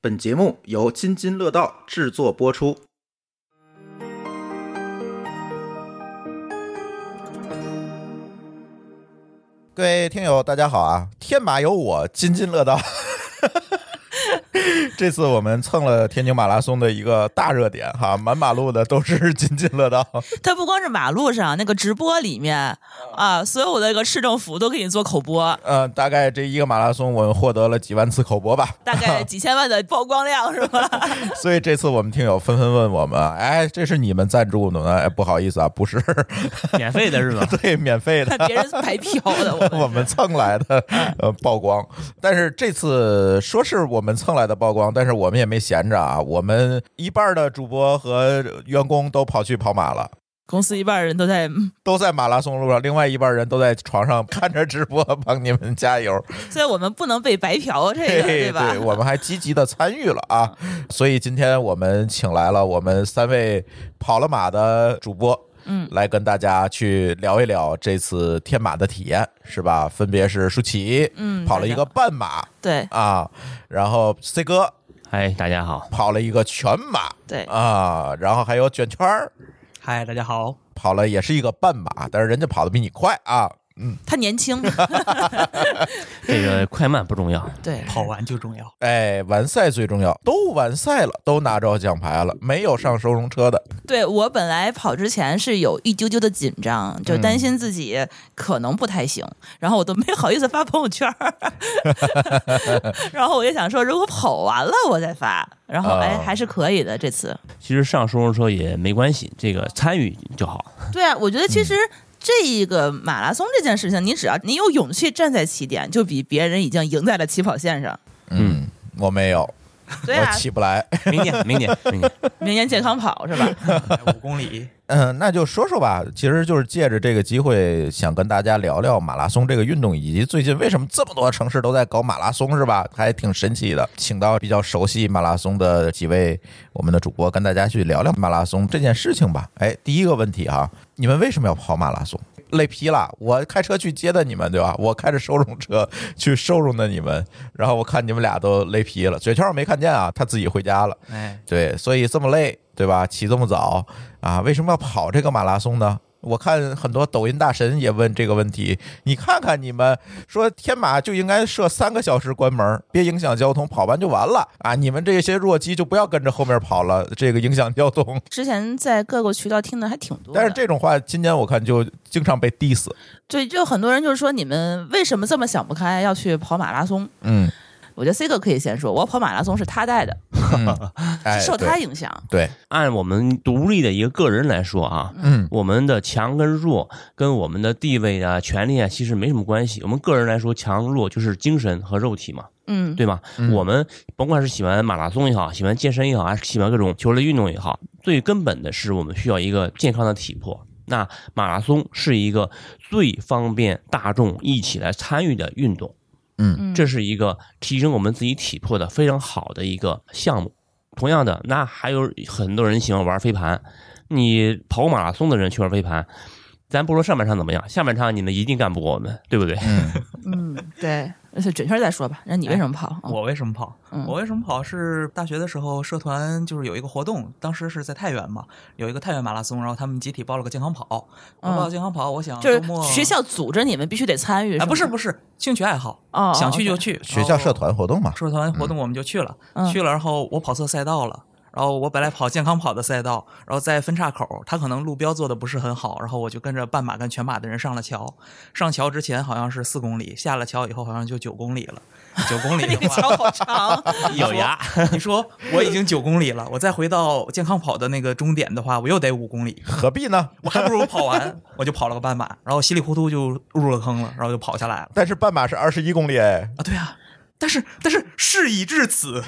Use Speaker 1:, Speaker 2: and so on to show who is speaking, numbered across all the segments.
Speaker 1: 本节目由津津乐道制作播出。
Speaker 2: 各位听友，大家好啊！天马有我，津津乐道。 这次我们蹭了天津马拉松的一个大热点哈，满马路的都是津津乐道。
Speaker 3: 它不光是马路上那个直播里面
Speaker 2: 嗯
Speaker 3: 啊，所有的那个市政府都给你做口播，
Speaker 2: 呃，大概这一个马拉松，我们获得了几万次口播吧。
Speaker 3: 大 概几千万的曝光量是吧？
Speaker 2: 所以这次我们听友纷纷问我们，哎，这是你们赞助的呢？哎，不好意思啊，不是，
Speaker 4: 免费的是 吗？
Speaker 2: 对，免费的。
Speaker 3: 别人白嫖的，我
Speaker 2: 我们蹭来的呃曝光，但是这次说是我们蹭来的曝光，但是我们也没闲着啊，我们一半的主播和员工都跑去跑马了。
Speaker 3: 公司一半人都在嗯
Speaker 2: 都在马拉松路上，另外一半人都在床上看着直播，帮你们 加油。
Speaker 3: 所以我们不能被白嫖这个，
Speaker 2: 嘿
Speaker 3: 吧？
Speaker 2: 对，我们还积极的参与了啊！所以今天我们请来了我们三位跑了马的主播，
Speaker 3: 嗯，
Speaker 2: 来跟大家去聊一聊这次天马的体验，是吧？分别是舒淇，
Speaker 3: 嗯
Speaker 2: 跑了一个半马
Speaker 3: 对
Speaker 2: 啊，然后 C 哥
Speaker 4: 哎，大家好，
Speaker 2: 跑了一个全马
Speaker 3: 对，
Speaker 2: 啊，然后还有卷圈儿
Speaker 4: 嗨，大家好，
Speaker 2: 跑了也是一个半马，但是人家跑的比你快啊。
Speaker 3: 他年轻，
Speaker 4: 这个快慢不重要，
Speaker 3: 对，
Speaker 5: 跑完就重 要。
Speaker 2: 哎，完赛最重要，都完赛了，都拿着奖牌了，没有上收容车的。
Speaker 3: 对我本来跑之前是有一丢丢的紧张，就
Speaker 2: 嗯
Speaker 3: 担心自己可能不太行，然后我都没好意思发朋友圈 儿， 然后我就想说，如果跑完了我再发，然后、
Speaker 2: 啊
Speaker 3: 哎还是可以的这次。
Speaker 4: 其实上收容车也没关系，这个参与就好。
Speaker 3: 对啊，我觉得
Speaker 5: 嗯
Speaker 3: 其实这一个马拉松这件事情，你只要你有勇气站在起点，就比别人已经赢在了起跑线 上。
Speaker 2: 嗯，我没有，
Speaker 3: 对啊
Speaker 2: 我，起不来。
Speaker 4: 明年，明年，明年，
Speaker 3: 明年健康跑是吧？
Speaker 5: 五公里，
Speaker 2: 嗯，那就说说吧，其实就是借着这个机会，想跟大家聊聊马拉松这个运动，以及最近为什么这么多城市都在搞马拉松，是吧？还挺神奇的。请到比较熟悉马拉松的几位我们的主播，跟大家去聊聊马拉松这件事情吧。哎，第一个问题啊，你们为什么要跑马拉松？累劈了，我开车去接的你们，对吧？我开着收容车去收容的你们，然后我看你们俩都累劈了，嘴圈我没看见啊，他自己回家了。
Speaker 5: 哎，
Speaker 2: 对，所以这么累，对吧？起这么早啊，为什么要跑这个马拉松呢？我看很多抖音大神也问这个问题，你看看你们说天马就应该设三个小时关门，别影响交通，跑完就完了啊！你们这些弱鸡就不要跟着后面跑了，这个影响交通。
Speaker 3: 之前在各个渠道听的还挺多的，
Speaker 2: 但是这种话，今年我看就经常被 diss。
Speaker 3: 对，就很多人就是说，你们为什么这么想不开要去跑马拉松？
Speaker 2: 嗯，
Speaker 3: 我觉得 C 哥可以先说，我跑马拉松是他带的，
Speaker 2: 哎，
Speaker 3: 受他
Speaker 2: 对
Speaker 3: 影响。
Speaker 2: 对，
Speaker 4: 按我们独立的一个个人来说啊，
Speaker 2: 嗯
Speaker 4: 我们的强跟弱跟我们的地位啊、权利啊，其实没什么关系。我们个人来说，强弱就是精神和肉体嘛，
Speaker 3: 嗯，
Speaker 4: 对吧？我们甭管是喜欢马拉松也好，喜欢健身也好，还是喜欢各种球类运动也好，最根本的是我们需要一个健康的体魄。那马拉松是一个最方便大众一起来参与的运动，
Speaker 3: 嗯，
Speaker 4: 这是一个提升我们自己体魄的非常好的一个项目。同样的，那还有很多人喜欢玩飞盘，你跑马拉松的人去玩飞盘，咱不说上半场怎么样，下半场你们一定干不过我们，对不对？
Speaker 2: 嗯
Speaker 3: 嗯，对，而且准确再说吧，那你为什么跑？
Speaker 5: 哎我为什么跑？
Speaker 3: 嗯
Speaker 5: 我为什么跑？是大学的时候社团就是有一个活动，当时是在太原嘛，有一个太原马拉松，然后他们集体报了个健康跑。我
Speaker 3: 嗯
Speaker 5: 报健康跑，我想
Speaker 3: 就
Speaker 5: 周末
Speaker 3: 是学校组织你们必须得参与，
Speaker 5: 啊，不是
Speaker 3: 吗
Speaker 5: 不是兴趣爱好，
Speaker 3: 哦，
Speaker 5: 想去就
Speaker 3: OK
Speaker 5: 去。
Speaker 2: 学校
Speaker 5: 然后
Speaker 2: 社团活动嘛，
Speaker 5: 社团活动我们就去了，
Speaker 3: 嗯
Speaker 5: 去了，然后我跑错赛道了。然后我本来跑健康跑的赛道，然后在分岔口，他可能路标做的不是很好，然后我就跟着半马跟全马的人上了桥。上桥之前好像是四公里，下了桥以后好像就九公里了。九公里 的话，
Speaker 3: 桥好长，
Speaker 4: 咬牙，
Speaker 5: 你说我已经九公里了，我再回到健康跑的那个终点的话，我又得五公里，
Speaker 2: 何必呢？
Speaker 5: 我还不如跑完，我就跑了个半马，然后稀里糊涂就入了坑了，然后就跑下来了
Speaker 2: 但是半马是二十一公里，哎，
Speaker 5: 啊！对啊，但是但是事已至此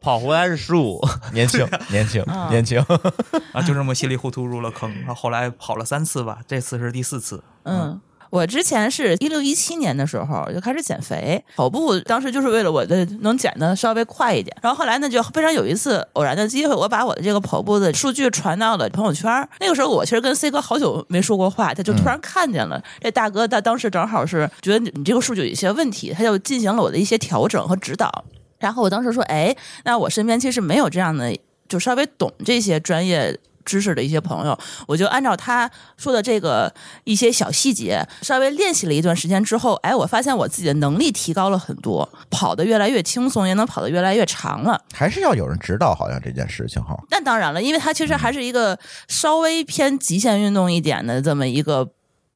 Speaker 4: 跑回来是十五，
Speaker 2: 年轻，年轻，
Speaker 3: 啊
Speaker 2: 年轻。
Speaker 5: 啊，就这么稀里糊涂入了坑，啊然后后来跑了三次吧，这次是第四次，
Speaker 3: 嗯。我之前是一六一七年的时候就开始减肥，跑步当时就是为了我的能减的稍微快一点。然后后来呢，就非常有一次偶然的机会，我把我的这个跑步的数据传到了朋友圈儿。那个时候我其实跟 C 哥好久没说过话，他就突然看见了、这大哥，他当时正好是觉得你你这个数据有一些问题，他就进行了我的一些调整和指导。然后我当时说，哎，那我身边其实没有这样的，就稍微懂这些专业知识的一些朋友，我就按照他说的这个一些小细节，稍微练习了一段时间之后，哎，我发现我自己的能力提高了很多，跑得越来越轻松，也能跑得越来越长了。
Speaker 2: 还是要有人指导，好像这件事情哈。
Speaker 3: 那当然了，因为它其实还是一个稍微偏极限运动一点的这么一个，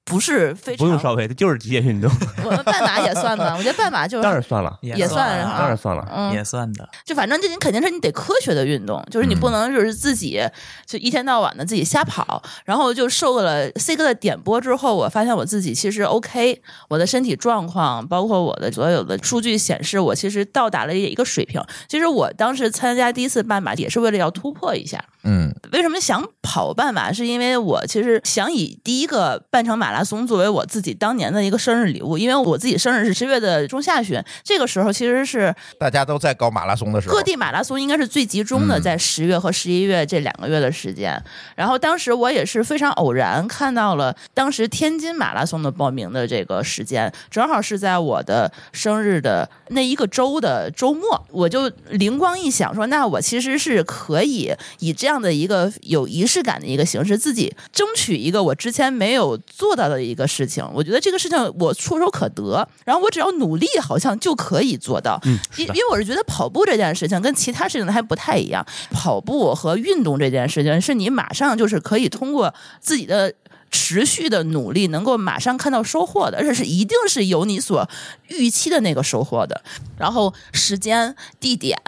Speaker 3: 不是非常
Speaker 4: 不用稍微，就是极限运动，
Speaker 3: 我们半马也算吧，我觉得半马就
Speaker 4: 当然
Speaker 3: 是
Speaker 4: 算了，
Speaker 3: 也
Speaker 5: 算
Speaker 3: 算
Speaker 5: 啊
Speaker 4: 当然算了。
Speaker 3: 嗯，
Speaker 5: 也算的。
Speaker 3: 就反正这你肯定是你得科学的运动，就是你不能就是自己就一天到晚的自己瞎跑。然后就受了 C 哥的点拨之后，我发现我自己其实 OK，我的身体状况，包括我的所有的数据显示，我其实到达了一个水平。其实我当时参加第一次半马也是为了要突破一下。
Speaker 2: 嗯，
Speaker 3: 为什么想跑半马？是因为我其实想以第一个半程马拉松作为我自己当年的一个生日礼物，因为我自己生日是十月的中下旬，这个时候其实是
Speaker 2: 大家都在搞马拉松的时候，
Speaker 3: 各地马拉松应该是最集中的，
Speaker 2: 嗯
Speaker 3: 在十月和十一月这两个月的时间。然后当时我也是非常偶然看到了当时天津马拉松的报名的这个时间，正好是在我的生日的那一个周的周末，我就灵光一想说，那我其实是可以以这样的一个有仪式感的一个形式，自己争取一个我之前没有做到的一个事情。我觉得这个事情我触手可得，然后我只要努力，好像就可以做到。
Speaker 4: 嗯，
Speaker 3: 因
Speaker 4: 是
Speaker 3: 因
Speaker 4: 的，
Speaker 3: 为我是觉得跑步这件事情跟其他事情还不太一样，跑步和运动这件事情是你马上就是可以通过自己的持续的努力，能够马上看到收获的，而且是一定是有你所预期的那个收获的。然后时间、地点、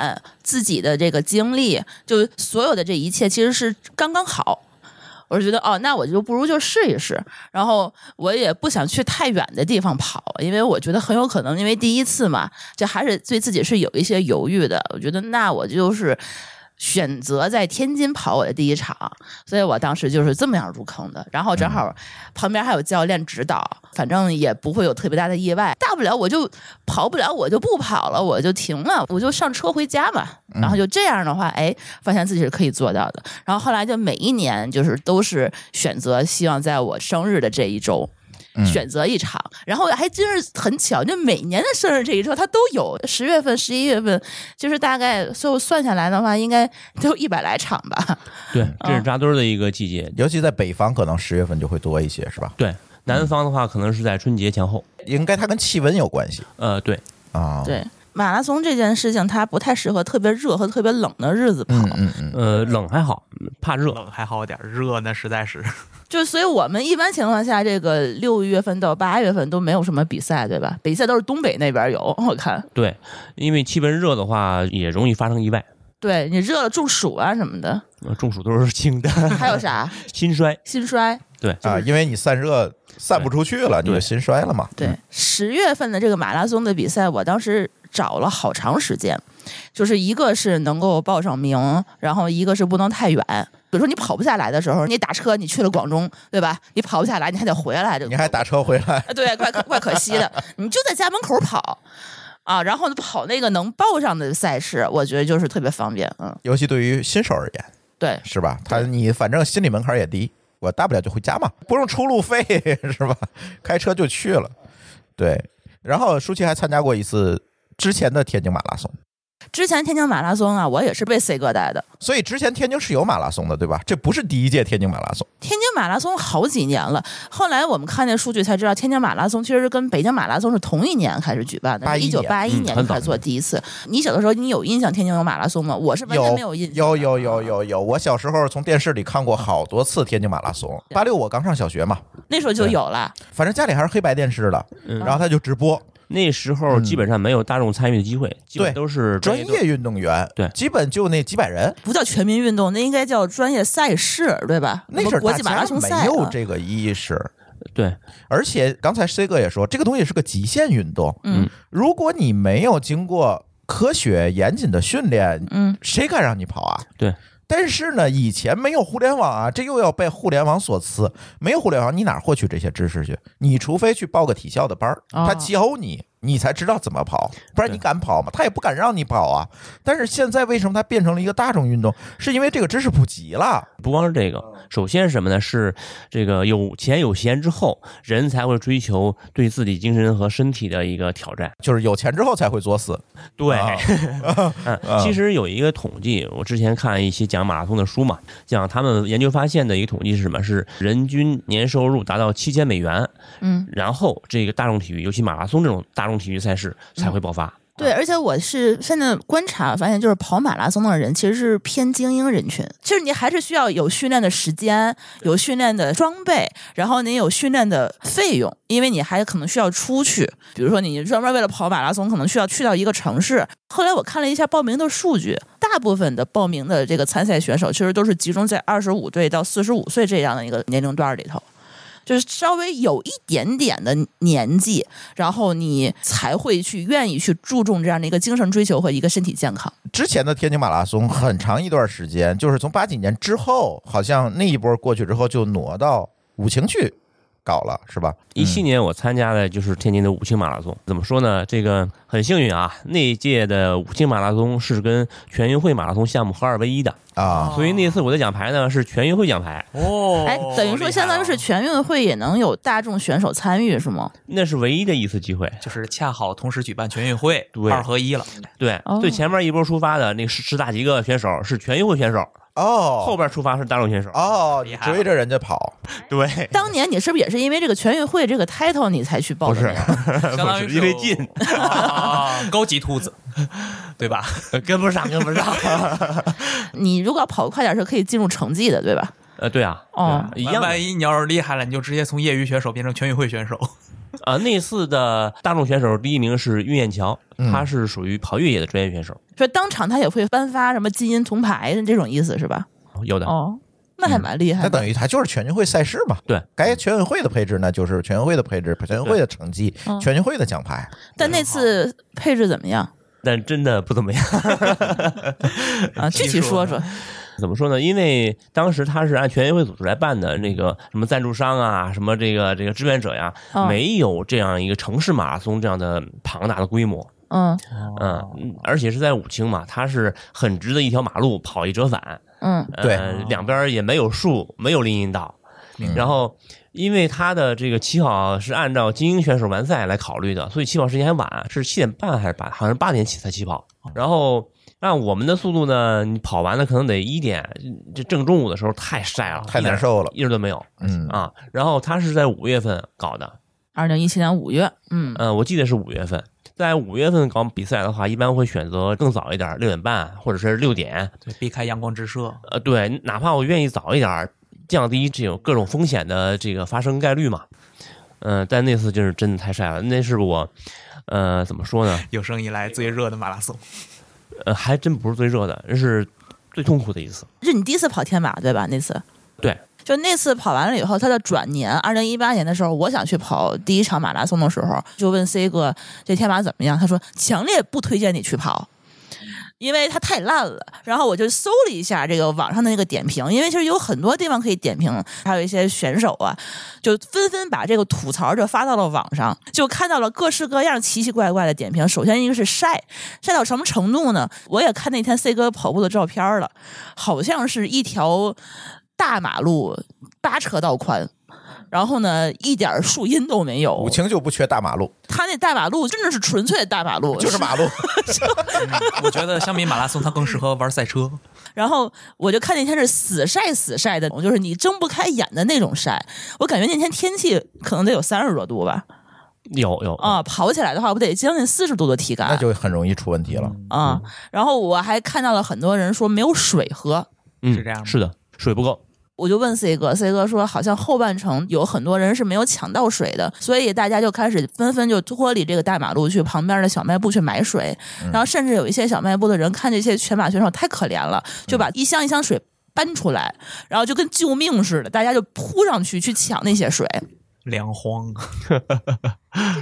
Speaker 3: 自己的这个经历，就所有的这一切其实是刚刚好。我就觉得哦，那我就不如就试一试。然后我也不想去太远的地方跑，因为我觉得很有可能，因为第一次嘛，就还是对自己是有一些犹豫的。我觉得那我就是选择在天津跑我的第一场，所以我当时就是这么样入坑的。然后正好旁边还有教练指导，反正也不会有特别大的意外，大不了我就跑不了，我就不跑了，我就停了，我就上车回家嘛。然后就这样的话，哎，发现自己是可以做到的。然后后来就每一年就是都是选择希望在我生日的这一周。
Speaker 2: 嗯
Speaker 3: 选择一场，然后还真是很巧，就每年的生日这一周它都有，十月份、十一月份，就是大概最后算下来的话，应该都有一百来场吧。
Speaker 4: 对，
Speaker 5: 啊
Speaker 4: 这是扎堆儿的一个季节。
Speaker 2: 尤其在北方，可能十月份就会多一些，是吧？
Speaker 4: 对，南方的话可能是在春节前后。
Speaker 2: 应该它跟气温有关系
Speaker 4: 呃，对，
Speaker 2: 啊。，
Speaker 3: 对，马拉松这件事情，它不太适合特别热和特别冷的日子跑，
Speaker 2: 嗯嗯嗯，
Speaker 4: 呃，冷还好，怕热。
Speaker 5: 冷还好点儿，热那实在是
Speaker 3: 就是所以我们一般情况下，这个六月份到八月份都没有什么比赛，对吧？比赛都是东北那边有，我看，
Speaker 4: 对，因为气温热的话，也容易发生意外，
Speaker 3: 对你热了中暑啊什么的，
Speaker 4: 呃中暑都是轻的，
Speaker 3: 还有啥
Speaker 4: 心衰。
Speaker 3: 心衰，
Speaker 4: 对，
Speaker 2: 啊，因为你散热散不出去了，你
Speaker 4: 对
Speaker 2: 就心衰了嘛。
Speaker 3: 对，十月份的这个马拉松的比赛，我当时找了好长时间，就是一个是能够报上名，然后一个是不能太远。比如说你跑不下来的时候，你打车你去了广州，对吧？你跑不下来，你还得回来，这
Speaker 2: 你还打车回来，
Speaker 3: 啊，对，怪可怪可惜的，你就在家门口跑啊，然后跑那个能报上的赛事，我觉得就是特别方便，嗯，
Speaker 2: 尤其对于新手而言，
Speaker 3: 对。
Speaker 2: 是吧？他你反正心理门槛也低，我大不了就回家嘛，不用出路费是吧？ 开车就去了。对，然后舒淇还参加过一次之前的天津马拉松，
Speaker 3: 之前天津马拉松啊，我也是被 C 哥带的。
Speaker 2: 所以之前天津是有马拉松的，对吧？这不是第一届天津马拉松，
Speaker 3: 天津马拉松好几年了，后来我们看那数据才知道，天津马拉松其实是跟北京马拉松是同一年开始举办的，
Speaker 2: 81
Speaker 3: 一九八一
Speaker 4: 年
Speaker 3: 年
Speaker 4: 嗯很早
Speaker 3: 开始做第一次。你小的时候，你有印象天津有马拉松吗？我是完全没印象。啊
Speaker 2: 有有有有有，我小时候从电视里看过好多次天津马拉松。八六我刚上小学嘛，
Speaker 3: 那时候就有了。
Speaker 2: 反正家里还是黑白电视的，然后他就直播，
Speaker 4: 那时候基本上没有大众参与的机会，基本
Speaker 2: 对
Speaker 4: 都是
Speaker 2: 专
Speaker 4: 队
Speaker 2: 业运动员，
Speaker 4: 对
Speaker 2: 基本就那几百人。
Speaker 3: 不叫全民运动，那应该叫专业赛事，对吧？
Speaker 2: 那
Speaker 3: 什
Speaker 2: 阵
Speaker 3: 么
Speaker 2: 儿
Speaker 3: 国际马
Speaker 2: 大
Speaker 3: 拉
Speaker 2: 家
Speaker 3: 松赛啊
Speaker 2: 没有
Speaker 3: 了
Speaker 2: 这个意识，
Speaker 4: 对，
Speaker 2: 而且刚才 C 哥也说，这个东西是个极限运动。
Speaker 3: 嗯，
Speaker 2: 如果你没有经过科学严谨的训练，
Speaker 3: 嗯，
Speaker 2: 谁敢让你跑啊？
Speaker 4: 对。
Speaker 2: 但是呢，以前没有互联网啊，这又要被互联网所赐。没有互联网，你哪获取这些知识去？你除非去报个体校的班儿，
Speaker 3: 哦
Speaker 2: 他教你。你才知道怎么跑，不然
Speaker 4: 对
Speaker 2: 你敢跑吗？他也不敢让你跑啊。但是现在为什么它变成了一个大众运动？是因为这个知识普及了。
Speaker 4: 不光是这个，首先是什么呢？是这个有钱有闲之后，人才会追求对自己精神和身体的一个挑战。
Speaker 2: 就是有钱之后才会作死，
Speaker 4: 对，
Speaker 2: 啊
Speaker 4: 嗯，其实有一个统计，我之前看一些讲马拉松的书嘛，讲他们研究发现的一个统计是什么？是人均年收入达到七千美元，
Speaker 3: 嗯，
Speaker 4: 然后这个大众体育，尤其马拉松这种大众体育赛事才会爆发。
Speaker 3: 对，而且我是现在观察发现，就是跑马拉松的人其实是偏精英人群。其实你还是需要有训练的时间，有训练的装备，然后你有训练的费用，因为你还可能需要出去。比如说，你专门为了跑马拉松，可能需要去到一个城市。后来我看了一下报名的数据，大部分的报名的这个参赛选手，其实都是集中在二十五岁到四十五岁这样的一个年龄段里头。就是稍微有一点点的年纪，然后你才会去愿意去注重这样的一个精神追求和一个身体健康。
Speaker 2: 之前的天津马拉松很长一段时间，就是从八几年之后，好像那一波过去之后就挪到武清去搞了，是吧？
Speaker 4: 一七年我参加的就是天津的武清马拉松，怎么说呢？这个很幸运啊，那一届的武清马拉松是跟全运会马拉松项目合二为一的，
Speaker 2: 啊，
Speaker 4: 哦所以那次我的奖牌呢是全运会奖牌，
Speaker 5: 哦，
Speaker 3: 哎，等于说相当于是
Speaker 5: 厉害啊
Speaker 3: 全运会也能有大众选手参与，是吗？
Speaker 4: 那是唯一的一次机会。
Speaker 5: 就是恰好同时举办全运会，
Speaker 4: 对
Speaker 5: 二合 一了。
Speaker 4: 对
Speaker 3: 哦，
Speaker 4: 最前面一波出发的那十十大几个选手是全运会选手，
Speaker 2: 哦，
Speaker 4: 后边出发是大众选手。
Speaker 2: 哦，你
Speaker 5: 厉害了
Speaker 2: 追着人家 跑，
Speaker 4: 对，
Speaker 3: 当年你是不是也是因为这个全运会这个 title 你才去报
Speaker 4: 不
Speaker 3: 的
Speaker 4: 是
Speaker 3: 呢？，
Speaker 5: 相当于
Speaker 4: 不是
Speaker 5: 是
Speaker 4: 因哦为近，
Speaker 5: 啊，高级兔子，对吧？
Speaker 4: 跟不上，跟不上。
Speaker 3: 你如果要跑得快点是可以进入成绩的，对吧？
Speaker 4: 呃，对啊，对
Speaker 3: 哦
Speaker 4: 啊一样的
Speaker 5: 万一你要是厉害了，你就直接从业余选手变成全运会选手。
Speaker 4: 啊。那次的大众选手第一名是岳艳桥，他是属于跑越野的专业选手，
Speaker 3: 说当场他也会颁发什么金银铜牌这种意思是吧？
Speaker 4: 有的。
Speaker 3: 哦，那还蛮厉害
Speaker 2: 嗯那
Speaker 3: 的。
Speaker 2: 等于它就是全运会赛事嘛。
Speaker 4: 对，
Speaker 2: 该全运会的配置呢，就是全运会的配置，全运会的成绩
Speaker 3: 嗯，
Speaker 2: 全运会的奖牌。
Speaker 3: 但那次配置怎么样
Speaker 4: 但真的不怎么样。
Speaker 3: 啊？具体说说。
Speaker 4: 怎么说呢？因为当时他是按全运会组织来办的，那个什么赞助商啊，什么这个这个志愿者呀，
Speaker 3: 嗯
Speaker 4: 没有这样一个城市马拉松这样的庞大的规模。
Speaker 3: 嗯
Speaker 4: 嗯，而且是在武清嘛，它是很直的一条马路跑一折返，
Speaker 3: 嗯
Speaker 4: 呃、
Speaker 2: 对嗯
Speaker 4: 两边也没有树，没有林荫道。然后，因为它的这个起跑是按照精英选手完赛来考虑的，所以起跑时间还晚，是七点半还是八？好像是八点起才起跑。
Speaker 2: 哦
Speaker 4: 然后按我们的速度呢，你跑完了可能得一点，这正中午的时候太晒了，
Speaker 2: 太
Speaker 4: 一点
Speaker 2: 难受了
Speaker 4: 一点都没有
Speaker 2: 嗯，
Speaker 4: 啊。然后它是在五月份搞的，
Speaker 3: 二零一七年五月，嗯，
Speaker 4: 嗯，我记得是五月份，在五月份搞比赛的话，一般会选择更早一点，六点半或者是六点。
Speaker 5: 对，避开阳光直射。
Speaker 4: 呃，对，哪怕我愿意早一点，降低这种各种风险的这个发生概率嘛。嗯、但那次就是真的太晒了，那是我，呃，怎么说呢？
Speaker 5: 有生以来最热的马拉松，
Speaker 4: 呃，还真不是最热的，那是最痛苦的一次。
Speaker 3: 是你第一次跑天马对吧？那次
Speaker 4: 对，
Speaker 3: 就那次跑完了以后，他的转年，二零一八年的时候，我想去跑第一场马拉松的时候，就问 C 哥这天马怎么样，他说强烈不推荐你去跑。因为它太烂了，然后我就搜了一下这个网上的那个点评，因为其实有很多地方可以点评，还有一些选手啊，就纷纷把这个吐槽就发到了网上，就看到了各式各样奇奇怪怪的点评。首先一个是晒，晒到什么程度呢？我也看那天 C 哥跑步的照片了，好像是一条大马路，八车道宽。然后呢，一点儿树荫都没有
Speaker 5: 哦
Speaker 2: 武。清就不缺大马路，
Speaker 3: 他那大马路真的是纯粹的大马路，
Speaker 2: 就是马路。
Speaker 4: 嗯
Speaker 5: 我觉得相比马拉松，它更适合玩赛车。
Speaker 3: 然后我就看那天是死晒死晒的，就是你睁不开眼的那种晒。我感觉那天天气可能得有三十多度吧，
Speaker 4: 有有
Speaker 3: 啊、，跑起来的话不得将近四十度的体感，
Speaker 2: 嗯那就很容易出问题了。
Speaker 5: 嗯
Speaker 3: 啊、然后我还看到了很多人说没有水喝，
Speaker 4: 嗯，
Speaker 5: 是这样吗
Speaker 4: 是的，水不够。
Speaker 3: 我就问 C 哥，C 哥说好像后半程有很多人是没有抢到水的，所以大家就开始纷纷就脱离这个大马路去旁边的小卖部去买水，然后甚至有一些小卖部的人看这些全马选手太可怜了，就把一箱一箱水。搬出来，然后就跟救命似的，大家就扑上去去抢那些水。
Speaker 5: 粮荒，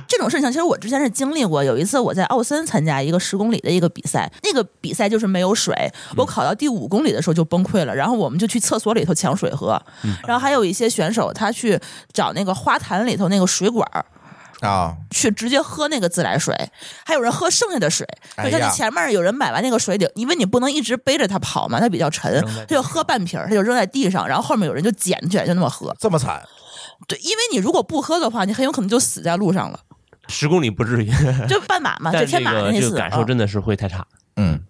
Speaker 3: 这种事情其实我之前是经历过。有一次我在奥森参加一个十公里的一个比赛，那个比赛就是没有水，我
Speaker 5: 嗯
Speaker 3: 跑到第五公里的时候就崩溃了，然后我们就去厕所里头抢水
Speaker 5: 嗯
Speaker 3: 喝，然后还有一些选手他去找那个花坛里头那个水管儿
Speaker 2: 啊，
Speaker 3: 去直接喝那个自来水，还有人喝剩下的水。
Speaker 2: 哎
Speaker 3: 就
Speaker 2: 呀
Speaker 3: 是你前面有人买完那个水得，因为你不能一直背着它跑嘛，它比较沉
Speaker 5: 扔在地，上
Speaker 3: 他就喝半瓶儿，他就扔在地上，然后后面有人就捡起来就那么喝。
Speaker 2: 这么惨，
Speaker 3: 对，因为你如果不喝的话，你很有可能就死在路上了，
Speaker 4: 十公里不至于，
Speaker 3: 就半马啊嘛，就
Speaker 4: 但这
Speaker 3: 天马
Speaker 4: 个
Speaker 3: 那
Speaker 4: 这
Speaker 3: 次
Speaker 4: 个。感受
Speaker 3: 啊
Speaker 4: 真的是会太差。
Speaker 2: 嗯。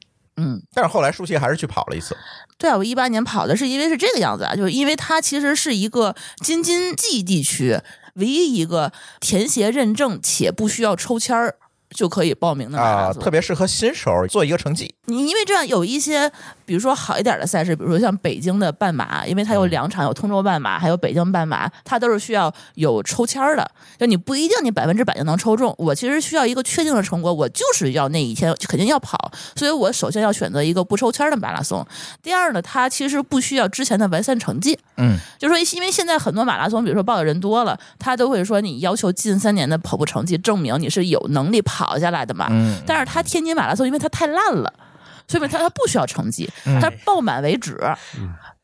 Speaker 3: 嗯，
Speaker 2: 但是后来舒淇还是去跑了一次，
Speaker 3: 对啊，我一八年跑的是因为是这个样子啊，就是因为它其实是一个京津冀地区唯一一个填写认证且不需要抽签儿就可以报名的马
Speaker 2: 啊，
Speaker 3: 拉松。
Speaker 2: 特别适合新手做一个成绩。
Speaker 3: 你因为这样有一些，比如说好一点的赛事，比如说像北京的半马，因为它有
Speaker 4: 嗯
Speaker 3: 两场，有通州半马，还有北京半马，它都是需要有抽签儿的，就你不一定你百分之百就能抽中。我其实需要一个确定的成果，我就是要那一天肯定要跑，所以我首先要选择一个不抽签儿的马拉松。第二呢，它其实不需要之前的完善成绩，
Speaker 2: 嗯，
Speaker 3: 就说因为现在很多马拉松，比如说报的人多了，他都会说你要求近三年的跑步成绩，证明你是有能力跑下来的嘛。
Speaker 2: 嗯
Speaker 3: 但是他天津马拉松，因为它太烂了，所以他他不需要成绩，
Speaker 2: 嗯
Speaker 3: 他爆满为止。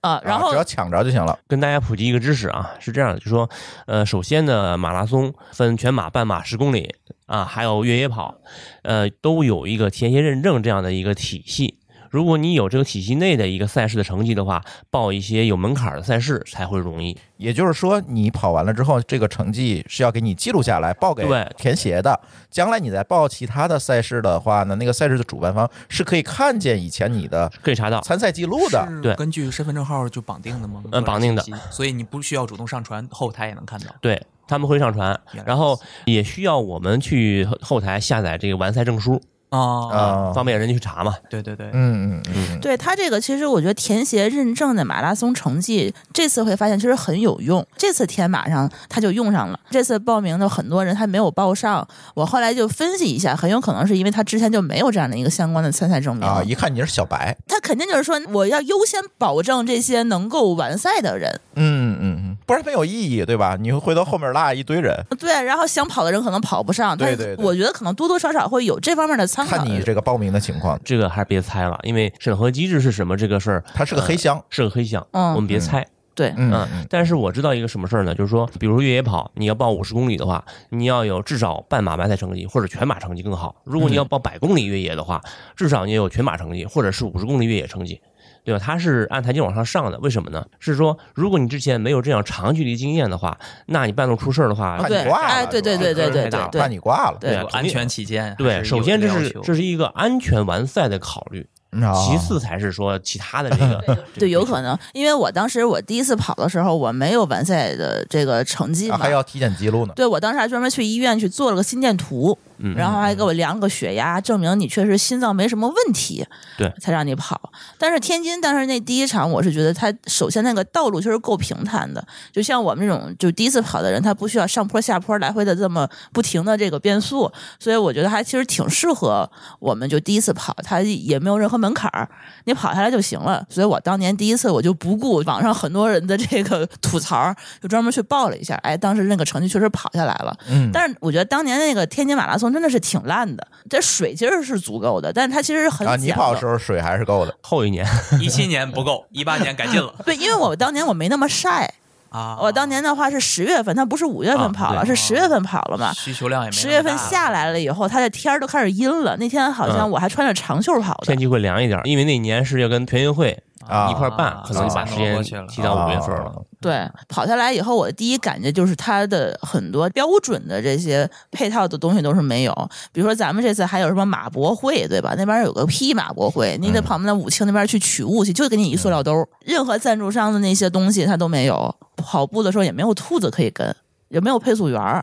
Speaker 3: 啊，然
Speaker 2: 啊
Speaker 3: 后
Speaker 2: 只要抢着就行了。
Speaker 4: 跟大家普及一个知识啊，是这样的，就说，呃，首先呢，马拉松分全马、半马、十公里啊，还有越野跑，呃，都有一个田协认证这样的一个体系。如果你有这个体系内的一个赛事的成绩的话，报一些有门槛的赛事才会容易。
Speaker 2: 也就是说，你跑完了之后，这个成绩是要给你记录下来，报给
Speaker 4: 对
Speaker 2: 田协的。将来你再报其他的赛事的话呢，那个赛事的主办方是可以看见以前你的
Speaker 4: 可以
Speaker 3: 啊
Speaker 4: 查到，
Speaker 2: 参赛记录的。
Speaker 5: 是
Speaker 4: 对
Speaker 5: 根据身份证号就绑定的吗？
Speaker 4: 嗯绑定的啊
Speaker 5: 信息，所以你不需要主动上传，后台也能看到。
Speaker 4: 对他们会上传，然后也需要我们去后后台下载这个完赛证书
Speaker 5: 啊，
Speaker 2: 啊
Speaker 4: 方便人家去查嘛。
Speaker 5: 对对对，
Speaker 2: 嗯嗯嗯，
Speaker 3: 对他这个，其实我觉得田协认证的马拉松成绩，这次会发现其实很有用。这次天马上他就用上了。这次报名的很多人他没有报上，我后来就分析一下，很有可能是因为他之前就没有这样的一个相关的参赛证明。
Speaker 2: 啊，一看你是小白。
Speaker 3: 他肯定就是说，我要优先保证这些能够完赛的人。
Speaker 2: 嗯嗯嗯，不然没有意义，对吧？你回头后面落一堆人，
Speaker 3: 对，然后想跑的人可能跑不上，
Speaker 2: 对
Speaker 3: 但
Speaker 2: 对
Speaker 3: 是
Speaker 2: 对
Speaker 3: 我觉得可能多多少少会有这方面的参考。
Speaker 2: 看你这个报名的情况，
Speaker 4: 这个还是别猜了，因为审核机制是什么这个事儿
Speaker 2: 它是个黑箱。
Speaker 4: 是个黑箱，
Speaker 3: 嗯
Speaker 4: 我们别猜。
Speaker 3: 对，
Speaker 2: 嗯
Speaker 4: 嗯，但是我知道一个什么事儿呢？就是说，比如说越野跑，你要报五十公里的话，你要有至少半马完赛成绩或者全马成绩更好。如果你要
Speaker 5: 嗯
Speaker 4: 报百公里越野的话，至少你要有全马成绩或者是五十公里越野成绩，对吧？它是按台阶往上上的，为什么呢？是说如果你之前没有这样长距离经验的话，那你半路出事儿的话，
Speaker 2: 怕
Speaker 3: 对
Speaker 2: 你挂了
Speaker 3: 哎
Speaker 2: 是
Speaker 3: 对对
Speaker 2: 吧
Speaker 3: 对对
Speaker 4: 责任
Speaker 3: 对
Speaker 4: 太大
Speaker 3: 对
Speaker 4: 了
Speaker 2: 怕
Speaker 3: 对
Speaker 2: 你挂了。
Speaker 3: 对
Speaker 4: 啊
Speaker 5: 有啊安全起见，还
Speaker 4: 对，
Speaker 5: 是
Speaker 4: 首
Speaker 5: 有
Speaker 4: 先这
Speaker 5: 要
Speaker 4: 是
Speaker 5: 求
Speaker 4: 这是一个安全完赛的考虑，
Speaker 2: 啊
Speaker 4: 其次才是说其他的这个
Speaker 3: 对，有可能，因为我当时我第一次跑的时候，我没有完赛的这个成绩
Speaker 2: 啊
Speaker 3: 嘛，
Speaker 2: 还要体检记录呢。
Speaker 3: 对我当时还专门去医院去做了个心电图，
Speaker 4: 嗯
Speaker 3: 然后还给我量了个血压，证明你确实心脏没什么问题，
Speaker 4: 对
Speaker 3: 才让你跑。但是天津当时那第一场，我是觉得它首先那个道路确实够平坦的，就像我们这种就第一次跑的人，他不需要上坡下坡来回的这么不停的这个变速，所以我觉得还其实挺适合我们就第一次跑，它也没有任何门槛儿，你跑下来就行了。所以我当年第一次我就不顾网上很多人的这个吐槽，就专门去报了一下，哎，当时那个成绩确实跑下来了。
Speaker 2: 嗯，
Speaker 3: 但是我觉得当年那个天津马拉松真的是挺烂的，这水其实是足够的，但是它其实是很
Speaker 2: 啊，你
Speaker 3: 讲
Speaker 2: 跑的
Speaker 3: 究
Speaker 2: 时候水还是够的。
Speaker 4: 后一年。
Speaker 5: 一七年不够，一八年改进了
Speaker 3: 对，因为我当年我没那么晒，
Speaker 5: 啊。
Speaker 3: 我当年的话是十月份，它不是五月份跑了，
Speaker 4: 啊
Speaker 5: 对
Speaker 3: 是十月份跑了嘛。
Speaker 5: 需求量也没
Speaker 3: 十
Speaker 5: 那么
Speaker 3: 月份
Speaker 5: 大
Speaker 3: 下来了以后，它的天儿都开始阴了。那天好像
Speaker 4: 嗯
Speaker 3: 我还穿着长袖跑的
Speaker 4: 天，气会凉一点，因为那年是要跟全运会
Speaker 2: 啊
Speaker 4: 一块儿办，可能
Speaker 5: 啊
Speaker 4: 把时间
Speaker 5: 挪过去了
Speaker 4: 提到五月份了。
Speaker 3: 对，跑下来以后，我的第一感觉就是它的很多标准的这些配套的东西都是没有。比如说咱们这次还有什么马博会，对吧？那边有个屁马博会，
Speaker 2: 嗯
Speaker 3: 你得跑我们那武清那边去取物去，就给你一塑料兜儿，任何赞助商的那些东西它都没有。跑步的时候也没有兔子可以跟，也没有配速员儿。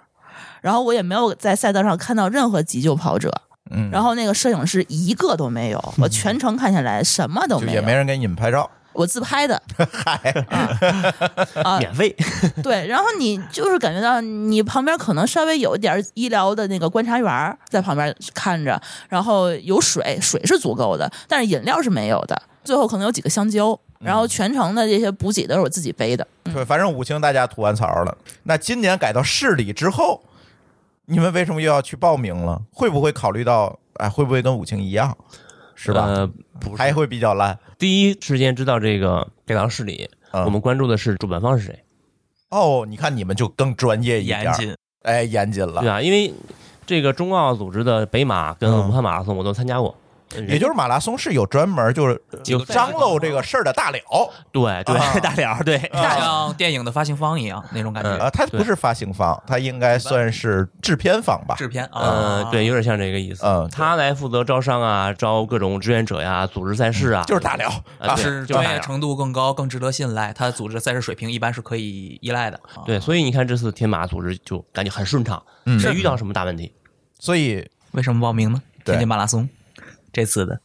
Speaker 3: 然后我也没有在赛道上看到任何急救跑者，
Speaker 2: 嗯，
Speaker 3: 然后那个摄影师一个都没有，我全程看下来什么都
Speaker 2: 就
Speaker 3: 没
Speaker 2: 也
Speaker 3: 有，
Speaker 2: 没人给你们拍照。
Speaker 3: 我自拍的，啊，
Speaker 4: 免费，
Speaker 3: 对，然后你就是感觉到你旁边可能稍微有一点医疗的那个观察员儿在旁边看着，然后有水，水是足够的，但是饮料是没有的。最后可能有几个香蕉，然后全程的这些补给都是我自己背的。
Speaker 2: 对，反正武清大家吐完槽了。那今年改到市里之后，你们为什么又要去报名了？会不会考虑到，哎，会不会跟武清一样，是吧？
Speaker 4: 呃，不
Speaker 2: 还
Speaker 4: 是，
Speaker 2: 会比较烂
Speaker 4: 第一时间知道这个改到市里，
Speaker 2: 嗯
Speaker 4: 我们关注的是主办方是谁。
Speaker 2: 哦。你看你们就更专业一点
Speaker 5: 严
Speaker 2: 儿，
Speaker 5: 谨，
Speaker 2: 哎，严谨了
Speaker 4: 对。啊，因为这个中奥组织的北马跟
Speaker 2: 嗯
Speaker 4: 武汉马拉松我都参加过，
Speaker 2: 也就是马拉松是有专门就是
Speaker 4: 有
Speaker 2: 张罗这个事儿的大了，
Speaker 4: 对对、
Speaker 2: 啊
Speaker 4: 大了 对，
Speaker 5: 像电影的发行方一样那种感觉，
Speaker 2: 啊，它不是发行方，它应该算是制片方吧？
Speaker 5: 制片啊
Speaker 4: 嗯，，对，，有点像这个意思。
Speaker 2: 嗯对
Speaker 4: 他来负责招商啊，招各种志愿者呀，组织赛事啊，
Speaker 2: 就是大了
Speaker 4: 啊
Speaker 2: 啊，
Speaker 4: 对
Speaker 5: 是
Speaker 4: 就
Speaker 5: 专
Speaker 4: 那
Speaker 5: 业
Speaker 4: 样
Speaker 5: 程度更高、更值得信赖，他组织赛事水平一般是可以依赖的。啊，
Speaker 4: 对。所以你看这次天马组织就感觉很顺畅，
Speaker 2: 嗯
Speaker 4: 没遇到什么大问题。
Speaker 2: 所以
Speaker 5: 为什么报名呢？
Speaker 2: 对
Speaker 5: 天津马拉松这次的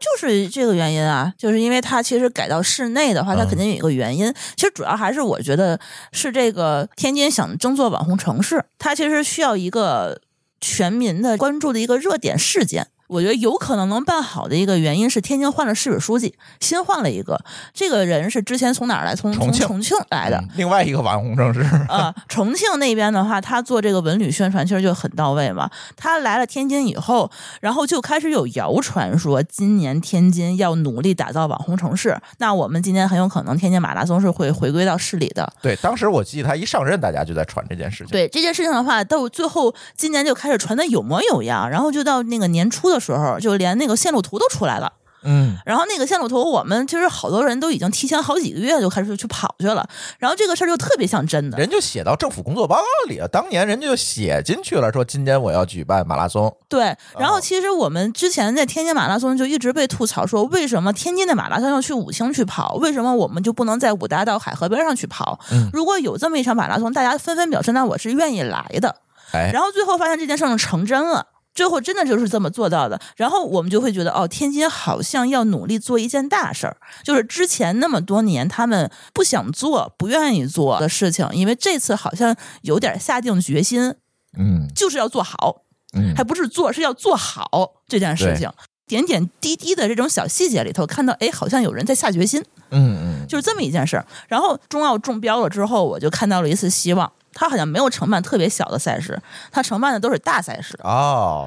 Speaker 3: 就是这个原因啊，就是因为它其实改到室内的话，它
Speaker 2: 嗯
Speaker 3: 肯定有一个原因。其实主要还是我觉得是这个天津想争做网红城市，它其实需要一个全民的关注的一个热点事件。我觉得有可能能办好的一个原因是天津换了市委书记，新换了一个，这个人是之前从哪儿来？从
Speaker 2: 重庆
Speaker 3: 从重庆来的。
Speaker 2: 嗯另外一个网红城市，
Speaker 3: 呃，重庆那边的话，他做这个文旅宣传其实就很到位嘛。他来了天津以后，然后就开始有谣传说，今年天津要努力打造网红城市。那我们今年很有可能天津马拉松是会回归到市里的。
Speaker 2: 对，当时我记得他一上任，大家就在传这件事情。
Speaker 3: 对这件事情的话，到最后今年就开始传的有模有样，然后就到那个年初的时候，就连那个线路图都出来了。
Speaker 2: 嗯，
Speaker 3: 然后那个线路图，我们其实好多人都已经提前好几个月就开始去跑去了。然后这个事儿就特别像真的，
Speaker 2: 人就写到政府工作报告里了，当年人家就写进去了，说今年我要举办马拉松。
Speaker 3: 对，然后
Speaker 2: 哦
Speaker 3: 其实我们之前在天津马拉松就一直被吐槽说，为什么天津的马拉松要去武清去跑？为什么我们就不能在五大道海河边上去跑？
Speaker 2: 嗯
Speaker 3: 如果有这么一场马拉松，大家纷纷表示，那我是愿意来的。
Speaker 2: 哎，
Speaker 3: 然后最后发现这件事情成真了。最后真的就是这么做到的，然后我们就会觉得，哦，天津好像要努力做一件大事儿，就是之前那么多年他们不想做、不愿意做的事情，因为这次好像有点下定决心，
Speaker 2: 嗯
Speaker 3: 就是要做好。
Speaker 2: 嗯
Speaker 3: 还，不是做，是要做好这件事情。点点滴滴的这种小细节里头，看到哎，好像有人在下决心，
Speaker 2: 嗯嗯，
Speaker 3: 就是这么一件事儿。然后中奥中标了之后，我就看到了一次希望。他好像没有承办特别小的赛事，他承办的都是大赛事。
Speaker 2: 哦，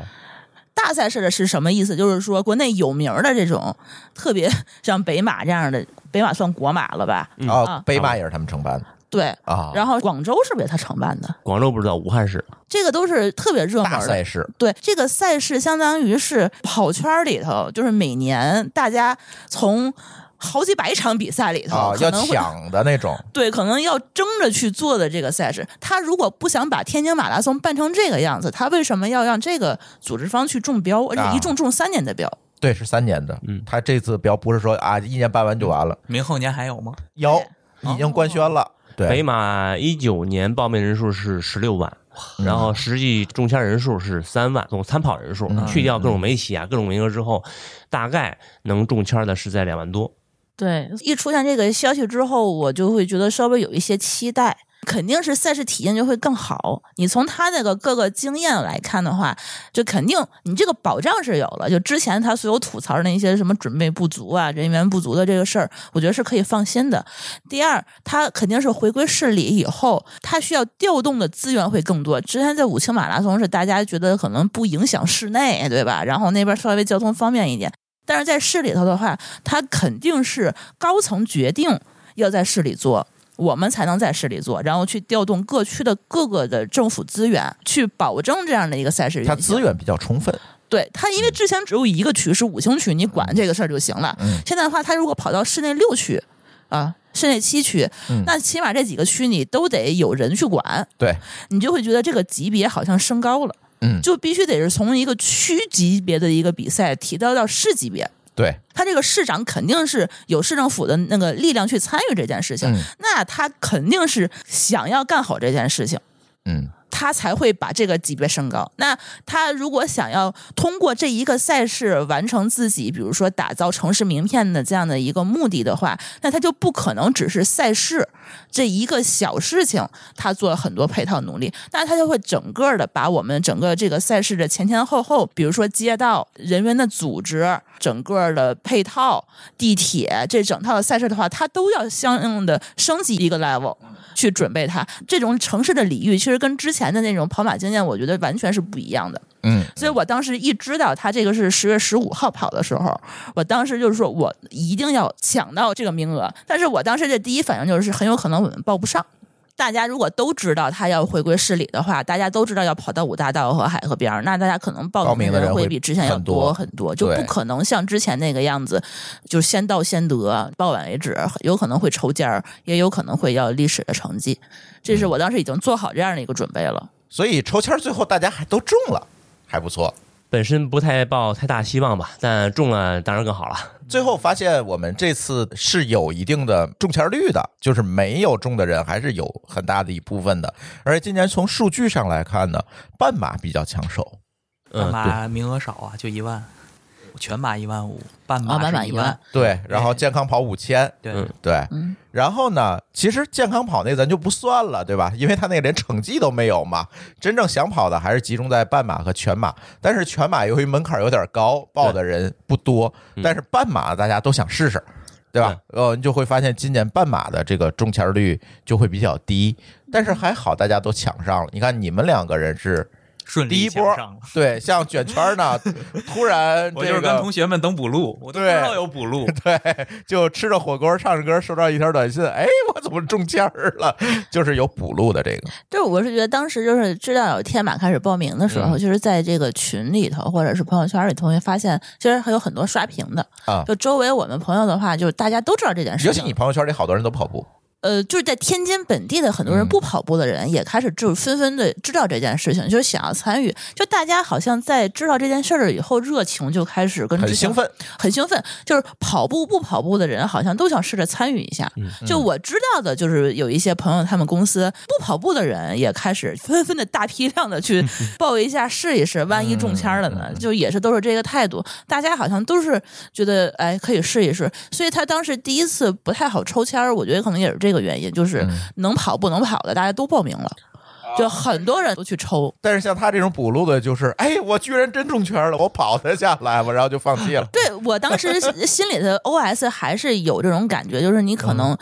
Speaker 3: 大赛事的是什么意思？就是说国内有名儿的这种，特别像北马这样的，北马算国马了吧？
Speaker 4: 嗯
Speaker 2: 哦
Speaker 3: 啊，
Speaker 2: 北马也是他们承办的
Speaker 3: 对。
Speaker 2: 啊，
Speaker 3: 然后广州是被他承办的，
Speaker 4: 广州不知道，武汉是
Speaker 3: 这个都是特别热门
Speaker 2: 大
Speaker 3: 的
Speaker 2: 赛事，
Speaker 3: 对，这个赛事相当于是跑圈儿里头，就是每年大家从好几百场比赛里头，
Speaker 2: 啊，
Speaker 3: 哦可
Speaker 2: 要
Speaker 3: 能会
Speaker 2: 抢的那种，
Speaker 3: 对，可能要争着去做的这个赛事。他如果不想把天津马拉松办成这个样子，他为什么要让这个组织方去中标，而且
Speaker 2: 啊
Speaker 3: 一中中三年的标？
Speaker 2: 对，是三年的。
Speaker 4: 嗯
Speaker 2: 他这次标不是说啊，一年办完就完了，
Speaker 5: 明后年还有
Speaker 3: 嗯
Speaker 5: 吗？
Speaker 2: 有已经官宣
Speaker 3: 哦
Speaker 2: 了。
Speaker 4: 北
Speaker 2: 对，
Speaker 4: 马一九年报名人数是十六万，然后实际中签人数是三万，总参跑人数、
Speaker 2: 嗯
Speaker 4: 去掉各种媒体啊、各种名额之后，大概能中签的是在两万多。
Speaker 3: 对，一出现这个消息之后，我就会觉得稍微有一些期待。肯定是赛事体验就会更好。你从他那个各个经验来看的话，就肯定你这个保障是有了。就之前他所有吐槽的那些什么准备不足啊、人员不足的这个事儿，我觉得是可以放心的。第二，他肯定是回归市里以后，他需要调动的资源会更多。之前在武清马拉松是大家觉得可能不影响市内，对吧？然后那边稍微交通方便一点，但是在市里头的话，它肯定是高层决定要在市里做。我们才能在市里做，然后去调动各区的各个的政府资源，去保证这样的一个赛事运
Speaker 2: 他
Speaker 3: 行。
Speaker 2: 资源比较充分，
Speaker 3: 对他，因为之前只有一个区是五星区，你管这个事儿就行了。
Speaker 2: 嗯
Speaker 3: 现在的话，他如果跑到市内六区啊，市内七区，
Speaker 2: 嗯
Speaker 3: 那起码这几个区你都得有人去管，
Speaker 2: 对，
Speaker 3: 你就会觉得这个级别好像升高了。
Speaker 2: 嗯
Speaker 3: 就必须得是从一个区级别的一个比赛提到到市级别，
Speaker 2: 对，
Speaker 3: 他这个市长肯定是有市政府的那个力量去参与这件事情，
Speaker 2: 嗯
Speaker 3: 那他肯定是想要干好这件事情。
Speaker 2: 嗯
Speaker 3: 他才会把这个级别升高。那他如果想要通过这一个赛事完成自己，比如说打造城市名片的这样的一个目的的话，那他就不可能只是赛事这一个小事情，他做了很多配套努力，那他就会整个的把我们整个这个赛事的前前后后，比如说街道、人员的组织、整个的配套、地铁这整套的赛事的话，他都要相应的升级一个 level。去准备它。这种城市的礼遇，其实跟之前的那种跑马经验，我觉得完全是不一样的。
Speaker 2: 嗯，
Speaker 3: 所以我当时一知道他这个是十月十五号跑的时候，我当时就是说我一定要抢到这个名额。但是我当时的第一反应就是很有可能我们报不上。大家如果都知道他要回归市里的话，大家都知道要跑到五大道和海河边儿，那大家可能报
Speaker 2: 报名的
Speaker 3: 的
Speaker 2: 人会
Speaker 3: 会比之前要
Speaker 2: 很多
Speaker 3: 很多，就不
Speaker 2: 对
Speaker 3: 可能像之前那个样子，就是先到先得，报完为止，有可能会抽签儿，也有可能会要历史的成绩。这
Speaker 2: 嗯
Speaker 3: 是我当时已经做好这样的一个准备了。
Speaker 2: 所以抽签儿最后大家还都中了，还不错。
Speaker 4: 本身不太抱太大希望吧，但中了当然更好了。
Speaker 2: 最后发现我们这次是有一定的中签率的，就是没有中的人还是有很大的一部分的。而且今年从数据上来看呢，半马比较抢手，
Speaker 4: 嗯，
Speaker 5: 半
Speaker 4: 对，
Speaker 5: 马名额少啊，就一万，全马一万五，半
Speaker 3: 啊，
Speaker 5: 马
Speaker 3: 满
Speaker 5: 是
Speaker 3: 满
Speaker 5: 一
Speaker 3: 一万，
Speaker 2: 对，然后健康跑五千，
Speaker 5: 对，
Speaker 4: 嗯
Speaker 2: 对，
Speaker 3: 嗯
Speaker 2: 然后呢，其实健康跑那咱就不算了，对吧？因 为他那个连成绩都没有嘛。真正想跑的还是集中在半马和全马，但是全马由于门槛有点高，报的人不多，但是半马大家都想试试。对吧？呃，你就会发现今年半马的这个中签率就会比较低，但是还好大家都抢上了。你看你们两个人是
Speaker 5: 顺利
Speaker 2: 第 一波
Speaker 5: 抢上了，
Speaker 2: 对，像卷圈呢， 突然
Speaker 5: 我
Speaker 2: 这个
Speaker 5: 就是跟同学们等补录，我都不知
Speaker 2: 对
Speaker 5: 道有 补录，
Speaker 2: 对，就吃着火锅，唱着歌，收到一条短 信，哎，我怎么中签儿了？就是有补录的这个，
Speaker 3: 对，我是觉得当时就是知道有天马开始报名的时候，
Speaker 2: 嗯
Speaker 3: 就是在这个群里头或者是朋友圈里，同学发现其实还有很多刷屏的
Speaker 2: 啊
Speaker 3: 就周围我们朋友的话，就是大家都知道这件
Speaker 2: 尤
Speaker 3: 事
Speaker 2: 其你
Speaker 3: 情。
Speaker 2: 朋友圈里好多人都跑步，
Speaker 3: 呃，就是在天津本地的很
Speaker 2: 嗯
Speaker 3: 多人不跑步的人，也开始就是纷纷的知道这件事情，就是想要参与。就大家好像在知道这件事儿了以后，热情就开始跟
Speaker 2: 很
Speaker 3: 之前
Speaker 2: 兴奋，
Speaker 3: 很兴奋，就是跑步不跑步的人好像都想试着参与一下。就我知道的，就是有一些朋友他们公司不跑步的人也开始纷纷的大批量的去报一下试一试，万一中签了呢？就也是都是这个态度，大家好像都是觉得哎可以试一试，所以他当时第一次不太好抽签儿，我觉得可能也是这个原因，就是能跑不能跑的大家都报名了。就很多人都去抽，
Speaker 2: 但是像他这种补录的，就是哎，我居然真中圈了，我跑得下来吗？然后就放弃了。
Speaker 3: 对我当时心 里的 OS 还是有这种感觉，就是你可能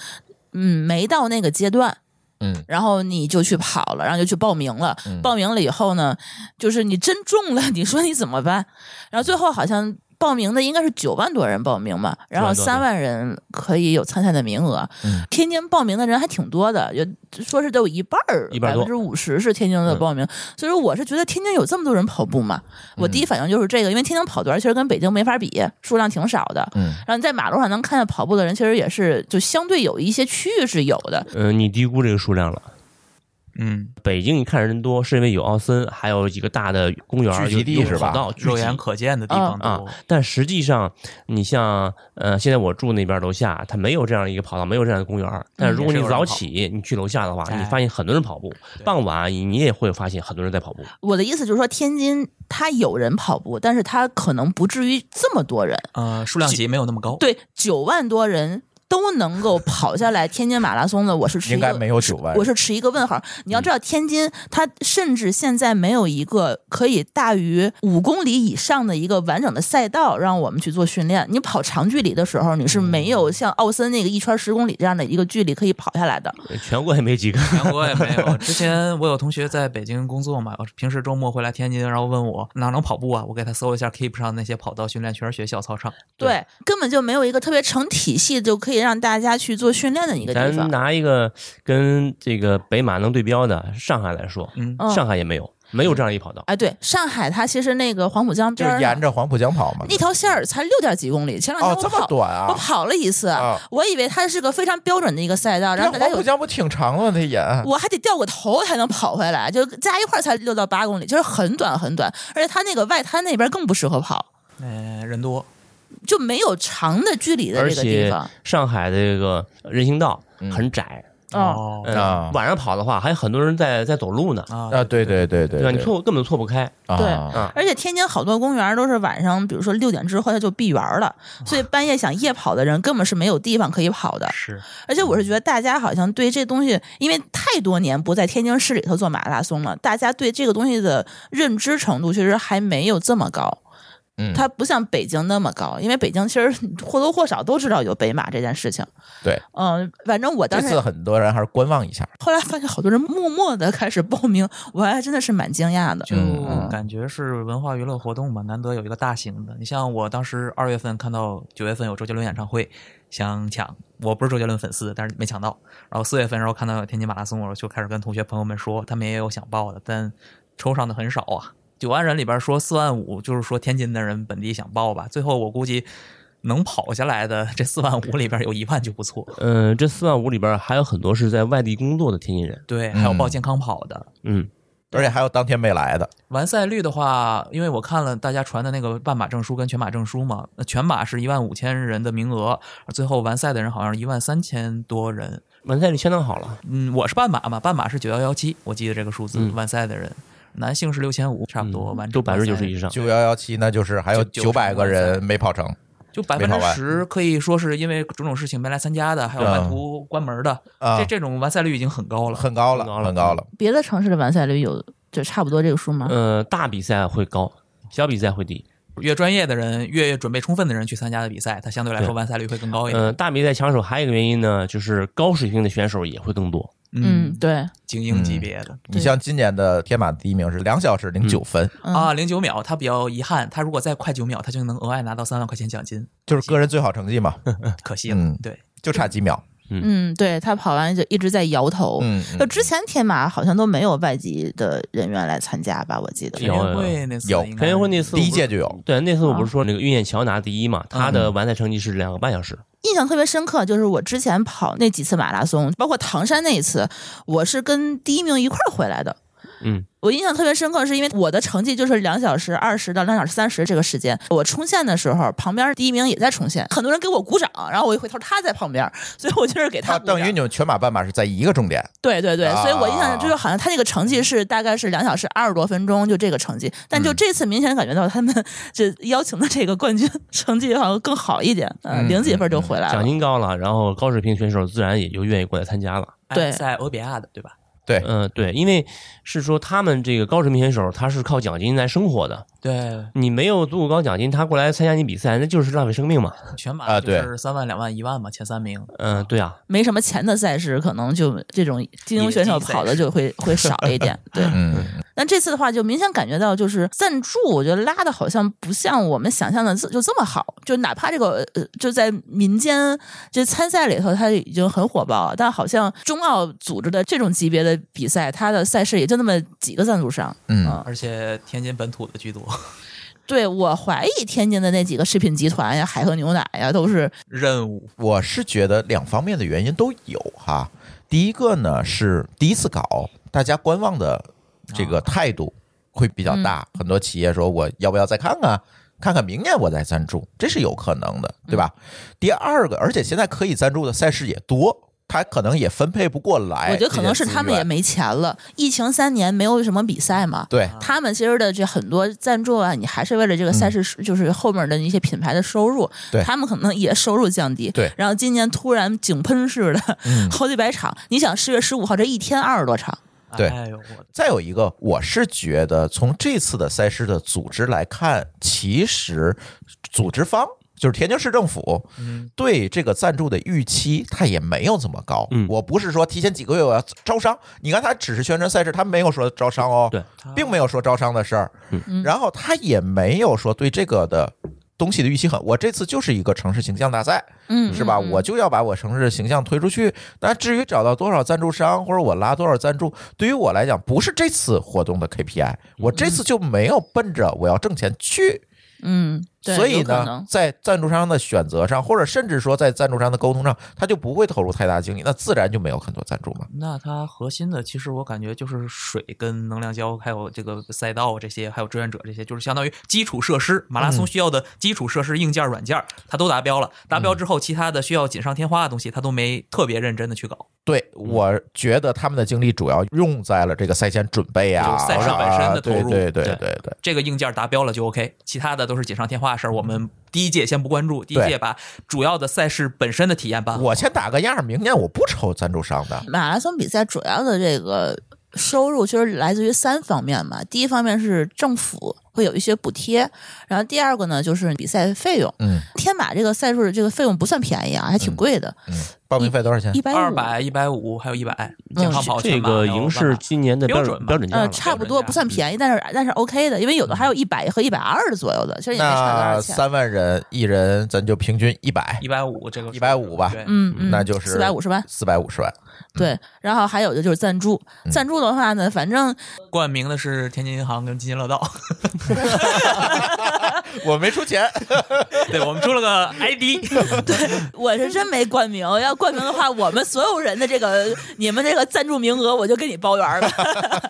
Speaker 3: 嗯没到那个阶段。
Speaker 2: 嗯，
Speaker 3: 然后你就去跑了，然后就去报名了。报名了以后呢，就是你真中了， 你说你怎么办？然后最后好像报名的应该是九万多人报名嘛，然后
Speaker 4: 9万多
Speaker 3: 三万人可以有参赛的名额。天津报名的人还挺多的，有说是得有一半儿，
Speaker 4: 一半
Speaker 3: 百
Speaker 4: 多
Speaker 3: 分之五十是天津的报名。所以说，我是觉得天津有这么多人跑步嘛，我第一反应就是这个，因为天津跑团其实跟北京没法比，数量挺少的。
Speaker 2: 嗯，
Speaker 3: 然后你在马路上能看见跑步的人，其实也是就相对有一些区域是有的，
Speaker 4: 嗯、你低估这个数量了。
Speaker 5: 嗯，
Speaker 4: 北京你看人多，是因为有奥森，还有几个大的公园儿
Speaker 2: 聚集地
Speaker 4: 有
Speaker 2: 是
Speaker 5: 啊
Speaker 2: 吧
Speaker 4: 有跑道
Speaker 5: 肉眼
Speaker 4: 可。
Speaker 5: 可见的地方
Speaker 4: 啊
Speaker 5: 多，，
Speaker 4: 但实际上，你像呃，现在我住那边楼下，它没有这样一个跑道，没有这样的公园儿。但如果你早起，你去楼下的话，
Speaker 5: 哎
Speaker 4: 你发现很多人跑步，
Speaker 5: 对
Speaker 4: 傍晚你也会发现很多人在跑步。
Speaker 3: 我的意思就是说，天津它有人跑步，但是它可能不至于这么多人。
Speaker 5: 呃，数量级没有那么高，
Speaker 3: 对，九万多人都能够跑下来天津马拉松的，我是持一个
Speaker 2: 应该没有九万人
Speaker 3: 我是持一个问号。你要知
Speaker 2: 嗯
Speaker 3: 道，天津它甚至现在没有一个可以大于五公里以上的一个完整的赛道让我们去做训练。你跑长距离的时候，你是没
Speaker 2: 嗯
Speaker 3: 有像奥森那个一圈十公里这样的一个距离可以跑下来的。
Speaker 4: 全国也没几个，
Speaker 5: 全国也没有。 之前我有同学在北京工作嘛，我平时周末回来天津，然后问我哪能跑步啊？我给他搜一下 Keep 上那些跑道训练圈、学校、操场。
Speaker 3: 对，根本就没有一个特别成体系就可以让大家去做训练的一个地
Speaker 4: 咱
Speaker 3: 方。
Speaker 4: 拿一个跟这个北马能对标的上海来说，
Speaker 5: 嗯
Speaker 3: 嗯
Speaker 4: 上海也没有，没有这样一跑道。
Speaker 3: 哎，对，上海它其实那个黄浦江
Speaker 2: 就
Speaker 3: 边
Speaker 2: 是
Speaker 3: 儿
Speaker 2: 沿
Speaker 3: 呢，
Speaker 2: 着黄浦江跑嘛。
Speaker 3: 那条线儿才六点几公里。前两天
Speaker 2: 哦，
Speaker 3: 我
Speaker 2: 这
Speaker 3: 跑，
Speaker 2: 么短啊！
Speaker 3: 我跑了一次，
Speaker 2: 啊
Speaker 3: 我以为它是个非常标准的一个赛道，然
Speaker 2: 那
Speaker 3: 后大家
Speaker 2: 黄
Speaker 3: 有
Speaker 2: 浦。江不挺长的吗？那沿岸。
Speaker 3: 我还得掉个头才能跑回来，就加一块儿才六到八公里，就是很短很短，而且它那个外滩那边更不适合跑，
Speaker 5: 嗯、人多，
Speaker 3: 就没有长的距离的
Speaker 4: 而
Speaker 3: 这个地
Speaker 4: 且
Speaker 3: 方。
Speaker 4: 上海的这个人行道很窄，
Speaker 3: 哦，
Speaker 5: 哦
Speaker 4: 嗯
Speaker 2: 啊
Speaker 4: 晚上跑的话，还有很多人在在走路呢，
Speaker 5: 啊
Speaker 2: 啊，对对对对
Speaker 4: 对吧？你错根本错不开。
Speaker 3: 对
Speaker 2: 啊，
Speaker 4: 啊，
Speaker 3: 而且天津好多公园都是晚上，比如说六点之后它就闭园了，所以半夜想夜跑的人根本是没有地方可以跑的。
Speaker 5: 是
Speaker 3: 而且我是觉得大家好像对这东西，因为太多年不在天津市里头做马拉松了，大家对这个东西的认知程度其实还没有这么高。
Speaker 2: 嗯
Speaker 3: 它不像北京那么高，因为北京其实 或多或少都知道有北马这件事情。
Speaker 2: 对，
Speaker 3: 嗯，反正我
Speaker 2: 这
Speaker 3: 当时
Speaker 2: 次很多人还是观望一下，
Speaker 3: 后来发现好多人默默的开始报名，我还真的是蛮惊讶的。
Speaker 5: 就
Speaker 2: 嗯
Speaker 5: 感觉是文化娱乐活动嘛，难得有一个大型的。你像我当时二月份看到九月份有周杰伦演唱会，想抢，我不是周杰伦粉丝，但是没抢到。然后四月份，然后看到有天津马拉松，我就开始跟同学朋友们说，他们也有想报的，但抽上的很少啊。九万人里边说四万五，就是说天津的人本地想报吧。最后我估计能跑下来的这四万五里边有一万就不错。
Speaker 4: 嗯、这四万五里边儿还有很多是在外地工作的天津人。
Speaker 5: 对，还有报
Speaker 2: 嗯
Speaker 5: 健康跑的，
Speaker 4: 嗯，
Speaker 2: 而且还有当天没来的，
Speaker 5: 完赛率的话，因为我看了大家传的那个半马证书跟全马证书嘛，呃全马是一万五千人的名额，最后完赛的人好像是一万三千多人。
Speaker 4: 完赛率相当好了。
Speaker 5: 嗯，我是半马嘛，半马是九幺幺七，我记得这个数字，
Speaker 4: 嗯
Speaker 5: 完赛的人，男性是六千五，差不多完
Speaker 4: 都
Speaker 5: 成
Speaker 4: 嗯百
Speaker 5: 完
Speaker 4: 分之
Speaker 5: 赛的
Speaker 4: 九
Speaker 5: 人
Speaker 4: 十以上。
Speaker 2: 九幺幺七那就是还有
Speaker 5: 就
Speaker 2: 九百个人没跑成
Speaker 5: 就百
Speaker 2: 没
Speaker 5: 分
Speaker 2: 跑
Speaker 5: 之
Speaker 2: 完
Speaker 5: 十，可以说是因为种种事情没来参加的，还有
Speaker 2: 嗯
Speaker 5: 半途关门的，
Speaker 2: 啊
Speaker 5: 这，这种完赛率已经很高了。
Speaker 2: 很高了
Speaker 4: 很高，了
Speaker 2: 很高了。
Speaker 3: 别的城市的完赛率有就差不多这个数吗？
Speaker 4: 呃，大比赛会高，小比赛会低。
Speaker 5: 越专业的人，越准备充分的人去参加的比赛，它相对来说
Speaker 4: 对
Speaker 5: 完赛率会更高一点。
Speaker 4: 呃，大比赛抢手还有一个原因呢，就是高水平的选手也会更多。
Speaker 3: 嗯，，
Speaker 2: 啊
Speaker 3: 对，
Speaker 5: 精英级别的。
Speaker 2: 你像今年的天马第一名是两小时零九分，
Speaker 3: 嗯、
Speaker 5: 啊，零九秒，他比较遗憾，他如果再快九秒，他就能额外拿到三万块钱奖金，
Speaker 2: 就是个人最好成绩嘛，
Speaker 5: 可惜了。
Speaker 2: 嗯
Speaker 5: 对，
Speaker 2: 就差几秒。
Speaker 3: 嗯，对他跑完就一直在摇头。
Speaker 2: 嗯，
Speaker 3: 就
Speaker 2: 嗯
Speaker 3: 之前天马好像都没有外籍的人员来参加吧，我记得。
Speaker 5: 全运会那次
Speaker 2: 有
Speaker 5: 应该
Speaker 4: 全运会那次我
Speaker 2: 第一
Speaker 4: 不是
Speaker 2: 届就有，
Speaker 4: 对，那次我不是说那个岳艳桥拿第一嘛，他的完赛成绩是两个半小时。
Speaker 3: 印象特别深刻，就是我之前跑那几次马拉松，包括唐山那一次，我是跟第一名一块儿回来的。
Speaker 4: 嗯，
Speaker 3: 我印象特别深刻，是因为我的成绩就是两小时二十到两小时三十这个时间。我冲线的时候，旁边第一名也在冲线，很多人给我鼓掌，然后我一回头，他在旁边，所以我就是给
Speaker 2: 他
Speaker 3: 他鼓掌。
Speaker 2: 等于你们全马半马是在一个终点，
Speaker 3: 对对对，
Speaker 2: 啊
Speaker 3: 所以我印象就是好像他那个成绩是大概是两小时二十多分钟，就这个成绩。但
Speaker 2: 嗯
Speaker 3: 就这次明显感觉到他们这邀请的这个冠军 成绩好像更好一点，呃
Speaker 2: 嗯
Speaker 3: 零几分就回来了
Speaker 4: 奖。金高了，然后高水平选手自然也就愿意过来参加了。
Speaker 5: 哎
Speaker 3: 对
Speaker 5: 在欧比亚的对吧？
Speaker 2: 对，
Speaker 4: 嗯、对，因为是说他们这个高水平选手他是靠奖金来生活的，
Speaker 5: 对，
Speaker 4: 你没有足够高奖金，他过来参加你比赛，那就是浪费生命嘛。
Speaker 5: 全马
Speaker 2: 啊
Speaker 5: 就
Speaker 2: 对
Speaker 5: 是三万、两万、一万嘛，前三名。
Speaker 4: 嗯、对啊，
Speaker 3: 没什么钱的赛事，可能就这种精英选手跑的就会会少一 点。对，
Speaker 2: 嗯，
Speaker 3: 但这次的话，就明显感觉到就是赞助，我觉得拉的好像不像我们想象的就就这么好。就哪怕这个呃，就在民间这参赛里头，它已经很火爆了，但好像中奥组织的这种级别的比赛，它的赛事也就那么几个赞助商。
Speaker 2: 嗯
Speaker 5: 而且天津本土的居多，
Speaker 3: 对我怀疑天津的那几个食品集团呀、海河牛奶呀，都是
Speaker 5: 任务
Speaker 2: 我是觉得两方面的原因都有哈。第一个呢是第一次搞，大家观望的这个态度会比较大，
Speaker 3: 嗯
Speaker 2: 很多企业说我要不要再看看，看看明年我再赞助，这是有可能的，
Speaker 3: 嗯
Speaker 2: 对吧？第二个，而且现在可以赞助的赛事也多，他可能也分配不过来，
Speaker 3: 我觉得可能是他们也
Speaker 2: 没
Speaker 3: 没钱了。疫情三年没有什么比赛嘛，
Speaker 2: 对，
Speaker 3: 他们其实的这很多赞助啊，你还是为了这个赛事，就是后面的一些品牌的收入，
Speaker 2: 嗯对
Speaker 3: 他们可能也收入降低。
Speaker 2: 对
Speaker 3: 然后今年突然井喷式的、
Speaker 2: 嗯
Speaker 3: 好几百场，你想十月十五号这一天二十多场，
Speaker 2: 对
Speaker 5: 哎呦我
Speaker 2: 再有一个，我是觉得从这次的赛事的组织来看，其实组织方就是天津市政府
Speaker 5: 嗯
Speaker 2: 对这个赞助的预期，它也没有这么高。
Speaker 4: 嗯
Speaker 2: 我不是说提前几个月我要招商，你看他只是宣传赛事，他没有说招商哦，
Speaker 4: 对，
Speaker 2: 并没有说招商的事儿，
Speaker 3: 嗯
Speaker 2: 然后他也没有说对这个的。东西的预期很，我这次就是一个城市形象大赛，
Speaker 3: 嗯，
Speaker 2: 是吧？
Speaker 3: 嗯
Speaker 2: 我就要把我城市的形象推出去。那至于找到多少赞助商或者我拉多少赞助，对于我来讲不是这次活动的 KPI，我这次就没有奔着我要挣钱去。
Speaker 3: 嗯，对
Speaker 2: 所以
Speaker 3: 有可
Speaker 2: 呢
Speaker 3: 能，
Speaker 2: 在赞助商的选择上，或者甚至说在赞助商的沟通上，他就不会投入太大精力，那自然就没有很多赞助嘛。
Speaker 5: 那它核心的，其实我感觉就是水跟能量胶，还有这个赛道这些，还有志愿者这些，就是相当于基础设施。马拉松需要的基础设施、硬件、软件，它都达标了。达标之后，其他的需要锦上添花的东西，它都没特别认真的去搞。
Speaker 2: 对，我觉得他们的精力主要用在了这个赛前准备啊，
Speaker 5: 就是赛事本身的投入
Speaker 2: 啊对对对
Speaker 5: 对
Speaker 2: 对对，
Speaker 5: 这个硬件达标了就 OK，其他的都是锦上添花的事儿。我们第一届先不关注，第一
Speaker 2: 对
Speaker 5: 届把主要的赛事本身的体验办好。
Speaker 2: 我先打个样儿，明年我不抽赞助商的。
Speaker 3: 马拉松比赛主要的这个收入其实来自于三方面嘛，第一方面是政府。会有一些补贴。然后第二个呢，就是比赛费用。
Speaker 2: 嗯，
Speaker 3: 天马这个赛数的这个费用不算便宜啊，还挺贵的，
Speaker 2: 报名费多少钱
Speaker 3: 一？百
Speaker 5: 二
Speaker 3: 五
Speaker 5: 百、一百五，还有一百，健康跑
Speaker 4: 这
Speaker 5: 全马
Speaker 4: 个
Speaker 5: 还有
Speaker 4: 赢是
Speaker 5: 半马
Speaker 4: 今年的标
Speaker 5: 标
Speaker 4: 准
Speaker 5: 准吧
Speaker 4: 标准价
Speaker 3: 呃，
Speaker 4: 了，
Speaker 3: 差不
Speaker 5: 标准
Speaker 3: 多
Speaker 5: 价
Speaker 3: 不
Speaker 2: 嗯
Speaker 3: 算便宜，但是但是 OK 的，因为有的还有一百和一百二左右的，其实也没差多
Speaker 2: 那
Speaker 3: 少钱。
Speaker 2: 三万人，一人咱就平均一百
Speaker 5: 一，百五这个数
Speaker 2: 150吧
Speaker 5: 对，
Speaker 3: 嗯嗯，
Speaker 2: 那就是嗯
Speaker 3: 四百五十万。
Speaker 2: 四百五十万。
Speaker 3: 对，然后还有的就是赞助，
Speaker 2: 嗯
Speaker 3: 赞助的话呢，反正
Speaker 5: 冠名的是天津银行跟津津乐道，
Speaker 2: 我没出 钱，
Speaker 5: 对我们出了个 ID，
Speaker 3: 我是真没冠名，要冠名的话，我们所有人的这个你们这个赞助名额，我就给你包圆了。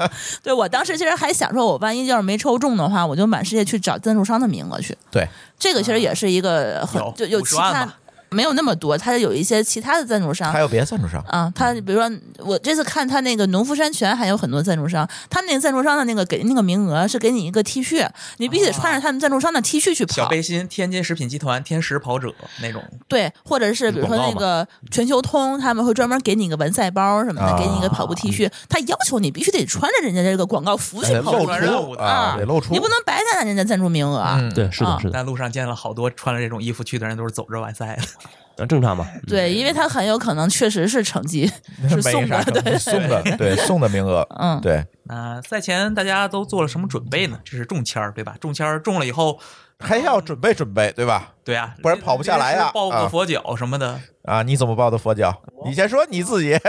Speaker 3: 对我当时其实还想说，我万一要是没抽中的话，我就满世界去找赞助商的名额去。
Speaker 2: 对，
Speaker 3: 这个其实也是一个很、
Speaker 5: 有
Speaker 3: 就有
Speaker 5: 50
Speaker 3: 其
Speaker 5: 万
Speaker 3: 他
Speaker 5: 吧
Speaker 3: 没有那么多，它有一些其他的赞助商
Speaker 2: 还。有别的赞助商。
Speaker 3: 啊，他比如说，我这次看他那个农夫山泉还有很多赞助商，他们那个赞助商的那个给那个名额是给你一个 T 恤，你必须得穿着他们赞助商的 T 恤去
Speaker 5: 小
Speaker 3: 跑，
Speaker 5: 背心，天津食品集团天使跑者那种，
Speaker 3: 对，或者是比如说
Speaker 4: 广告
Speaker 3: 那
Speaker 4: 嘛
Speaker 3: 个全球通，他们会专门给你一个完赛包什么的，
Speaker 2: 啊
Speaker 3: 给你一个跑步 T 恤，他要求你必须得穿着人家这个广告服去
Speaker 2: 得
Speaker 3: 跑
Speaker 2: 哎露
Speaker 3: 步，
Speaker 5: 出来任
Speaker 2: 出
Speaker 5: 务的
Speaker 2: 啊，得露出。
Speaker 3: 你不能白拿人家赞助名额啊。
Speaker 2: 嗯
Speaker 4: 对，是的，
Speaker 3: 啊
Speaker 4: 是的，
Speaker 5: 但路上见了好多穿了这种衣服去的人，都是走着完赛的。
Speaker 4: 呃正常吧？
Speaker 3: 对，因为他很有可能确实是成绩是送的，对，
Speaker 2: 对送的，对送的名额，
Speaker 3: 嗯，
Speaker 2: 对，
Speaker 5: 那赛前大家都做了什么准备呢？这是中签儿，对吧？中签儿中了以后，
Speaker 2: 还要准备准备，对吧？
Speaker 5: 对啊，
Speaker 2: 不然跑不下来呀
Speaker 5: 临时抱
Speaker 2: 啊
Speaker 5: 个佛脚什么的。
Speaker 2: 啊，你怎么抱的佛脚？你先说你自己。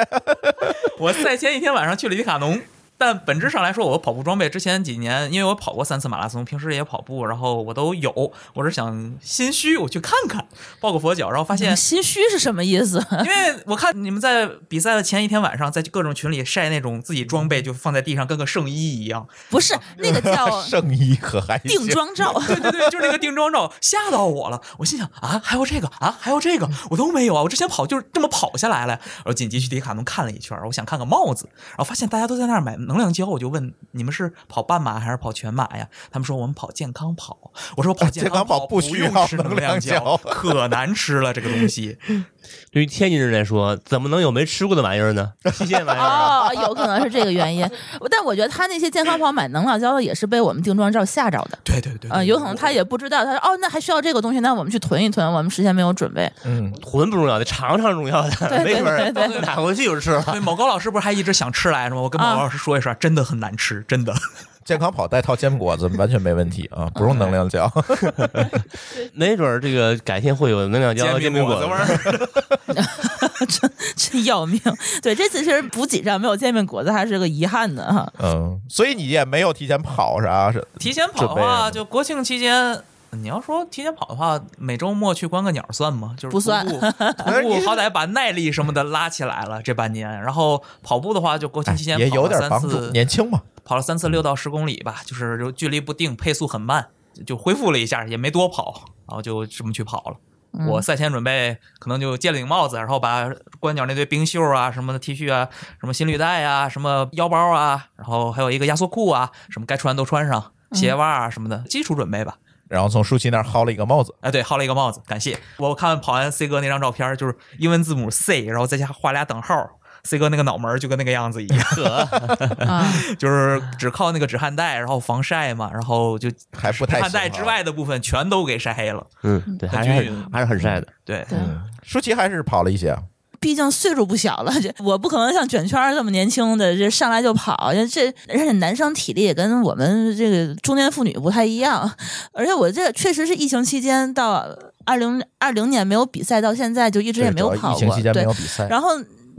Speaker 5: 我赛前一天晚上去了迪卡侬， 但本质上来说，我跑步装备之前几年，因为我跑过三次马拉松，平时也跑步，然后我都有。我是想心虚，我去看看，抱个佛脚，然后发现
Speaker 3: 心虚是什么意思？
Speaker 5: 因为我看你们在比赛的前一天晚上，在各种群里晒那种自己装备就放在地上，跟个圣衣一样。
Speaker 3: 不是那个 叫
Speaker 2: 圣衣可还行
Speaker 3: 定妆照。
Speaker 5: 对对对，就是那个定妆照，吓到我了。我心想啊，还有这个啊，还有这个，我都没有啊，我之前跑就是这么跑下来了。然后紧急去迪卡侬看了一圈，我想看个帽子，然后发现大家都在那儿买能量胶，我就问你们是跑半马还是跑全马呀？他们说我们跑健康跑，我说我跑
Speaker 2: 健康跑
Speaker 5: 跑
Speaker 2: 不需
Speaker 5: 用
Speaker 2: 要
Speaker 5: 吃
Speaker 2: 能
Speaker 5: 能
Speaker 2: 量
Speaker 5: 量
Speaker 2: 胶
Speaker 5: 可难吃了这个 东西。
Speaker 4: 对于天津人来说，怎么能有没吃过的玩意儿呢？新鲜 玩 意儿啊！
Speaker 3: 哦，有可能是这个原因，但我觉得他那些健康跑买能量胶的也是被我们定妆照吓着的。
Speaker 5: 对对对，
Speaker 3: 嗯，有可能他也不知道，他说哦，那还需要这个东西，那我们去囤一囤，我们事先没有准备。
Speaker 2: 嗯，
Speaker 4: 囤不重要，得尝尝重要的，
Speaker 3: 对
Speaker 4: 没准
Speaker 3: 对对
Speaker 4: 儿
Speaker 3: 对
Speaker 4: 买回去就吃了。
Speaker 5: 对，某高老师不是还一直想吃来着吗？我
Speaker 3: 啊
Speaker 5: 跟某高老师说一声，真的很难吃， 真的。
Speaker 2: 健康跑带套坚果子完全没问题啊，不用能量胶。
Speaker 4: 没准儿这个改天会有能量胶和煎饼果
Speaker 5: 果
Speaker 4: 子
Speaker 5: 子味儿，
Speaker 3: 真要命！ 对，这次其实补给上没有煎饼果子还是个遗憾的 哈。
Speaker 2: 嗯，所以你也没有提前跑啥是？
Speaker 5: 提前跑的
Speaker 2: 准备啊
Speaker 5: 话，就国庆期间。你要说提前跑的话，每周末去观个鸟算吗？就是
Speaker 3: 不算
Speaker 5: 徒步，徒步好歹把耐力什么的拉起来了这半年。然后跑步的话，就国庆期间
Speaker 2: 哎也
Speaker 5: 跑
Speaker 2: 有
Speaker 5: 了
Speaker 2: 点
Speaker 5: 三
Speaker 2: 帮助，
Speaker 5: 次，
Speaker 2: 年轻嘛。
Speaker 5: 跑了三次六到十公里吧，就是就距离不定，配速很慢，就恢复了一下，也没多跑，然后就这么去跑了。我赛前准备可能就借了顶帽子，然后把关鸟那堆冰袖啊、什么的 T 恤啊、什么心率带啊、什么腰包啊，然后还有一个压缩裤啊，什么该穿都穿上，鞋袜啊什么的，基础准备吧。
Speaker 2: 然后从舒淇那儿薅了一个帽子，
Speaker 5: 哎，对，薅了一个帽子，感谢。我看跑完 C 哥那张照片，就是英文字母 C，然后再加画俩等号。C 哥那个脑门儿就跟那个样子一样，
Speaker 3: 啊，
Speaker 5: 就是只靠那个止汗带，然后防晒嘛，然后就止
Speaker 2: 还不太
Speaker 5: 汗
Speaker 2: 行
Speaker 5: 带
Speaker 2: 啊
Speaker 5: 之。外的部分全都给晒黑了。
Speaker 4: 嗯，对，还
Speaker 5: 很
Speaker 4: 是
Speaker 5: 均匀
Speaker 4: 还是很晒的。 嗯
Speaker 5: 对，
Speaker 3: 对，
Speaker 2: 嗯舒淇还是跑了一些，啊
Speaker 3: 毕竟岁数不小了，这我不可能像卷圈儿这么年轻的，这上来就跑。这而且男生体力也跟我们这个中年妇女不太一样，而且我这确实是疫情期间到二零二零年没有比赛，到现在就一直也没有
Speaker 2: 对主要
Speaker 3: 跑
Speaker 2: 疫情
Speaker 3: 过
Speaker 2: 期。间没
Speaker 3: 对
Speaker 2: 有，比赛。
Speaker 3: 然后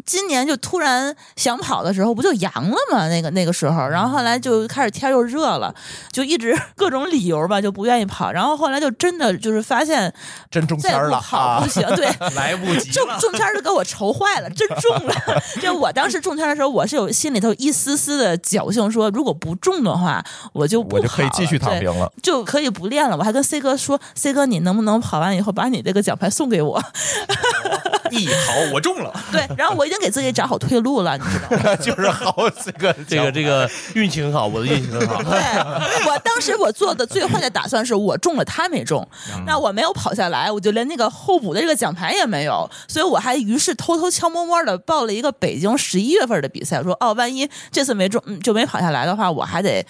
Speaker 3: 今年就突然想跑的时候，不就阳了吗？那个那个时候，然后后来就开始天又热了，就一直 各种理由吧，就不愿意跑。然后后来就真的就是发现
Speaker 2: 真中签
Speaker 3: 再
Speaker 2: 儿
Speaker 3: 不
Speaker 2: 了
Speaker 3: 跑
Speaker 2: 啊
Speaker 3: 不！行，对。
Speaker 5: 来 不 及
Speaker 3: 中
Speaker 5: 了。
Speaker 3: 中签儿都给我愁坏了，真中了！就我当时中签儿的时候，我是有心里头一丝丝的侥幸说，如果不中的话，我就不
Speaker 2: 我就可以
Speaker 3: 跑
Speaker 2: 继续
Speaker 3: 了
Speaker 2: 躺
Speaker 3: 对
Speaker 2: 平 了。
Speaker 3: 就可以不练了。我还跟 C 哥说，C 哥，你能不能跑完以后把你这个奖牌送给我？
Speaker 5: 一好，我中了。
Speaker 3: 对，然后我已经给自己找好退路了，你知道吗？
Speaker 2: 就是好这个
Speaker 4: 这个这个运气很好，我的运气很 好。
Speaker 3: 对，我当时我做的最坏的打算是我中了，他没中，
Speaker 2: 嗯
Speaker 3: 那我没有跑下来，我就连那个候补的这个奖牌也没有，所以我还于是偷偷悄摸摸的报了一个北京十一月份的比赛，我说哦，万一这次没中、嗯就没跑下来的话，我还得。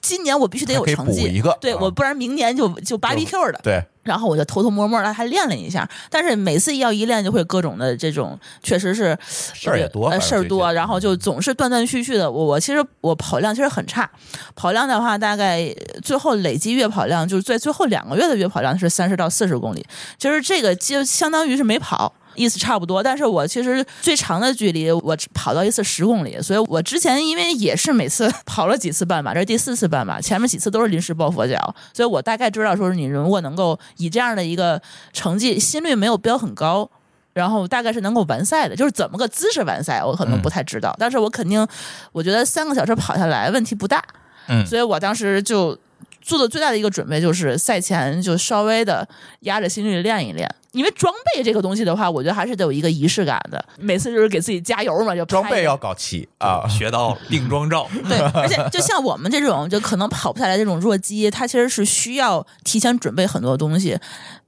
Speaker 3: 今年我必须得有
Speaker 2: 还可以
Speaker 3: 成
Speaker 2: 补
Speaker 3: 绩，
Speaker 2: 一个
Speaker 3: 对
Speaker 2: 啊
Speaker 3: 我不然明年就就 BBQ 了。
Speaker 2: 对，
Speaker 3: 然后我就偷偷摸摸的还练了一下，但是每次要一练就会各种的这种，确实是
Speaker 2: 事儿也多
Speaker 3: 呃
Speaker 2: 反正
Speaker 3: 事儿
Speaker 2: 最近嗯
Speaker 3: 多，然后就总是断断续续的。我我其实我跑量其实很差，跑量的话大概最后累计月跑量就是在最后两个月的月跑量是三十到四十公里，其实这个就相当于是没跑。意思差不多，但是我其实最长的距离我只跑到一次十公里，所以我之前因为也是每次 跑了几次半马，这是第四次半马，前面几次都是临时抱佛脚，所以我大概知道说是你如果能够以这样的一个成绩，心率没有标很高。然后大概是能够完赛的，就是怎么个姿势完赛，我可能
Speaker 2: 嗯
Speaker 3: 不太知道，但是我肯定，我觉得三个小时跑下来问题不大，
Speaker 2: 嗯
Speaker 3: 所以我当时就做的最大的一个准备就是赛前就稍微的压着心率练一练，因为装备这个东西的话，我觉得还是得有一个仪式感的。每次就是给自己加油嘛，就拍
Speaker 2: 装备哦要搞 齐
Speaker 3: 嗯
Speaker 2: 啊，
Speaker 5: 学到了定妆照，
Speaker 3: 对，而且就像我们这种就可能跑不下来这种弱鸡，它其实是需要提前准备很多东西，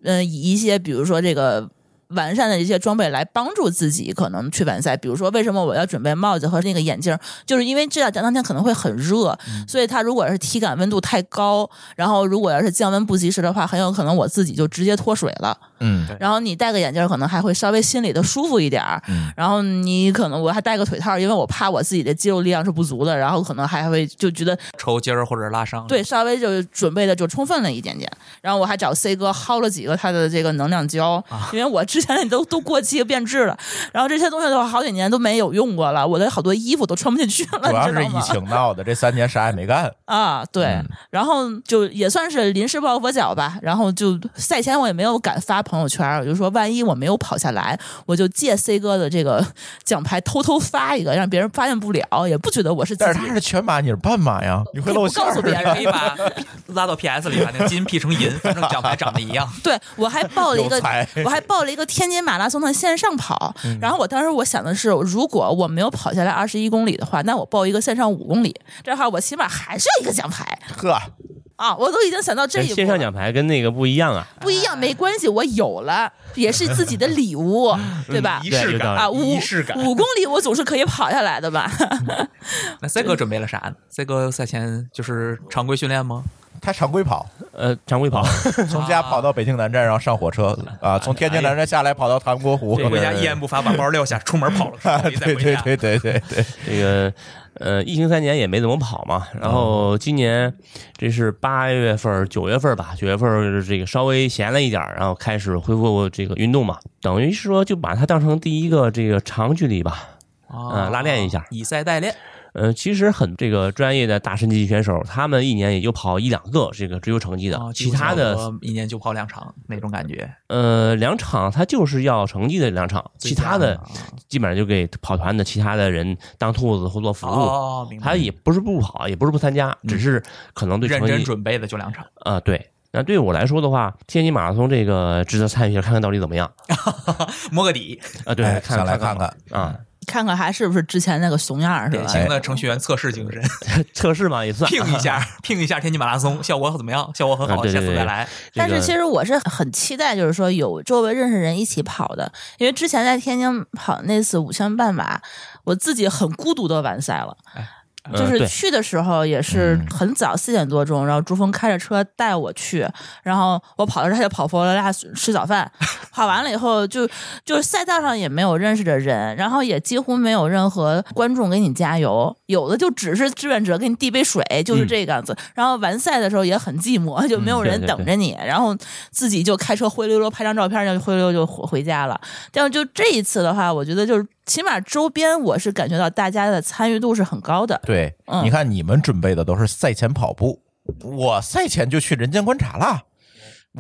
Speaker 3: 嗯、以一些比如说这个。完善的一些装备来帮助自己可能去完赛，比如说为什么我要准备帽子和那个眼镜，就是因为这两天当天可能会很热，所以它如果是体感温度太高，然后如果要是降温不及时的话，很有可能我自己就直接脱水了。
Speaker 2: 嗯
Speaker 3: 然后你戴个眼镜儿可能还会稍微心里的舒服一点儿，
Speaker 2: 嗯
Speaker 3: 然后你可能我还戴个腿套儿，因为我怕我自己的肌肉力量是不足的，然后可能还会就觉
Speaker 2: 嗯
Speaker 3: 得
Speaker 5: 抽筋儿或者拉伤。
Speaker 3: 对，稍微就准备的就充分了一点点。然后我还找 C 哥薅了几个他的这个能量胶，
Speaker 2: 啊
Speaker 3: 因为我之前的都都过期变质了，然后这些东西都好几年都没有用过了，我的好多衣服都穿不进去了，
Speaker 2: 主要
Speaker 3: 你知
Speaker 2: 是
Speaker 3: 道
Speaker 2: 疫
Speaker 3: 吗？
Speaker 2: 情闹的，这三年啥也没 干，
Speaker 3: 啊，对，
Speaker 2: 嗯
Speaker 3: 然后就也算是临时抱佛脚吧。然后就赛前我也没有敢发朋友圈，我就说万一我没有跑下来，我就借 C 哥的这个奖牌偷偷发一个，让别人发现不了，也不觉得我是自
Speaker 2: 但是
Speaker 3: 己
Speaker 2: 他是全马，你是半马呀，你会露馅
Speaker 3: 我
Speaker 2: 儿
Speaker 3: 不告诉别
Speaker 2: 的。
Speaker 3: 人
Speaker 5: 可 以把拉到 PS 里，把那个金 P 成银，反正奖牌长得一样。
Speaker 3: 对我还报了一
Speaker 2: 有
Speaker 3: 个
Speaker 2: 才，
Speaker 3: 我还报了一个天津马拉松的线上跑。然后我当时我想的是，如果我没有跑下来二十一公里的话，那我报一个线上五公里，这样的话我起码还是有一个奖牌
Speaker 2: 呵，
Speaker 3: 啊！我都已经想到这
Speaker 2: 哎
Speaker 3: 一步了。
Speaker 4: 哎线上奖牌跟那个不一样啊，
Speaker 3: 不一样没关系，我有了也是自己的礼 物，对吧？
Speaker 5: 仪
Speaker 4: 对
Speaker 5: 式
Speaker 4: 有道
Speaker 5: 感
Speaker 4: 理
Speaker 3: 啊，五
Speaker 5: 仪式感。
Speaker 3: 五公里我总是可以跑下来的吧？
Speaker 5: 那 C 哥准备了啥呢？C 哥赛前就是常规训练吗？
Speaker 2: 他常规 跑，
Speaker 4: 呃，常规跑，
Speaker 2: 从家跑到北京南站，然后上火 车啊，从天津南站下来跑到塘沽湖。
Speaker 4: 这个
Speaker 5: 回家一言不发，把包撂下，出门 跑了，再
Speaker 2: 对
Speaker 5: 回
Speaker 2: 对
Speaker 5: 家。
Speaker 2: 对对对对，
Speaker 4: 这个呃，疫情三年也没怎么跑嘛。然
Speaker 5: 嗯
Speaker 4: 后今年这是八月份儿、九月份儿吧，九月份儿这个稍微闲了一点儿，然后开始恢复这个运动嘛，等于是说就把它当成第一个这个长距离吧。
Speaker 5: 啊
Speaker 4: 嗯拉练一下
Speaker 5: 以赛代练。
Speaker 4: 呃，其实很这个专业的大神级选手，他们一年也就跑一两个这个追求成绩的
Speaker 5: 啊，
Speaker 4: 其他的
Speaker 5: 几乎差不多一年就跑两场那种感觉，
Speaker 4: 呃，两场他就是要成绩的两场，其他的
Speaker 5: 啊
Speaker 4: 基本上就给跑团的其他的人当兔子或做服务。
Speaker 5: 哦，明白嗯
Speaker 4: 他也不是不跑，也不是不参加，只是可能对
Speaker 5: 认
Speaker 4: 成
Speaker 5: 真
Speaker 4: 绩
Speaker 5: 准备的就两场，
Speaker 4: 啊、对。那对我来说的话，天津马拉松这个值得参与，看看到底怎么样
Speaker 5: 摸个底，
Speaker 4: 啊、对，
Speaker 2: 哎
Speaker 4: 看
Speaker 2: 想来
Speaker 4: 看
Speaker 2: 看看
Speaker 5: 嗯
Speaker 4: 啊，
Speaker 3: 看看还是不是之前那个怂样儿是
Speaker 5: 典
Speaker 3: 吧？
Speaker 4: 哎
Speaker 5: 型的程序员测试精神，
Speaker 4: 测试嘛也算。
Speaker 5: 拼一下，拼一下天津马拉松，效果怎么样？效果很
Speaker 4: 啊
Speaker 5: 好，
Speaker 4: 对
Speaker 5: 下
Speaker 4: 对
Speaker 5: 次
Speaker 4: 对
Speaker 5: 再来。
Speaker 4: 这
Speaker 3: 但
Speaker 4: 个
Speaker 3: 是其实我是很期待，就是说有周围认识人一起跑的，因为之前在天津跑那次五圈半马，我自己很孤独的完赛了。就
Speaker 4: 呃
Speaker 3: 是
Speaker 4: 对嗯
Speaker 3: 去的时候也是很早，四点多钟，然后朱峰开着车带我去，然后我跑到这儿他就跑疯了，俩吃早 饭，跑完了以后就就是赛道上也没有认识的人，然后也几乎没有任何观众给你加油，有的就只是志愿者给你递杯水，就是这个样子。然后完赛的时候也很寂寞，就没有人
Speaker 4: 嗯对对
Speaker 3: 等着你，然后自己就开车灰溜溜拍张照片，就灰溜溜就回回家了。但是就这一次的话，我觉得就是起码周边我是感觉到大家的参与度是很高的。
Speaker 2: 对，
Speaker 3: 嗯
Speaker 2: 你看你们准备的都是赛前跑步，我赛前就去人间观察啦，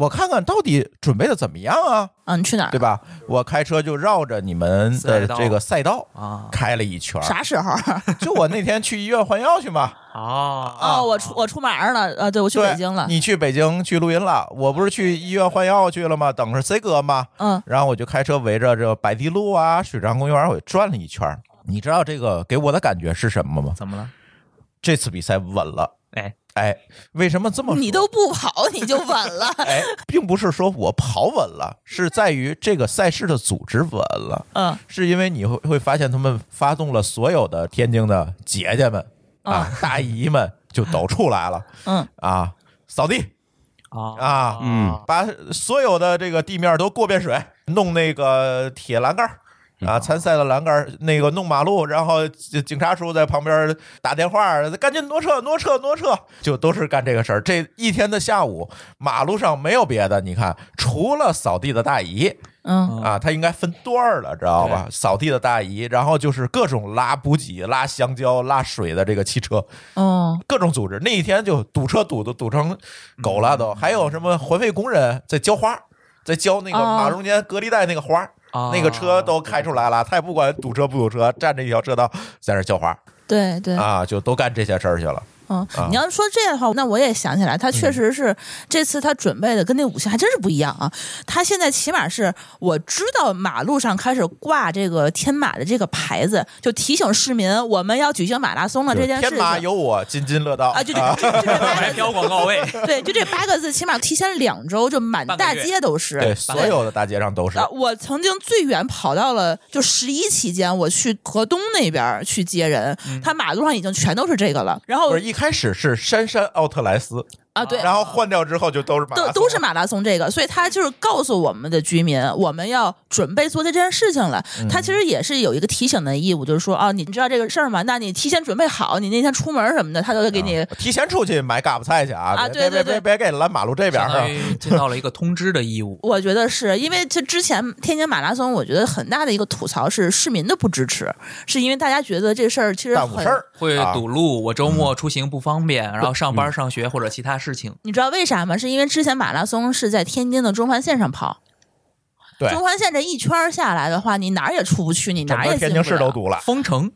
Speaker 2: 我看看到底准备的怎么样啊，
Speaker 3: 嗯，你去哪儿？
Speaker 2: 对吧？我开车就绕着你们的
Speaker 5: 赛道
Speaker 2: 这个赛道
Speaker 5: 啊
Speaker 2: 开了一圈儿，啊
Speaker 3: 啥时候？
Speaker 2: 就我那天去医院还药去嘛，
Speaker 5: 哦
Speaker 3: 哦，我出我出马儿了，呃，对我去
Speaker 2: 对
Speaker 3: 北京了。
Speaker 2: 你去北京去录音了，我不是去医院换药去了吗？等着 C 哥嘛，
Speaker 3: 嗯，
Speaker 2: 然后我就开车围着这白堤路啊、水上公园，我转了一圈儿。你知道这个给我的感觉是什么吗？
Speaker 5: 怎么了？
Speaker 2: 这次比赛稳了，
Speaker 5: 哎，
Speaker 2: 哎，为什么这么说
Speaker 3: 你都不跑，你就稳 了。
Speaker 2: 哎，并不是说我跑稳了，是在于这个赛事的组织稳了，
Speaker 3: 嗯，
Speaker 2: 是因为你会会发现他们发动了所有的天津的姐姐们啊、大姨们。就抖出来了
Speaker 3: 嗯，
Speaker 2: 啊！扫地
Speaker 5: 啊
Speaker 2: 啊
Speaker 4: 嗯
Speaker 2: 把所有的这个地面都过遍水，弄那个铁栏杆儿啊，参赛的栏杆儿，那个弄马路，然后警警察叔在旁边打电话，赶紧挪车，挪车，挪车，就都是干这个事儿。这一天的下午，马路上没有别的，你看，除了扫地的大姨
Speaker 3: 嗯，
Speaker 2: 啊，她应该分段儿了，知道吧？扫地的大姨，然后就是各种拉补给、拉香蕉、拉水的这个汽车，
Speaker 3: 哦，
Speaker 2: 各种组织，那一天就堵车堵的堵成狗了
Speaker 5: 嗯
Speaker 2: 都，还有什么环卫工人在浇花，在浇那个
Speaker 3: 哦
Speaker 2: 马路中间隔离带那个花，
Speaker 5: 啊
Speaker 2: 那个车都开出来了，他也不管堵车不堵车，占着一条车道在那儿浇花
Speaker 3: 对对，
Speaker 2: 啊，就都干这些事儿去了。
Speaker 3: 嗯
Speaker 2: 啊，嗯
Speaker 3: 你要说这样的话，那我也想起来，他确实是、这次他准备的跟那五项还真是不一样啊。他现在起码是我知道马路上开始挂这个天马的这个牌子，就提醒市民我们要举行马拉松了啊这件事
Speaker 2: 天马
Speaker 3: 情。
Speaker 2: 有我，津津乐道
Speaker 3: 啊，就这，就就这八
Speaker 5: 还
Speaker 3: 个 字
Speaker 5: 标广告位，
Speaker 3: 对，就这八个字，起码提前两周就满
Speaker 5: 半个
Speaker 3: 大
Speaker 5: 月
Speaker 3: 街都是。
Speaker 2: 对，所有的大街上都是
Speaker 3: 啊，我曾经最远跑到了就十一期间，我去河东那边儿去接人，他马路上已经全都是这个了。然后
Speaker 2: 嗯不是一开始是杉杉奥特莱斯，
Speaker 3: 啊，对，
Speaker 2: 然后换掉之后就都是马拉
Speaker 3: 都
Speaker 2: 松
Speaker 3: 都是马拉松这个，所以他就是告诉我们的居民，我们要准备做这件事情了。
Speaker 2: 嗯
Speaker 3: 他其实也是有一个提醒的义务，就是说啊，你知道这个事儿吗？那你提前准备好，你那天出门什么的，他都会给你。
Speaker 2: 提前出去买嘎巴菜去啊！
Speaker 3: 啊
Speaker 2: 别
Speaker 3: 对
Speaker 2: 别别
Speaker 3: 对
Speaker 2: 别给拦马路这边
Speaker 5: 相
Speaker 2: 儿啊
Speaker 5: 当！于尽到了一个通知的义务。
Speaker 3: 我觉得是因为这之前天津马拉松，我觉得很大的一个吐槽是市民的不支持，是因为大家觉得这事儿其实
Speaker 2: 耽误
Speaker 3: 很
Speaker 2: 事儿
Speaker 5: 会
Speaker 2: 啊
Speaker 5: 堵路，我周
Speaker 4: 嗯
Speaker 5: 末出行不方便，然后上班、上学或者其他事情。
Speaker 3: 你知道为啥吗？是因为之前马拉松是在天津的中环线上跑，
Speaker 2: 对
Speaker 3: 中环线这一圈儿下来的话，你哪儿也出不去，你
Speaker 2: 整
Speaker 3: 哪儿
Speaker 2: 个
Speaker 3: 也
Speaker 2: 天津
Speaker 3: 进不
Speaker 2: 市都
Speaker 3: 了
Speaker 2: 堵了，
Speaker 5: 封城，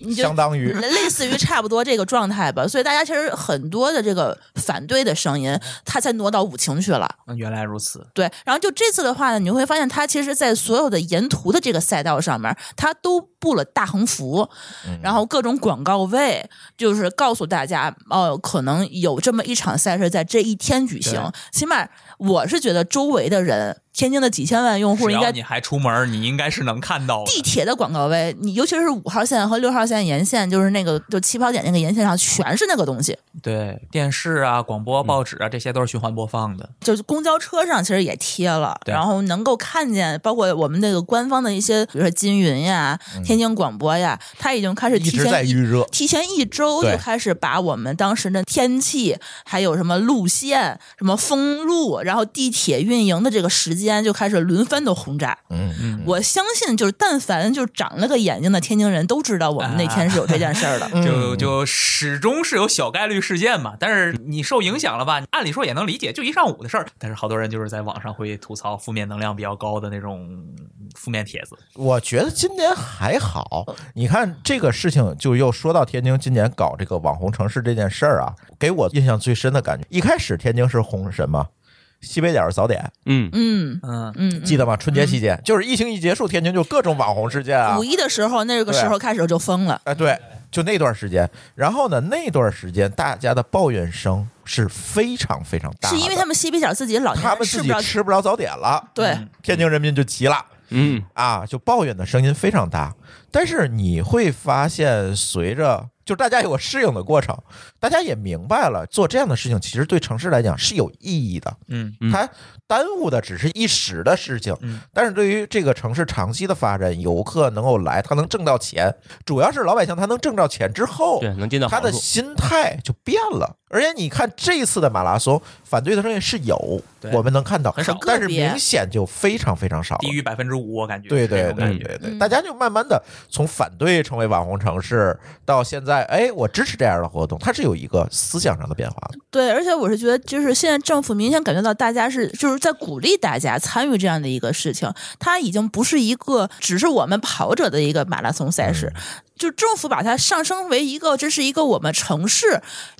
Speaker 3: 你就
Speaker 2: 相当于
Speaker 3: 类似于差不多这个状态吧。所以大家其实很多的这个反对的声音，他才挪到武清去了。
Speaker 5: 嗯原来如此。
Speaker 3: 对，然后就这次的话呢，你会发现它其实，在所有的沿途的这个赛道上面，它都布了大横幅，
Speaker 5: 嗯
Speaker 3: 然后各种广告位，就是告诉大家，哦，可能有这么一场赛事在这一天举行
Speaker 5: 对。
Speaker 3: 起码我是觉得周围的人，天津的几千万用户
Speaker 5: 只
Speaker 3: 应
Speaker 5: 要
Speaker 3: 该
Speaker 5: 你还出门，你应该是能看到的。
Speaker 3: 地铁的广告位，你尤其是五号线和六号线沿线，就是那个就起跑点那个沿线上全是那个东西，
Speaker 5: 对，电视啊、广
Speaker 4: 嗯
Speaker 5: 播、报纸啊，这些都是循环播放的。
Speaker 3: 就是公交车上其实也贴了，
Speaker 5: 对
Speaker 3: 然后能够看见，包括我们那个官方的一些，比如说金云呀、天津广播呀，它已经开始
Speaker 2: 嗯一
Speaker 3: 提
Speaker 2: 直在
Speaker 3: 前一
Speaker 2: 预热。
Speaker 3: 提前一周
Speaker 2: 对
Speaker 3: 就开始把我们当时的天气，还有什么路线、什么封路，然后地铁运营的这个时间就开始轮番的轰炸。
Speaker 2: 嗯
Speaker 5: 嗯，
Speaker 3: 我相信，就是但凡就是长了个眼睛的天津人都知道，我们那天是有这件事儿的。
Speaker 4: 嗯
Speaker 5: 就就始终是有小概率事件嘛，但是你受影响了吧？按理说也能理解，就一上午的事儿。但是好多人就是在网上会吐槽负面能量比较高的那种负面帖子。
Speaker 2: 我觉得今年还好，你看这个事情就又说到天津今年搞这个网红城市这件事儿啊，给我印象最深的感觉，一开始天津是红什么？西北角早点，
Speaker 4: 嗯，
Speaker 3: 嗯
Speaker 5: 嗯，
Speaker 3: 嗯，
Speaker 2: 记得吗？春节期间，就是疫情一结束，天津就各种网红事件啊
Speaker 3: 五，一的时候，那个
Speaker 2: 对
Speaker 3: 时候开始就疯了。
Speaker 2: 哎，对，就那段时间。然后呢，那段时间大家的抱怨声是非常非常大的，
Speaker 3: 是因为他们西北角自己老年
Speaker 2: 他
Speaker 3: 人
Speaker 2: 们
Speaker 3: 吃
Speaker 2: 自
Speaker 3: 不
Speaker 2: 己
Speaker 3: 着，
Speaker 2: 吃不着早点了，嗯
Speaker 3: 对，
Speaker 2: 天津人民就急了。
Speaker 4: 嗯，
Speaker 2: 啊，就抱怨的声音非常大。但是你会发现，随着就大家有个适应的过程，大家也明白了，做这样的事情其实对城市来讲是有意义的。
Speaker 5: 嗯，
Speaker 4: 嗯
Speaker 2: 它耽误的只是一时的事情，
Speaker 5: 嗯
Speaker 2: 但是对于这个城市长期的发展，游客能够来，他能挣到钱，主要是老百姓他能挣到钱之后，
Speaker 4: 对，能见到
Speaker 2: 他
Speaker 4: 好
Speaker 2: 的
Speaker 4: 处。
Speaker 2: 心态就变了。而且你看这次的马拉松，反对的声音是有
Speaker 5: 对，
Speaker 2: 我们能看到
Speaker 5: 很少，
Speaker 2: 但是
Speaker 3: 个别
Speaker 2: 明显就非常非常少了
Speaker 5: 低于百分之五，我感觉
Speaker 2: 对
Speaker 5: 是这
Speaker 2: 对
Speaker 5: 种
Speaker 2: 对
Speaker 5: 感
Speaker 2: 对
Speaker 5: 觉。
Speaker 2: 对，
Speaker 3: 嗯
Speaker 2: 大家就慢慢的从反对成为网红城市，到现在，哎，我支持这样的活动，它是有一个思想上的变化的。
Speaker 3: 对，而且我是觉得，就是现在政府明显感觉到大家是就是在鼓励大家参与这样的一个事情，它已经不是一个只是我们跑者的一个马拉松赛事，就政府把它上升为一个这是一个我们城市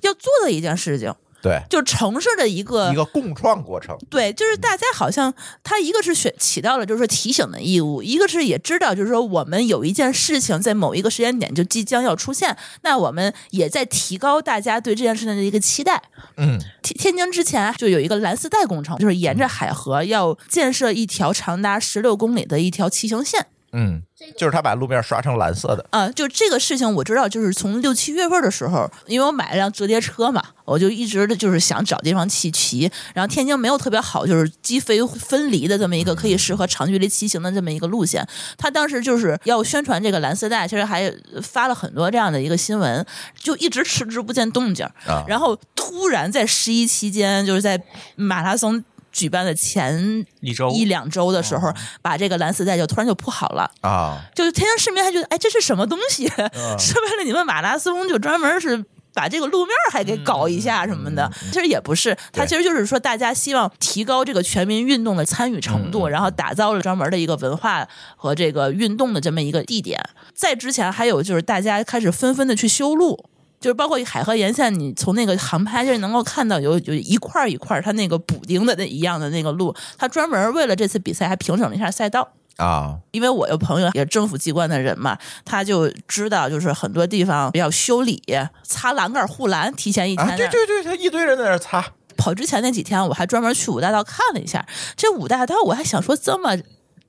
Speaker 3: 要做的一件事情，
Speaker 2: 对，
Speaker 3: 就城市的一个
Speaker 2: 一个共创过程。
Speaker 3: 对，就是大家好像他一个是选起到了就是说提醒的义务，一个是也知道就是说我们有一件事情在某一个时间点就即将要出现，那我们也在提高大家对这件事情的一个期待。
Speaker 2: 嗯，
Speaker 3: 天天津之前就有一个蓝丝带工程，就是沿着海河要建设一条长达十六公里的一条骑行线。
Speaker 2: 嗯，就是他把路面刷成蓝色的，
Speaker 3: 啊，就这个事情我知道，就是从六七月份的时候，因为我买了辆折叠车嘛，我就一直的就是想找地方骑骑。然后天津没有特别好，就是机飞分离的这么一个可以适合长距离骑行的这么一个路线。他当时就是要宣传这个蓝色带，其实还发了很多这样的一个新闻，就一直迟迟不见动静。
Speaker 2: 啊
Speaker 3: 然后突然在十一期间，就是在马拉松。举办的前
Speaker 5: 一周
Speaker 3: 一两周的时候，把这个蓝丝带就突然就铺好了，
Speaker 2: 啊，
Speaker 3: 就是天津市民还觉得，哎，这是什么东西？ 是为了你们马拉松就专门是。把这个路面还给搞一下什么的，其实也不是，它其实就是说大家希望提高这个全民运动的参与程度，然后打造了专门的一个文化和这个运动的这么一个地点。在之前还有就是大家开始纷纷的去修路，就是包括海河沿线，你从那个航拍就是能够看到有有一块儿一块儿它那个补丁的那一样的那个路，它专门为了这次比赛还平整了一下赛道。
Speaker 2: 啊，
Speaker 3: 因为我有朋友也是政府机关的人嘛，他就知道，就是很多地方要修理、擦栏杆、护栏，提前一天
Speaker 2: 啊，
Speaker 3: 那儿、
Speaker 2: 对对对，他一堆人在那儿擦，
Speaker 3: 跑之前那几天，我还专门去五大道看了一下。这五大道我还想说这么。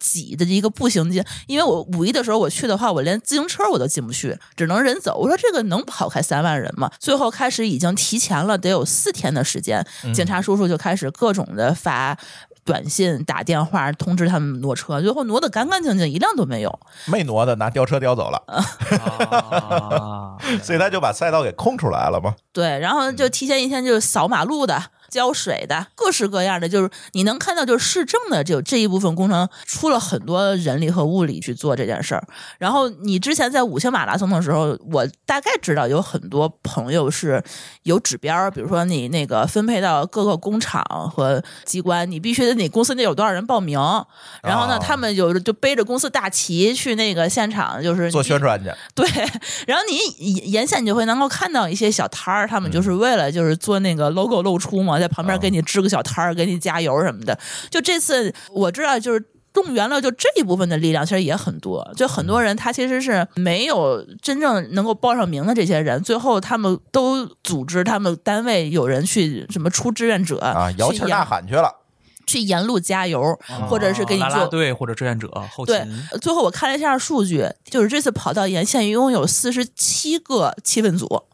Speaker 3: 挤的一个步行街，因为我五一的时候我去的话，我连自行车我都进不去，只能人走。我说这个能跑开三万人吗？最后开始已经提前了，得有四天的时间，
Speaker 2: 嗯
Speaker 3: 警察叔叔就开始各种的发短信、打电话通知他们挪车，最后挪得干干净净，一辆都没有。
Speaker 2: 没挪的拿吊车吊走了，
Speaker 3: 嗯
Speaker 5: 啊，
Speaker 2: 所以他就把赛道给空出来了嘛。
Speaker 3: 对，然后就提前一天就是扫马路的、浇水的，各式各样的，就是你能看到，就是市政的就这一部分工程出了很多人力和物力去做这件事儿。然后你之前在五星马拉松的时候，我大概知道有很多朋友是有指标儿，比如说你那个分配到各个工厂和机关，你必须得你公司得有多少人报名，然后呢，
Speaker 2: 哦
Speaker 3: 他们有就背着公司大旗去那个现场，就是
Speaker 2: 做
Speaker 3: 你
Speaker 2: 宣传去，
Speaker 3: 对，然后你沿沿线你就会能够看到一些小摊儿，他们就是为了就是做那个 logo 露出嘛，在旁边给你支个小摊儿，给你加油什么的。就这次我知道就是。动员了就这一部分的力量，其实也很多。就很多人他其实是没有真正能够报上名的这些人，最后他们都组织他们单位有人去什么出志愿者
Speaker 2: 啊，摇旗
Speaker 3: 去
Speaker 2: 儿大
Speaker 3: 沿
Speaker 2: 喊去了，
Speaker 3: 去沿路加油， 或者是给你
Speaker 5: 哦啊拉拉
Speaker 3: 做
Speaker 5: 队或者志愿者后勤
Speaker 3: 对，最后我看了一下数据，就是这次跑道沿线一共有四十七个气氛组。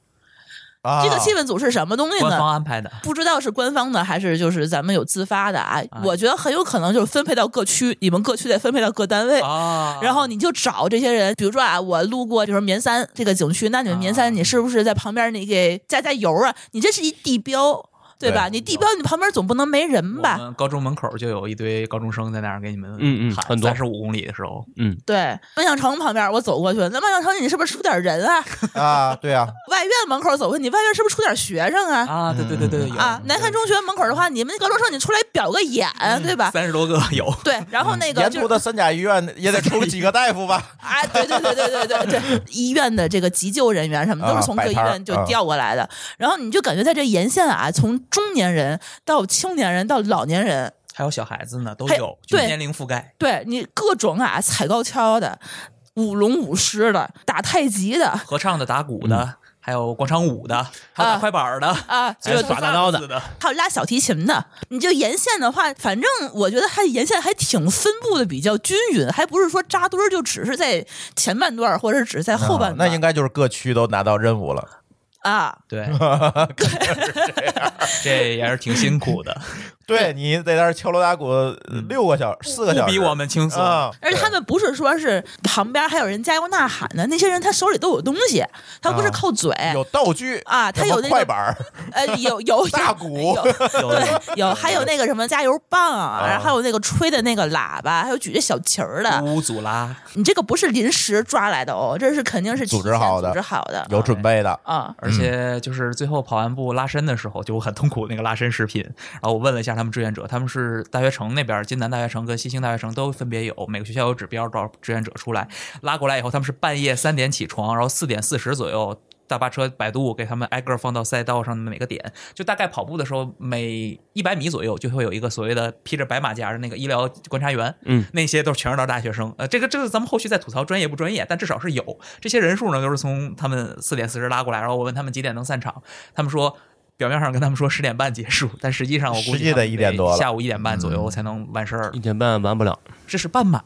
Speaker 2: 啊，
Speaker 3: 这个气氛组是什么东西
Speaker 5: 官方
Speaker 3: 呢？
Speaker 5: 安排的。
Speaker 3: 不知道是官方的还是就是咱们有自发的啊？
Speaker 5: 哎
Speaker 3: 我觉得很有可能就是分配到各区，你们各区再分配到各单位。
Speaker 5: 啊，
Speaker 3: 然后你就找这些人，比如说啊，我路过，比如说棉三这个景区，那你们棉
Speaker 5: 啊
Speaker 3: 三，你是不是在旁边你给加加油啊？你这是一地标，对吧？
Speaker 2: 对
Speaker 3: 你地标，你旁边总不能没人吧
Speaker 5: 我？们高中门口就有一堆高中生在那儿给你们
Speaker 4: 嗯嗯
Speaker 5: 喊
Speaker 4: 很多
Speaker 5: 三十五公里的时候，
Speaker 3: 对，万象城旁边我走过去，那万象城你是不是出点人 啊？
Speaker 2: 啊，对 啊，
Speaker 3: 外院门口走过去，你外院是不是出点学生啊？
Speaker 5: 啊，对对对对，有嗯
Speaker 3: 啊，南开中学门口的话，你们高中生你出来表个演，对吧？
Speaker 5: 三十多个有，
Speaker 3: 对，然后那个
Speaker 2: 嗯沿
Speaker 3: 就
Speaker 2: 途
Speaker 3: 是
Speaker 2: 的三甲医院也得出几个大夫吧？
Speaker 3: 啊，对对对对对对 对，医院的这个急救人员什么都
Speaker 2: 啊
Speaker 3: 是从各
Speaker 2: 摆
Speaker 3: 医
Speaker 2: 摊儿
Speaker 3: 院就
Speaker 2: 啊
Speaker 3: 调过来的，然后你就感觉在这沿线啊，从中年人到青年人到老年人，
Speaker 5: 还有小孩子呢，都
Speaker 3: 还
Speaker 5: 有，就
Speaker 3: 对
Speaker 5: 年龄覆盖。
Speaker 3: 对你各种啊踩高跷的、舞龙舞狮的、打太极的
Speaker 5: 合唱的、打鼓的，还有广场舞的，还有打
Speaker 3: 啊
Speaker 5: 快板儿的，
Speaker 3: 啊，
Speaker 5: 还
Speaker 3: 就
Speaker 5: 有
Speaker 3: 是
Speaker 5: 耍
Speaker 4: 耍
Speaker 5: 大
Speaker 4: 大
Speaker 5: 刀
Speaker 4: 刀
Speaker 5: 的
Speaker 4: 的
Speaker 3: 还有拉小提琴的，你就沿线的话，反正我觉得还沿线还挺分布的比较均匀，还不是说扎堆儿就只是在前半段儿或者只是在 后
Speaker 2: 啊
Speaker 3: 半段
Speaker 2: 那
Speaker 3: 儿，
Speaker 2: 应该就是各区都拿到任务了。
Speaker 3: 啊，
Speaker 5: 对，这也是挺辛苦 的，
Speaker 2: 对你在那儿敲锣打鼓六个小时四个
Speaker 5: 不
Speaker 2: 小时，
Speaker 5: 比我们轻松。
Speaker 2: 啊，
Speaker 3: 而且他们不是说是旁边还有人加油呐喊的，那些人他手里都有东西，他不是靠嘴。
Speaker 2: 对有道具
Speaker 3: 啊他
Speaker 2: 什么
Speaker 3: 有那个
Speaker 2: 快板 儿
Speaker 3: 呃，有有有
Speaker 2: 大鼓
Speaker 3: 有
Speaker 5: 有
Speaker 3: 对，有还有那个什么加油棒啊，
Speaker 2: 啊
Speaker 3: 然后还有那个吹的那个喇叭，还有举着小旗儿的。
Speaker 5: 乌祖拉，
Speaker 3: 你这个不是临时抓来的哦，这是肯定是
Speaker 2: 组织
Speaker 3: 提前
Speaker 2: 好的
Speaker 3: 组织好的
Speaker 2: 有准备的，
Speaker 3: 啊。
Speaker 5: 而且就是最后跑完步拉伸的时候，就很痛苦那个拉伸视频。然后我问了一下他们志愿者，他们是大学城那边，津南大学城跟西兴大学城都分别有，每个学校有指标多少志愿者出来拉过来以后，他们是半夜三点起床，然后四点四十左右。大巴车、摆渡给他们挨个放到赛道上的每个点，就大概跑步的时候，每一百米左右就会有一个所谓的披着白马甲的那个医疗观察员，
Speaker 4: 嗯，
Speaker 5: 那些都全是大学生。呃，这个这个咱们后续再吐槽专业不专业，但至少是有。这些人数呢，都是从他们四点四十拉过来，然后我问他们几点能散场，他们说。表面上跟他们说十点半结束，但实际上我估计
Speaker 2: 实际得
Speaker 5: 他们
Speaker 2: 1点多了嗯
Speaker 5: 下午一点半左右才能完事儿。
Speaker 4: 一点半完不了。
Speaker 5: 这是半马，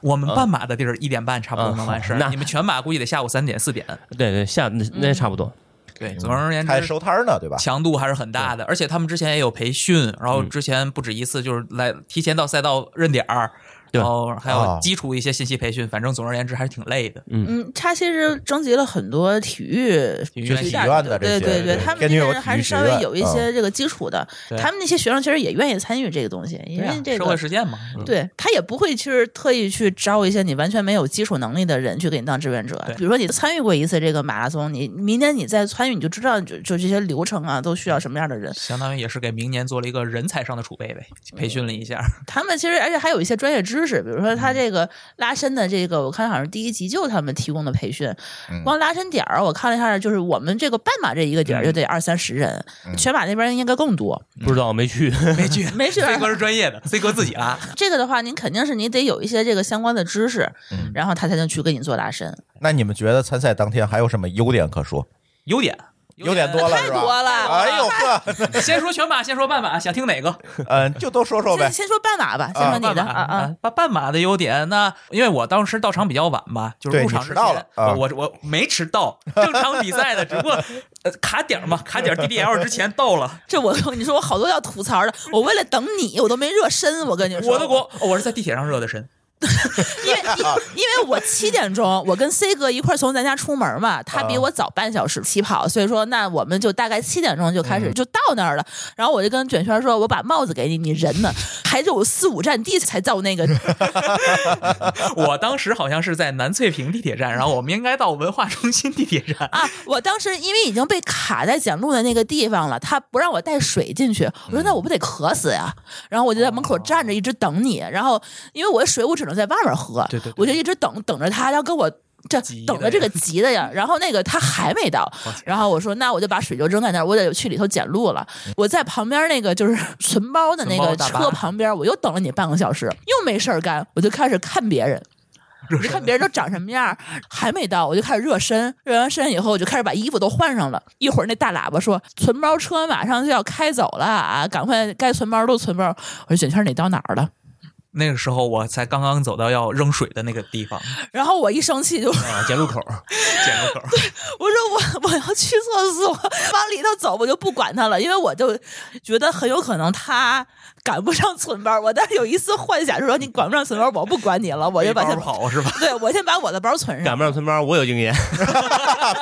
Speaker 5: 我
Speaker 2: 嗯
Speaker 5: 们半马的地儿一点半差
Speaker 2: 哦
Speaker 5: 不多能完
Speaker 4: 嗯
Speaker 5: 事
Speaker 4: 好
Speaker 5: 儿，
Speaker 4: 那
Speaker 5: 你们全马估计得下午三点四点。
Speaker 4: 对对，下那
Speaker 3: 嗯
Speaker 4: 那差不多。
Speaker 5: 对，总而言之，
Speaker 2: 还收摊儿呢，对吧？
Speaker 5: 强度还是很大的，而且他们之前也有培训，然后
Speaker 4: 嗯
Speaker 5: 之前不止一次，就是来提前到赛道认点儿，
Speaker 4: 对
Speaker 5: 然后还
Speaker 2: 哦
Speaker 5: 有基础一些信息培训，反正总而言之还是挺累的。
Speaker 3: 嗯，他其实征集了很多体育
Speaker 5: 体育
Speaker 2: 就
Speaker 5: 院
Speaker 2: 是体
Speaker 5: 系
Speaker 3: 大
Speaker 2: 院的
Speaker 3: 的
Speaker 2: 这些
Speaker 3: 对对对，
Speaker 2: 对
Speaker 3: 他们
Speaker 2: 天
Speaker 3: 那
Speaker 2: 津有个
Speaker 3: 边人
Speaker 2: 体
Speaker 3: 还
Speaker 2: 育
Speaker 3: 是
Speaker 2: 学
Speaker 3: 稍微
Speaker 2: 院
Speaker 3: 有一
Speaker 2: 嗯
Speaker 3: 些这个基础的，
Speaker 5: 对
Speaker 3: 他们那些学生其实也愿意参与这个东西，因
Speaker 5: 对啊呀
Speaker 3: 为这
Speaker 5: 社会
Speaker 3: 个。
Speaker 5: 实践嘛，
Speaker 3: 对他也不会去特意去招一些你完全没有基础能力的人去给你当志愿者
Speaker 5: 对。
Speaker 3: 比如说你参与过一次这个马拉松，你明年你再参与，你就知道就就这些流程啊，都需要什么样的人。
Speaker 5: 相当于也是给明年做了一个人才上的储备呗，培训了 一下。
Speaker 3: 他们其实而且还有一些专业知识，比如说他这个拉伸的这个，我看好像是第一急救他们提供的培训，光拉伸点儿我看了一下，就是我们这个半马这一个点儿就得二三十人，全马那边应该更多。
Speaker 5: 嗯
Speaker 4: 不知道没去，
Speaker 3: 嗯
Speaker 5: 没去，
Speaker 3: 没事儿
Speaker 5: 飞哥是专业的，飞哥自己啊拉。
Speaker 3: 这个的话，您肯定是你得有一些这个相关的知识，然后他才能去给你做拉伸。
Speaker 2: 那你们觉得参赛当天还有什么优点可说？
Speaker 5: 优点
Speaker 2: 优点多了是吧？
Speaker 3: 啊太多了
Speaker 5: 啊
Speaker 2: 哎呦呵，
Speaker 5: 先说全马，先说半马，想听哪个？
Speaker 2: 嗯，就都说说呗
Speaker 3: 先。先说半马吧，先说你
Speaker 5: 半
Speaker 3: 的
Speaker 5: 马嗯
Speaker 3: 啊啊，，
Speaker 5: 半半马的优点，那因为我当时到场比较晚嘛，就是
Speaker 2: 对
Speaker 5: 入
Speaker 2: 你
Speaker 5: 场
Speaker 2: 迟
Speaker 5: 之
Speaker 2: 到
Speaker 5: 前
Speaker 2: 了啊
Speaker 5: 我我我没迟到，正常比赛的，只不过呃卡点儿嘛，卡点儿 DDL 之前到了，
Speaker 3: 这我跟你说，我好多要吐槽的。我为了等你，我都没热身。我跟你说，
Speaker 5: 我的国，哦我是在地铁上 热的身，
Speaker 3: 因为因为因为我七点钟，我跟 C 哥一块儿从咱家出门嘛，他
Speaker 5: 啊
Speaker 3: 比我早半小时起跑，所以说那我们就大概七点钟就开
Speaker 5: 嗯
Speaker 3: 始就到那儿了。然后我就跟卷圈说：“我把帽子给你，你人呢？还是有四五站地才到那个
Speaker 5: 我当时好像是在南翠屏地铁站，然后我们应该到文化中心地铁站。
Speaker 3: 啊！”我当时因为已经被卡在检录的那个地方了，他不让我带水进去，我说那我不得渴死呀？然后我就在门
Speaker 5: 哦
Speaker 3: 口站着一直等你，然后因为我的水我只能在外面喝，
Speaker 5: 对对对
Speaker 3: 我就一直等等着他，然后跟我。这
Speaker 5: 急
Speaker 3: 等着
Speaker 5: 的
Speaker 3: 这
Speaker 5: 呀
Speaker 3: 个急的呀，然后那个他还没到，然后我说那我就把水就扔在那儿，我得去里头捡路了。我在旁边那个就是 存包的那
Speaker 5: 存包
Speaker 3: 个
Speaker 5: 大巴
Speaker 3: 车旁边，我又等了你半个小时，又没事儿干，我就开始看别人。我就看别人都长什么样儿，还没到，我就开始热身。热完身以后，我就开始把衣服都换上了。一会儿那大喇叭说：“存包车马上就要开走了啊，赶快该存包都存包。”我说：“卷圈，你到哪儿了
Speaker 5: 那个时候我才刚刚走到要扔水的那个地方，？”
Speaker 3: 然后我一生气就
Speaker 4: 啊，检路口，
Speaker 5: 检路口。
Speaker 3: 我说我我要去厕所，往里头走，我就不管他了，因为我就觉得很有可能他赶不上存包。我当时有一丝幻想，说你管不上存包，我不管你了，我就把
Speaker 5: 背
Speaker 3: 先
Speaker 5: 包跑是吧？
Speaker 3: 对我先把我的包存
Speaker 4: 赶
Speaker 3: 上，
Speaker 4: 不上村包，我有经验。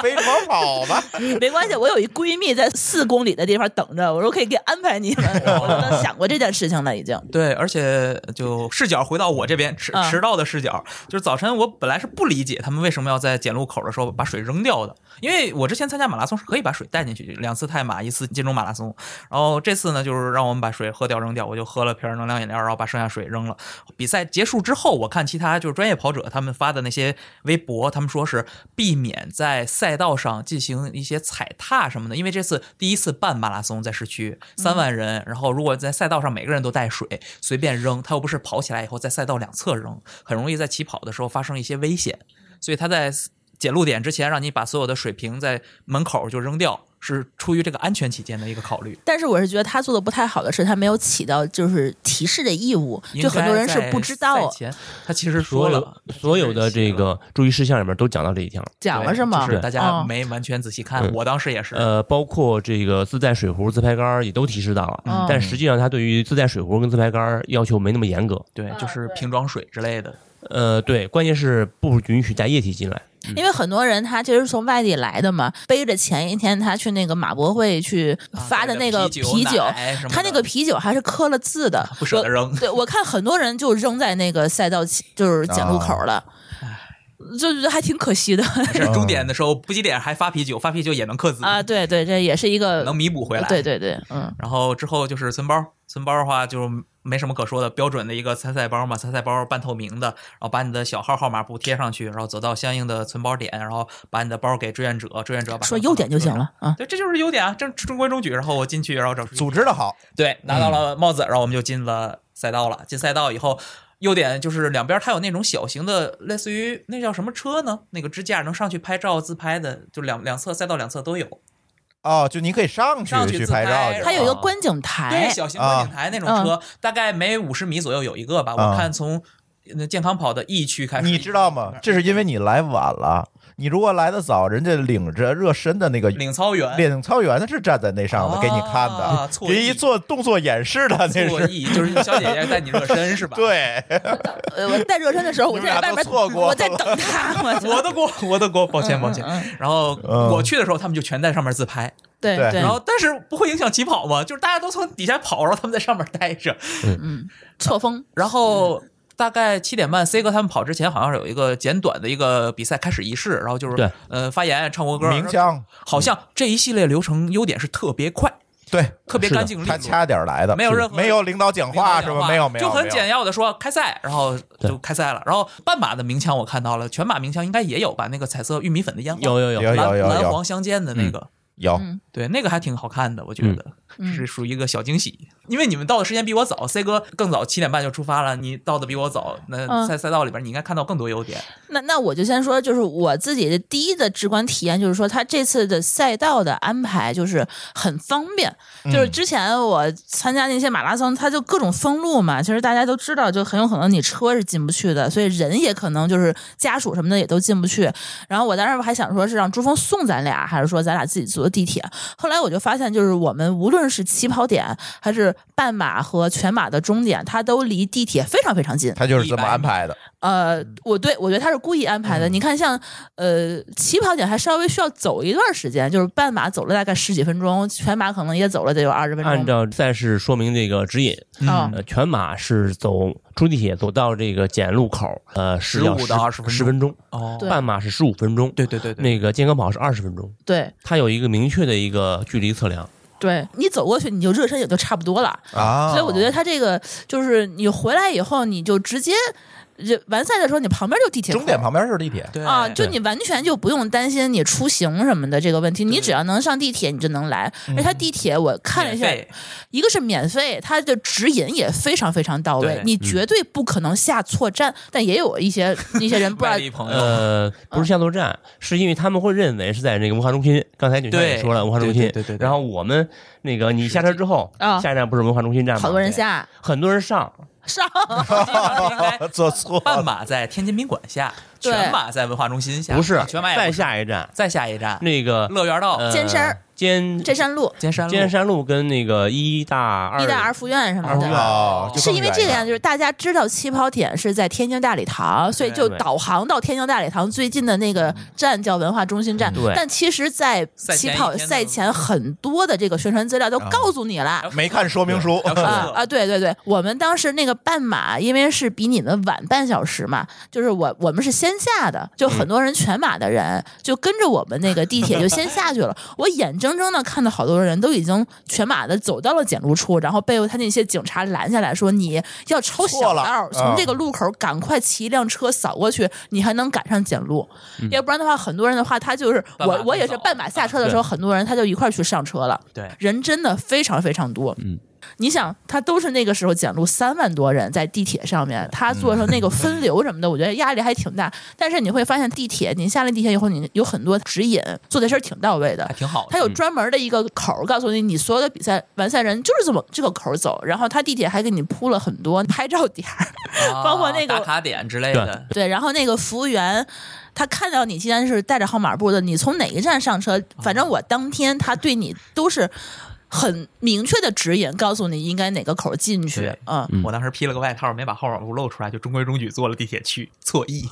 Speaker 2: 背着包跑 吧，
Speaker 3: 没关系。我有一闺蜜在四公里的地方等着，我说可以给安排你们。我都想过这件事情了，已经。
Speaker 5: 对，而且就视角回到我这边迟
Speaker 3: 嗯
Speaker 5: 迟到的视角，就是早晨我本来是不理解他们为什么要在检路口的时候把水扔掉的，因为我之前参加马拉松是可以把水带进去，两次泰马，一次金钟马拉松，然后这次呢就是让我们把水喝掉扔掉，我就喝了瓶儿能量饮料，然后把剩下水扔了。比赛结束之后，我看其他就是专业跑者他们发的那些微博，他们说是避免在赛道上进行一些踩踏什么的，因为这次第一次办马拉松在市区，三万人，然后如果在赛道上每个人都带水随便扔，他又不是跑起来以后在赛道两侧扔，很容易在起跑的时候发生一些危险，所以他在检录点之前让你把所有的水瓶在门口就扔掉，是出于这个安全起见的一个考虑。
Speaker 3: 但是我是觉得他做的不太好的是，他没有起到就是提示的义务，就很多人是不知
Speaker 5: 应该
Speaker 3: 道
Speaker 5: 在赛前他其实说
Speaker 4: 所有
Speaker 5: 了，
Speaker 4: 所有的这个注意事项里面都讲到这一条，
Speaker 3: 讲了
Speaker 5: 对
Speaker 3: 是吗？
Speaker 5: 就是大家
Speaker 3: 哦
Speaker 5: 没完全仔细看，我当时也是。
Speaker 2: 嗯
Speaker 4: 呃，包括这个自带水壶、自拍杆儿也都提示到了，
Speaker 3: 嗯
Speaker 4: 但实际上它对于自带水壶跟自拍杆儿要求没那么严格。
Speaker 5: 对，
Speaker 3: 啊
Speaker 5: 就是
Speaker 3: 对嗯
Speaker 5: 瓶装水之类的。
Speaker 4: 呃，对，关键是不允许带液体进来。
Speaker 3: 因为很多人他其实是从外地来的嘛，背着前一天他去那个马博会去发的那个
Speaker 5: 啊啤
Speaker 3: 啤酒，
Speaker 5: 奶什么的
Speaker 3: 他那个啤酒还是刻了字的，
Speaker 5: 不舍得扔
Speaker 3: 我对我看很多人就扔在那个赛道起就是检路口了，就觉得还挺可惜 的
Speaker 5: 是终点的时候不积点还发啤酒，发啤酒也能克制，
Speaker 3: 啊。对对，这也是一个
Speaker 5: 能弥补回来。
Speaker 3: 对。对对，嗯，
Speaker 5: 然后之后就是存包，存包的话就没什么可说的，标准的一个参赛包嘛，参赛包半透明的，然后把你的小号号码布贴上去，然后走到相应的存包点，然后把你的包给志愿者，志愿者把
Speaker 3: 说优点就行。了啊。
Speaker 5: 对，这就是优点啊，正中规中矩。然后我进去，然后找出
Speaker 2: 组织的好，
Speaker 5: 对，拿到了帽子，然后我们就进了赛道了。进赛道以后，优点就是两边它有那种小型的，类似于那叫什么车呢？那个支架能上去拍照自拍的，就两两侧赛道两侧都有。
Speaker 2: 哦，就你可以上去
Speaker 5: 上去
Speaker 2: 去
Speaker 5: 自
Speaker 2: 拍照
Speaker 5: 拍
Speaker 2: 去，
Speaker 3: 还有一个
Speaker 2: 啊
Speaker 3: 观景
Speaker 5: 对，
Speaker 3: 台，
Speaker 5: 啊小型观景台那种车，大概每五十米左右有一个吧。
Speaker 2: 啊
Speaker 5: 我看从那健康跑的 E 区开始。
Speaker 2: 你知道吗？这是因为你来晚了。你如果来的早，人家领着热身的那个
Speaker 5: 领操员
Speaker 2: 领操员，他是站在那上的，给你看
Speaker 5: 啊
Speaker 2: 的，
Speaker 5: 错
Speaker 2: 给
Speaker 5: 意
Speaker 2: 一做动作演示的，那
Speaker 5: 错
Speaker 2: 是
Speaker 5: 意，E，就是小姐姐带你热身是吧？，
Speaker 2: 对。
Speaker 3: 呃，我在热身的时候，我
Speaker 2: 你们俩
Speaker 3: 在外
Speaker 2: 都
Speaker 3: 边
Speaker 2: 错过
Speaker 3: 我在等他，我 就
Speaker 5: 我的锅，我的锅，抱歉抱歉。然后
Speaker 2: 嗯
Speaker 5: 嗯我去的时候，他们就全在上面自拍，
Speaker 3: 对
Speaker 2: 对
Speaker 3: 对
Speaker 5: 然，后但是不会影响起跑嘛，就是大家都从底下跑，然后他们在上面待着，
Speaker 3: 嗯，错峰，
Speaker 5: 然后。大概七点半，C 哥他们跑之前，好像是有一个简短的一个比赛开始仪式，然后就是
Speaker 4: 对
Speaker 5: 呃发言、唱国歌，
Speaker 2: 明枪，
Speaker 5: 好像这一系列流程优点是特别快，
Speaker 2: 对
Speaker 5: 特别
Speaker 4: 是的
Speaker 5: 干净利
Speaker 2: 他
Speaker 5: 落。
Speaker 2: 掐点儿来的，
Speaker 5: 没有
Speaker 2: 是
Speaker 5: 任何
Speaker 2: 没有领导讲话是
Speaker 5: 领导讲
Speaker 2: 吧？没有没有，
Speaker 5: 就很
Speaker 2: 没有
Speaker 5: 简要的说开赛，然后
Speaker 4: 对
Speaker 5: 就开赛了。然后半马的鸣枪我看到了，全马鸣枪应该也有吧？那个彩色玉米粉的烟花，
Speaker 4: 有有
Speaker 2: 有
Speaker 4: 有，
Speaker 5: 蓝
Speaker 2: 有有
Speaker 5: 蓝黄相间的那个，
Speaker 2: 有
Speaker 3: 嗯
Speaker 5: 对，那个还挺好看的，我觉得、
Speaker 3: 嗯
Speaker 5: 是属于一个小惊喜。因为你们到的时间比我早，C 哥更早七点半就出发了，你到的比我早，那
Speaker 3: 嗯
Speaker 5: 赛赛道里边你应该看到更多优点。
Speaker 3: 那那我就先说，就是我自己的第一的直观体验，就是说它这次的赛道的安排就是很方便。就是之前我参加那些马拉松，它就各种封路嘛，其实大家都知道，就很有可能你车是进不去的，所以人也可能就是家属什么的也都进不去。然后我当时还想说是让朱峰送咱俩，还是说咱俩自己坐地铁？后来我就发现，就是我们无论是起跑点还是半马和全马的终点，它都离地铁非常非常近。
Speaker 2: 他就是这么安排的，
Speaker 3: 呃，我对我觉得他是故意安排的。你看像，呃起跑点还稍微需要走一段时间，就是半马走了大概十几分钟，全马可能也走了得有二十分
Speaker 4: 按
Speaker 3: 钟。
Speaker 4: 照赛事说明这个指引，
Speaker 3: 嗯
Speaker 4: 呃，全马是走出地铁走到这个检路口，呃，是要
Speaker 5: 15到20分钟
Speaker 4: 十分钟，
Speaker 5: 哦，
Speaker 3: 对
Speaker 4: 半马是十五分钟，
Speaker 5: 对对对对，
Speaker 4: 那个健康跑是二十分钟，
Speaker 3: 对
Speaker 4: 它有一个明确的一个距离测量。
Speaker 3: 对，你走过去你就热身也就差不多了。
Speaker 2: 啊，
Speaker 3: 所以我觉得他这个就是你回来以后你就直接，就完赛的时候你旁边就地铁口
Speaker 2: 终点旁边就是地铁，
Speaker 5: 对
Speaker 3: 啊，就
Speaker 4: 对
Speaker 3: 你完全就不用担心你出行什么的这个问题，你只要能上地铁你就能来。而且它地铁我看了一下，
Speaker 5: 免费
Speaker 3: 一个是免费，它的指引也非常非常到位
Speaker 5: 对，
Speaker 3: 你
Speaker 4: 嗯
Speaker 3: 绝对不可能下错站。但也有一些一些人不知道
Speaker 5: 外，地朋友。
Speaker 4: 呃，不是下座站，是因为他们会认为是在那个文化中心。刚才女生也
Speaker 5: 对
Speaker 4: 说了文化中心，
Speaker 5: 对对对对对
Speaker 4: 然后我们那个你下车之后，
Speaker 3: 啊
Speaker 4: 下一站不是文化中心站吗？
Speaker 3: 好多人下
Speaker 4: 很多人上，
Speaker 3: 上，呃
Speaker 5: 应该
Speaker 2: 做呃错
Speaker 5: 半马在天津宾馆下，
Speaker 3: 对
Speaker 5: 全马在文化中心下，
Speaker 4: 不是
Speaker 5: 啊全马也不
Speaker 4: 再
Speaker 5: 是
Speaker 4: 下一站
Speaker 5: 再下一站
Speaker 4: 那个
Speaker 5: 乐园道、
Speaker 4: 呃
Speaker 3: 尖山儿
Speaker 4: 尖
Speaker 3: 这山路、
Speaker 5: 尖山路。
Speaker 4: 尖山路跟那个一大二
Speaker 3: 一带儿福院什么
Speaker 4: 二福院
Speaker 3: 的。
Speaker 2: 哦，就是
Speaker 3: 因为这个样，
Speaker 2: 样，
Speaker 3: 就是大家知道起跑点是在天津大礼堂，所以就
Speaker 4: 对嗯
Speaker 3: 导航到天津大礼堂最近的那个站叫文化中心站。
Speaker 4: 对
Speaker 3: 但其实，在
Speaker 5: 赛前
Speaker 3: 起
Speaker 5: 一
Speaker 3: 跑
Speaker 5: 天呢
Speaker 3: 赛前很多的这个宣传资料都
Speaker 4: 嗯
Speaker 3: 告诉你了。
Speaker 2: 没看说明书，嗯
Speaker 5: 然后
Speaker 3: 啊
Speaker 5: 上
Speaker 3: 啊，
Speaker 5: 厕
Speaker 3: 对对对，我们当时那个半马，因为是比你们晚半小时嘛，就是我我们是先下的，就很多人全马的人、就跟着我们那个地铁就先下去了。我眼睁睁的看到好多人都已经全马的走到了检录处，然后被他那些警察拦下来说你要超
Speaker 2: 错
Speaker 3: 小
Speaker 2: 了
Speaker 3: 道儿，从
Speaker 2: 嗯
Speaker 3: 这个路口赶快骑一辆车扫过去，你还能赶上检录。要不然的话，很多人的话，他就是
Speaker 5: 半马
Speaker 3: 我我也
Speaker 5: 赶
Speaker 3: 是
Speaker 5: 早
Speaker 3: 半马下车的时候，很多人他就一块儿去上车了。
Speaker 5: 对
Speaker 3: 人真的非常非常多。嗯，你想，他都是那个时候检录三万多人在地铁上面，他做成那个
Speaker 5: 嗯
Speaker 3: 分流什么的，我觉得压力还挺大。但是你会发现，地铁你下了地铁以后，你有很多指引，做的事儿挺到位的
Speaker 5: 还。挺好的。
Speaker 3: 他有专门的一个口儿，告诉你你所有的比赛完赛人就是这么这个口儿走，然后他地铁还给你铺了很多拍照点儿，
Speaker 5: 啊
Speaker 3: 包括那个
Speaker 5: 打卡点之类的，
Speaker 3: 对，然后那个服务员他看到你既然是带着号码布的，你从哪一站上车，反
Speaker 5: 哦
Speaker 3: 正我当天他对你都是很明确的指引，告诉你应该哪个口进去
Speaker 5: 对。
Speaker 3: 嗯，
Speaker 5: 我当时披了个外套，没把号码布露出来，就中规中矩坐了地铁去，错 意，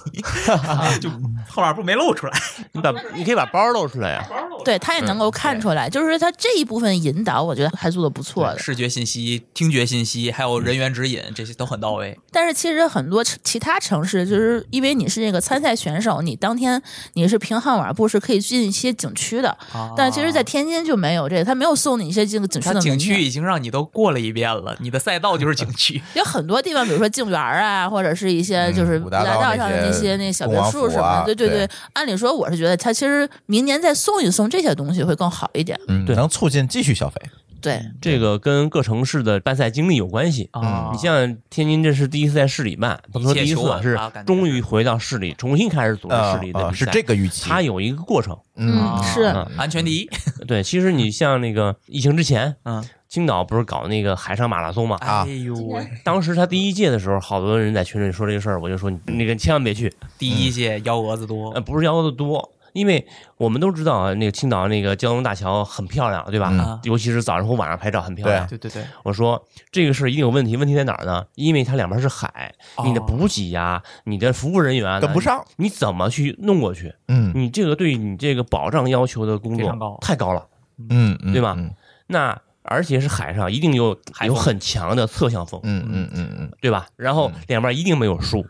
Speaker 5: 就号码布没露出来。
Speaker 4: 你把你可以把包露出来啊呀、
Speaker 3: 对，他也能够看出来，就是他这一部分引导，我觉得还做的不错的。
Speaker 5: 视觉信息、听觉信息，还有人员指引，这些都很到位。
Speaker 3: 但是其实很多其其他城市，就是因为你是这个参赛选手，你当天你是凭号码布是可以进一些景区的，
Speaker 5: 哦
Speaker 3: 但其实，在天津就没有这个，他没有送你一些这个景区
Speaker 5: 它
Speaker 3: 的
Speaker 5: 景
Speaker 3: 文件
Speaker 5: 区已经让你都过了一遍了，你的赛道就是景区。
Speaker 3: 有很多地方，比如说静园儿啊，或者是一些就是
Speaker 2: 嗯
Speaker 3: 五
Speaker 2: 五
Speaker 3: 大
Speaker 2: 大道
Speaker 3: 道上的那
Speaker 2: 那
Speaker 3: 些
Speaker 2: 些
Speaker 3: 那小别
Speaker 2: 恭王
Speaker 3: 墅
Speaker 2: 府
Speaker 3: 什么
Speaker 2: 啊
Speaker 3: 的，对对对
Speaker 2: 对。
Speaker 3: 按理说，我是觉得它其实明年再送一送这些东西会更好一点。
Speaker 2: 嗯，能促进继续消费，
Speaker 3: 对，
Speaker 4: 这个跟各城市的办赛经历有关系。
Speaker 3: 嗯
Speaker 5: 啊
Speaker 4: 你像天津，这是第一次在市里办，不能说第一
Speaker 5: 一切
Speaker 4: 次
Speaker 5: 求
Speaker 4: 啊
Speaker 5: 稳
Speaker 4: 是
Speaker 5: 啊感觉
Speaker 4: 终于回到市里，重新开始组织市里的
Speaker 2: 啊
Speaker 4: 比
Speaker 2: 是
Speaker 4: 赛。
Speaker 2: 这个预期，
Speaker 4: 它有一个过程。
Speaker 3: 嗯，
Speaker 5: 啊
Speaker 3: 是
Speaker 4: 嗯
Speaker 5: 安全第一，
Speaker 4: 对，其实你像那个疫情之前，
Speaker 5: 嗯，
Speaker 4: 青岛不是搞那个海上马拉松
Speaker 3: 嗯
Speaker 4: 嘛？
Speaker 2: 啊
Speaker 5: 哎呦喂，
Speaker 4: 当时他第一届的时候，好多人在群里说这个事儿，我就说你那个千万别去，
Speaker 5: 第一届幺蛾子多
Speaker 3: 嗯
Speaker 4: 呃，，不是要的多，因为我们都知道啊，那个青岛那个交通大桥很漂亮，对吧？
Speaker 5: 嗯
Speaker 4: 尤其是早上或晚上拍照很漂亮。
Speaker 5: 对对对，
Speaker 4: 我说这个事儿一定有问题，问题在哪儿呢？因为它两边是海，你的
Speaker 5: 哦
Speaker 4: 补给呀、你的服务人员啊
Speaker 2: 跟不，上，
Speaker 4: 你怎么去弄过去？
Speaker 2: 嗯
Speaker 4: 你这个对你这个保障要求的工
Speaker 5: 非
Speaker 4: 作
Speaker 5: 常高
Speaker 4: 太高了。
Speaker 2: 嗯，嗯
Speaker 4: 对吧
Speaker 2: 嗯
Speaker 4: 那而且是海上，一定有有很强的侧向风，
Speaker 2: 嗯嗯嗯
Speaker 4: 对吧？然后
Speaker 2: 嗯
Speaker 4: 两边一定没有树，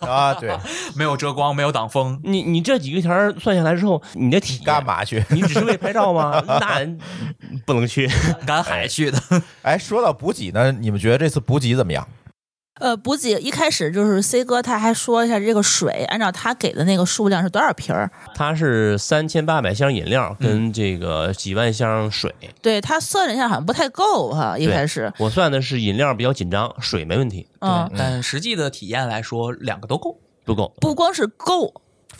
Speaker 2: 嗯啊，对，
Speaker 5: 没有遮光，没有挡风，
Speaker 4: 你你这几个条儿算下来之后，你的体验
Speaker 2: 干？嘛去？
Speaker 4: 你只是为拍照 吗？那不能去。
Speaker 3: 嗯
Speaker 5: 赶海去的，
Speaker 2: 哎，说到补给呢，你们觉得这次补给怎么样？
Speaker 3: 呃，补给一开始就是 C 哥他还说一下这个水，按照他给的那个数量是多少瓶儿？
Speaker 4: 它是三千八百箱饮料跟这个几万箱水，
Speaker 3: 对他算了一下，好像不太够哈。一
Speaker 4: 对
Speaker 3: 开始，
Speaker 4: 我算的是饮料比较紧张，水没问题，
Speaker 3: 嗯，
Speaker 5: 对但实际的体验来说，两个都够。
Speaker 4: 不够。
Speaker 3: 不光是够，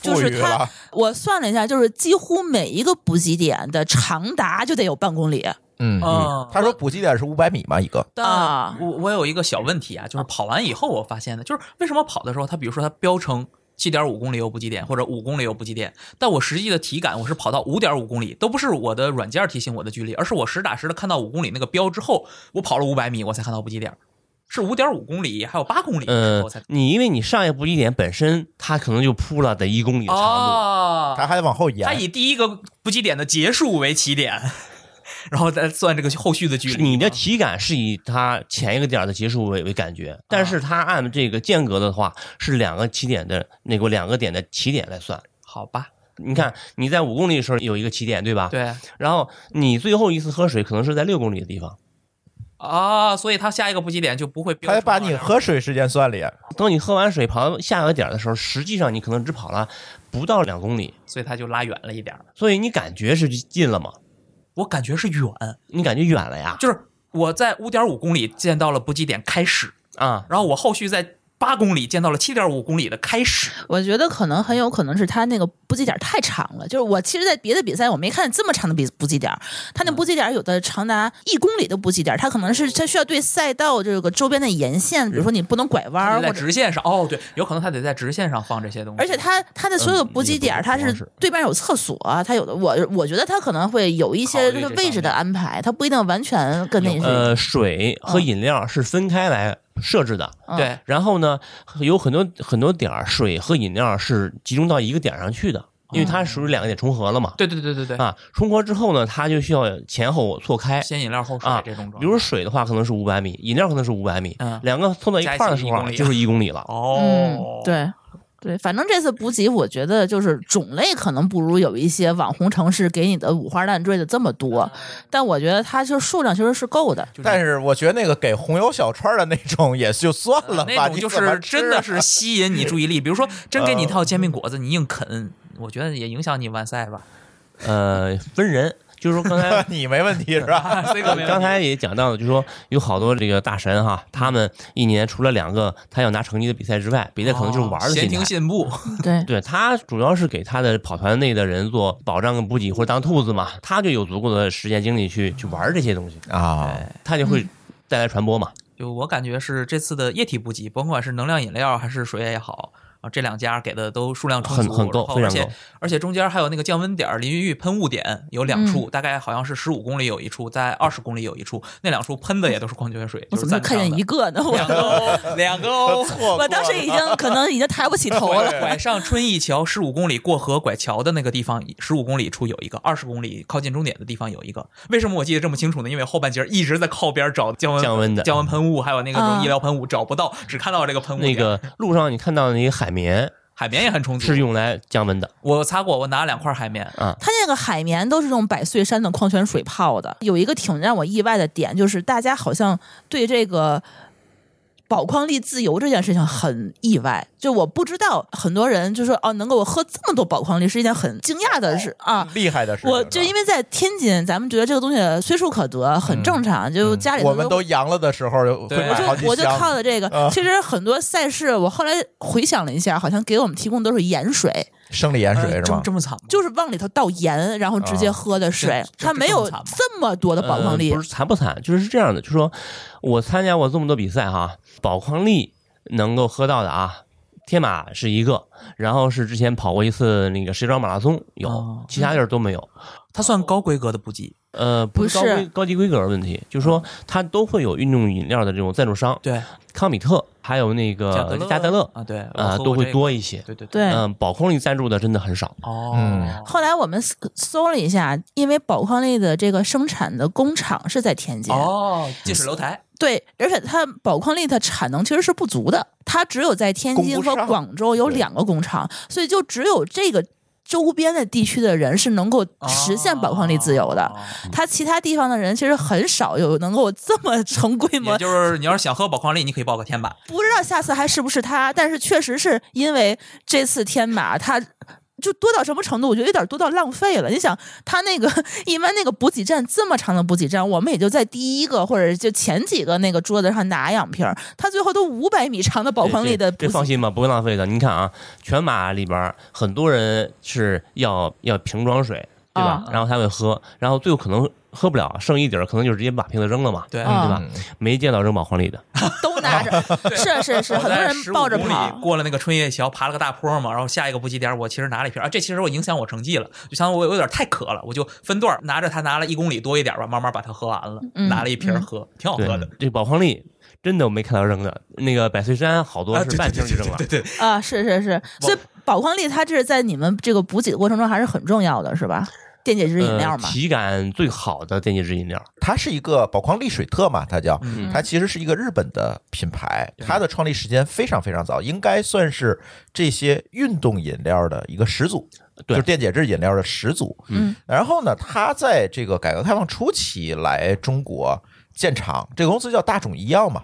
Speaker 3: 就
Speaker 2: 富
Speaker 3: 是
Speaker 2: 裕
Speaker 3: 他
Speaker 2: 了，
Speaker 3: 我算了一下，就是几乎每一个补给点的长达就得有半公里
Speaker 2: 嗯，
Speaker 5: 嗯
Speaker 2: 他说补给点是五百米嘛，一个，
Speaker 3: 啊。
Speaker 5: 我我有一个小问题啊，就是跑完以后我发现的，就是为什么跑的时候，它比如说它标称七点五公里有补给点，或者五公里有补给点，但我实际的体感我是跑到五点五公里，都不是我的软件提醒我的距离，而是我实打实的看到五公里那个标之后，我跑了五百米我才看到补给点，是五点五公里还有八公里的时候
Speaker 4: 呃
Speaker 5: 我才。，
Speaker 4: 你因为你上一步一点本身，它可能就铺了得一公里的长度，
Speaker 5: 哦，
Speaker 2: 他还得往后延
Speaker 5: 它。以第一个补给点的结束为起点，然后再算这个后续的距离。啊
Speaker 4: 你的体感是以它前一个点儿的结束为为感觉，但是
Speaker 5: 啊
Speaker 4: 它按这个间隔的话是两个起点的那个两个点的起点来算。
Speaker 5: 好吧？
Speaker 4: 你看你在五公里的时候有一个起点，对吧？。
Speaker 5: 对
Speaker 4: 然后你最后一次喝水可能是在六公里的地方，
Speaker 5: 啊，所以它下一个补给点就不会标
Speaker 2: 他还
Speaker 5: 称到
Speaker 2: 把
Speaker 5: 那儿。
Speaker 2: 你喝水时间算里，
Speaker 4: 等你喝完水跑到下一个点儿的时候，实际上你可能只跑了不到两公里，
Speaker 5: 所以它就拉远了一点儿。
Speaker 4: 所以你感觉是近了吗？
Speaker 5: 我感觉是远，
Speaker 4: 你感觉远了呀？
Speaker 5: 就是我在五点五公里见到了补给点开始，
Speaker 4: 啊，
Speaker 5: 然后我后续在八公里见到了七点五公里的开始。
Speaker 3: 我觉得可能很有可能是他那个补给点太长了，就是我其实，在别的比赛我没看见这么长的比补给点儿，他那补给点儿有的长达一公里的补给点儿，他可能是他需要对赛道这个周边的沿线，比如说你不能拐弯儿
Speaker 5: 它得在
Speaker 3: 啊或者。
Speaker 5: 直线上，哦，对，有可能他得在直线上放这些东西，
Speaker 3: 而且它它的所有补给点儿，
Speaker 4: 嗯
Speaker 3: 它
Speaker 4: 也
Speaker 3: 是
Speaker 4: 不是
Speaker 3: 对面有厕所，它有的我我觉得它可能会有一些
Speaker 5: 考虑这
Speaker 3: 位置的安排，它不一定完全跟那
Speaker 5: 有
Speaker 3: 个
Speaker 4: 呃，水和
Speaker 5: 嗯
Speaker 4: 饮料是分开来设置的。
Speaker 3: 嗯
Speaker 5: 对，
Speaker 4: 然后呢，有很多很多点儿，水和饮料是集中到一个点儿上去的，因为
Speaker 5: 哦
Speaker 4: 它属于两个点重合了嘛。
Speaker 5: 对对对对对，
Speaker 4: 啊，重合之后呢，它就需要前后错开。
Speaker 5: 先饮料后水
Speaker 4: 啊
Speaker 5: 这种状态，
Speaker 4: 比如水的话，可能是五百米，饮料可能是五百米，
Speaker 5: 嗯
Speaker 4: 两个凑到一块儿的时候
Speaker 5: 加
Speaker 4: 啊，
Speaker 5: 起来一公里
Speaker 4: 就是一公里了。
Speaker 5: 哦
Speaker 3: 嗯，，，对对，反正这次补给，我觉得就是种类可能不如有一些网红城市给你的五花乱坠的这么 多，但我觉得它就数量其实是够的。
Speaker 5: 就是
Speaker 2: 但是我觉得那个给红油小串的那种也就算了吧，
Speaker 5: 那种
Speaker 2: 你
Speaker 5: 就
Speaker 2: 怎么
Speaker 5: 是
Speaker 2: 吃啊
Speaker 5: 真的是吸引你注意力，比如说真给你一套煎饼果子，你硬啃，我觉得也影响你完赛 吧。
Speaker 4: 呃，分人，就是说刚才
Speaker 2: 你没问题是 吧？
Speaker 5: 这个没有
Speaker 4: 刚才也讲到了，就是说有好多这个大神哈，他们一年除了两个他要拿成绩的比赛之外，别的可能就是玩儿的
Speaker 5: 哦闲
Speaker 4: 心
Speaker 5: 庭
Speaker 4: 态。
Speaker 5: 信步，
Speaker 3: 对，
Speaker 4: 对他主要是给他的跑团内的人做保障跟补给，或者当兔子嘛，他就有足够的时间精力去去玩儿这些东西，
Speaker 2: 啊，
Speaker 5: 嗯
Speaker 4: 他就会带来传播嘛。
Speaker 5: 就我感觉是这次的液体补给，甭管是能量饮料还是水也好，啊，这两家给的都数量充
Speaker 4: 很
Speaker 5: 足，
Speaker 4: 很够非
Speaker 5: 然后
Speaker 4: 常
Speaker 5: 而且
Speaker 4: 够
Speaker 5: 而且中间还有那个降温点儿、淋浴喷雾点有两处，
Speaker 3: 嗯
Speaker 5: 大概好像是十五公里有一处，在二十公里有一处，那两处喷的也都是矿泉水，
Speaker 3: 我
Speaker 5: 就
Speaker 3: 怎
Speaker 5: 是
Speaker 3: 么
Speaker 5: 赞
Speaker 3: 就看见一
Speaker 5: 个
Speaker 3: 个呢？我
Speaker 5: 两个哦，两 个哦。
Speaker 2: 错
Speaker 3: 我当时已经可能已经抬不起头 了。
Speaker 5: 拐上春意桥十五公里过河拐桥的那个地方，十五公里处有一个，二十公里靠近终点的地方有一个。为什么我记得这么清楚呢？因为后半截儿一直在靠边儿找降温
Speaker 4: 降温的
Speaker 5: 降温喷雾，还有那个什么
Speaker 3: 啊
Speaker 5: 医疗喷雾，找不到，只看到这个喷雾
Speaker 4: 那
Speaker 5: 点。
Speaker 4: 个路上你看到的那个海绵
Speaker 5: 海绵也很充足，
Speaker 4: 是用来降温的，
Speaker 5: 我擦过，我拿了两块海绵，
Speaker 3: 它那个海绵都是用百岁山的矿泉水泡的。有一个挺让我意外的点，就是大家好像对这个宝矿力自由这件事情很意外。就我不知道，很多人就说哦，能够我喝这么多宝矿力是一件很惊讶的事啊。
Speaker 2: 厉害的事嗯情是吧，
Speaker 3: 我就因为在天津，咱们觉得这个东西随处可得，很正常，就家里
Speaker 2: 嗯我们
Speaker 3: 都
Speaker 2: 都阳了的时候就会
Speaker 5: 对
Speaker 2: 买好
Speaker 3: 就
Speaker 2: 几
Speaker 3: 我就靠
Speaker 2: 箱，
Speaker 3: 着这个，
Speaker 2: 啊
Speaker 3: 其实很多赛事，我后来回想了一下，好像给我们提供都是盐水，
Speaker 2: 生理盐水
Speaker 5: 呃
Speaker 2: 是
Speaker 5: 这么
Speaker 2: 吗？
Speaker 5: 这么惨吗？
Speaker 3: 就是往里头倒盐，然后直接喝的水
Speaker 5: 啊，
Speaker 3: 它没有
Speaker 5: 这这这么惨吗
Speaker 3: 这么多的宝矿力
Speaker 4: 呃不。是惨不惨，就是这样的，就是说我参加过这么多比赛哈，宝矿力能够喝到的啊，天马是一个，然后是之前跑过一次那个石家庄马拉松有，
Speaker 5: 哦
Speaker 4: 其他地儿都没有。
Speaker 5: 它算高规格的补给，
Speaker 4: 呃，不是
Speaker 3: 不
Speaker 4: 高
Speaker 3: 是
Speaker 4: 规高级规格的问题，就是说它都会有运动饮料的这种赞助商，
Speaker 5: 对，
Speaker 4: 康比特还有呃那
Speaker 5: 加
Speaker 4: 个
Speaker 5: 德
Speaker 4: 加德乐
Speaker 5: 啊，对，我
Speaker 4: 啊、
Speaker 5: 喝过
Speaker 4: 都会
Speaker 5: 这个，
Speaker 4: 多一些。
Speaker 5: 对对对，
Speaker 3: 对，
Speaker 4: 嗯，宝矿力赞助的真的很少。
Speaker 5: 哦，
Speaker 2: 嗯
Speaker 3: 后来我们搜搜了一下，因为宝矿力的这个生产的工厂是在天津，
Speaker 5: 哦，近水楼台，
Speaker 3: 对，而且它宝矿力它产能其实是不足的，它只有在天津
Speaker 2: 供不
Speaker 3: 和
Speaker 2: 上
Speaker 3: 广州有
Speaker 2: 对
Speaker 3: 两个工厂，所以就只有这个周边的地区的人是能够实现宝矿力自由的。
Speaker 5: 哦
Speaker 3: 它其他地方的人其实很少有能够这么 成规模
Speaker 5: 也就是你要是想喝宝矿力，你可以报个天吧。
Speaker 3: 不知道下次还是不是他，但是确实是因为这次天马他。就多到什么程度？我觉得有点多到浪费了。你想，他那个 一般那个补给站这么长的补给站，我们也就在第一个或者就前几个那个桌子上拿样瓶儿，他最后都五百米长的宝矿力的补
Speaker 4: 这
Speaker 3: 给
Speaker 4: 放心吧，不会浪费的。你看啊，全马里边儿很多人是要要瓶装水，对
Speaker 5: 啊
Speaker 4: 吧？然后他会喝，然后最后可能喝不了，剩一底儿，可能就直接把瓶子扔了嘛，
Speaker 5: 对，
Speaker 3: 啊
Speaker 4: 对吧？没见到扔宝矿力的，
Speaker 3: 都拿 着，是是是，
Speaker 5: 我
Speaker 3: 很多
Speaker 5: 在
Speaker 3: 人抱着
Speaker 5: 15公里
Speaker 3: 跑。
Speaker 5: 过了那个春叶桥，爬了个大坡嘛，然后下一个补给点，我其实拿了一瓶啊，这其实我影响我成绩了，就相当于我有点太渴了，我就分段拿着它拿了一公里多一点吧，慢慢把它喝完了，
Speaker 3: 嗯
Speaker 5: 拿了一瓶
Speaker 3: 嗯
Speaker 5: 喝，挺好喝
Speaker 4: 对
Speaker 5: 的。，
Speaker 4: 这宝矿力真的我没看到扔的。那个百岁山好多
Speaker 5: 啊，
Speaker 4: 是
Speaker 5: 对
Speaker 4: 半
Speaker 5: 对
Speaker 4: 瓶
Speaker 5: 对
Speaker 4: 就扔了
Speaker 5: 对，对对，
Speaker 3: 啊，是是是，所以宝矿力它这是在你们这个补给的过程中还是很重要的，是吧？电解质饮料
Speaker 4: 呃
Speaker 3: 嘛，
Speaker 4: 体感最好的电解质饮料，
Speaker 2: 它是一个宝矿力水特嘛，它叫，
Speaker 5: 嗯
Speaker 2: 它其实是一个日本的品牌，它的创立时间非常非常早，应该算是这些运动饮料的一个始祖，
Speaker 4: 对
Speaker 2: 就是电解质饮料的始祖。
Speaker 3: 嗯，
Speaker 2: 然后呢，它在这个改革开放初期来中国建厂，这个公司叫大种医药嘛，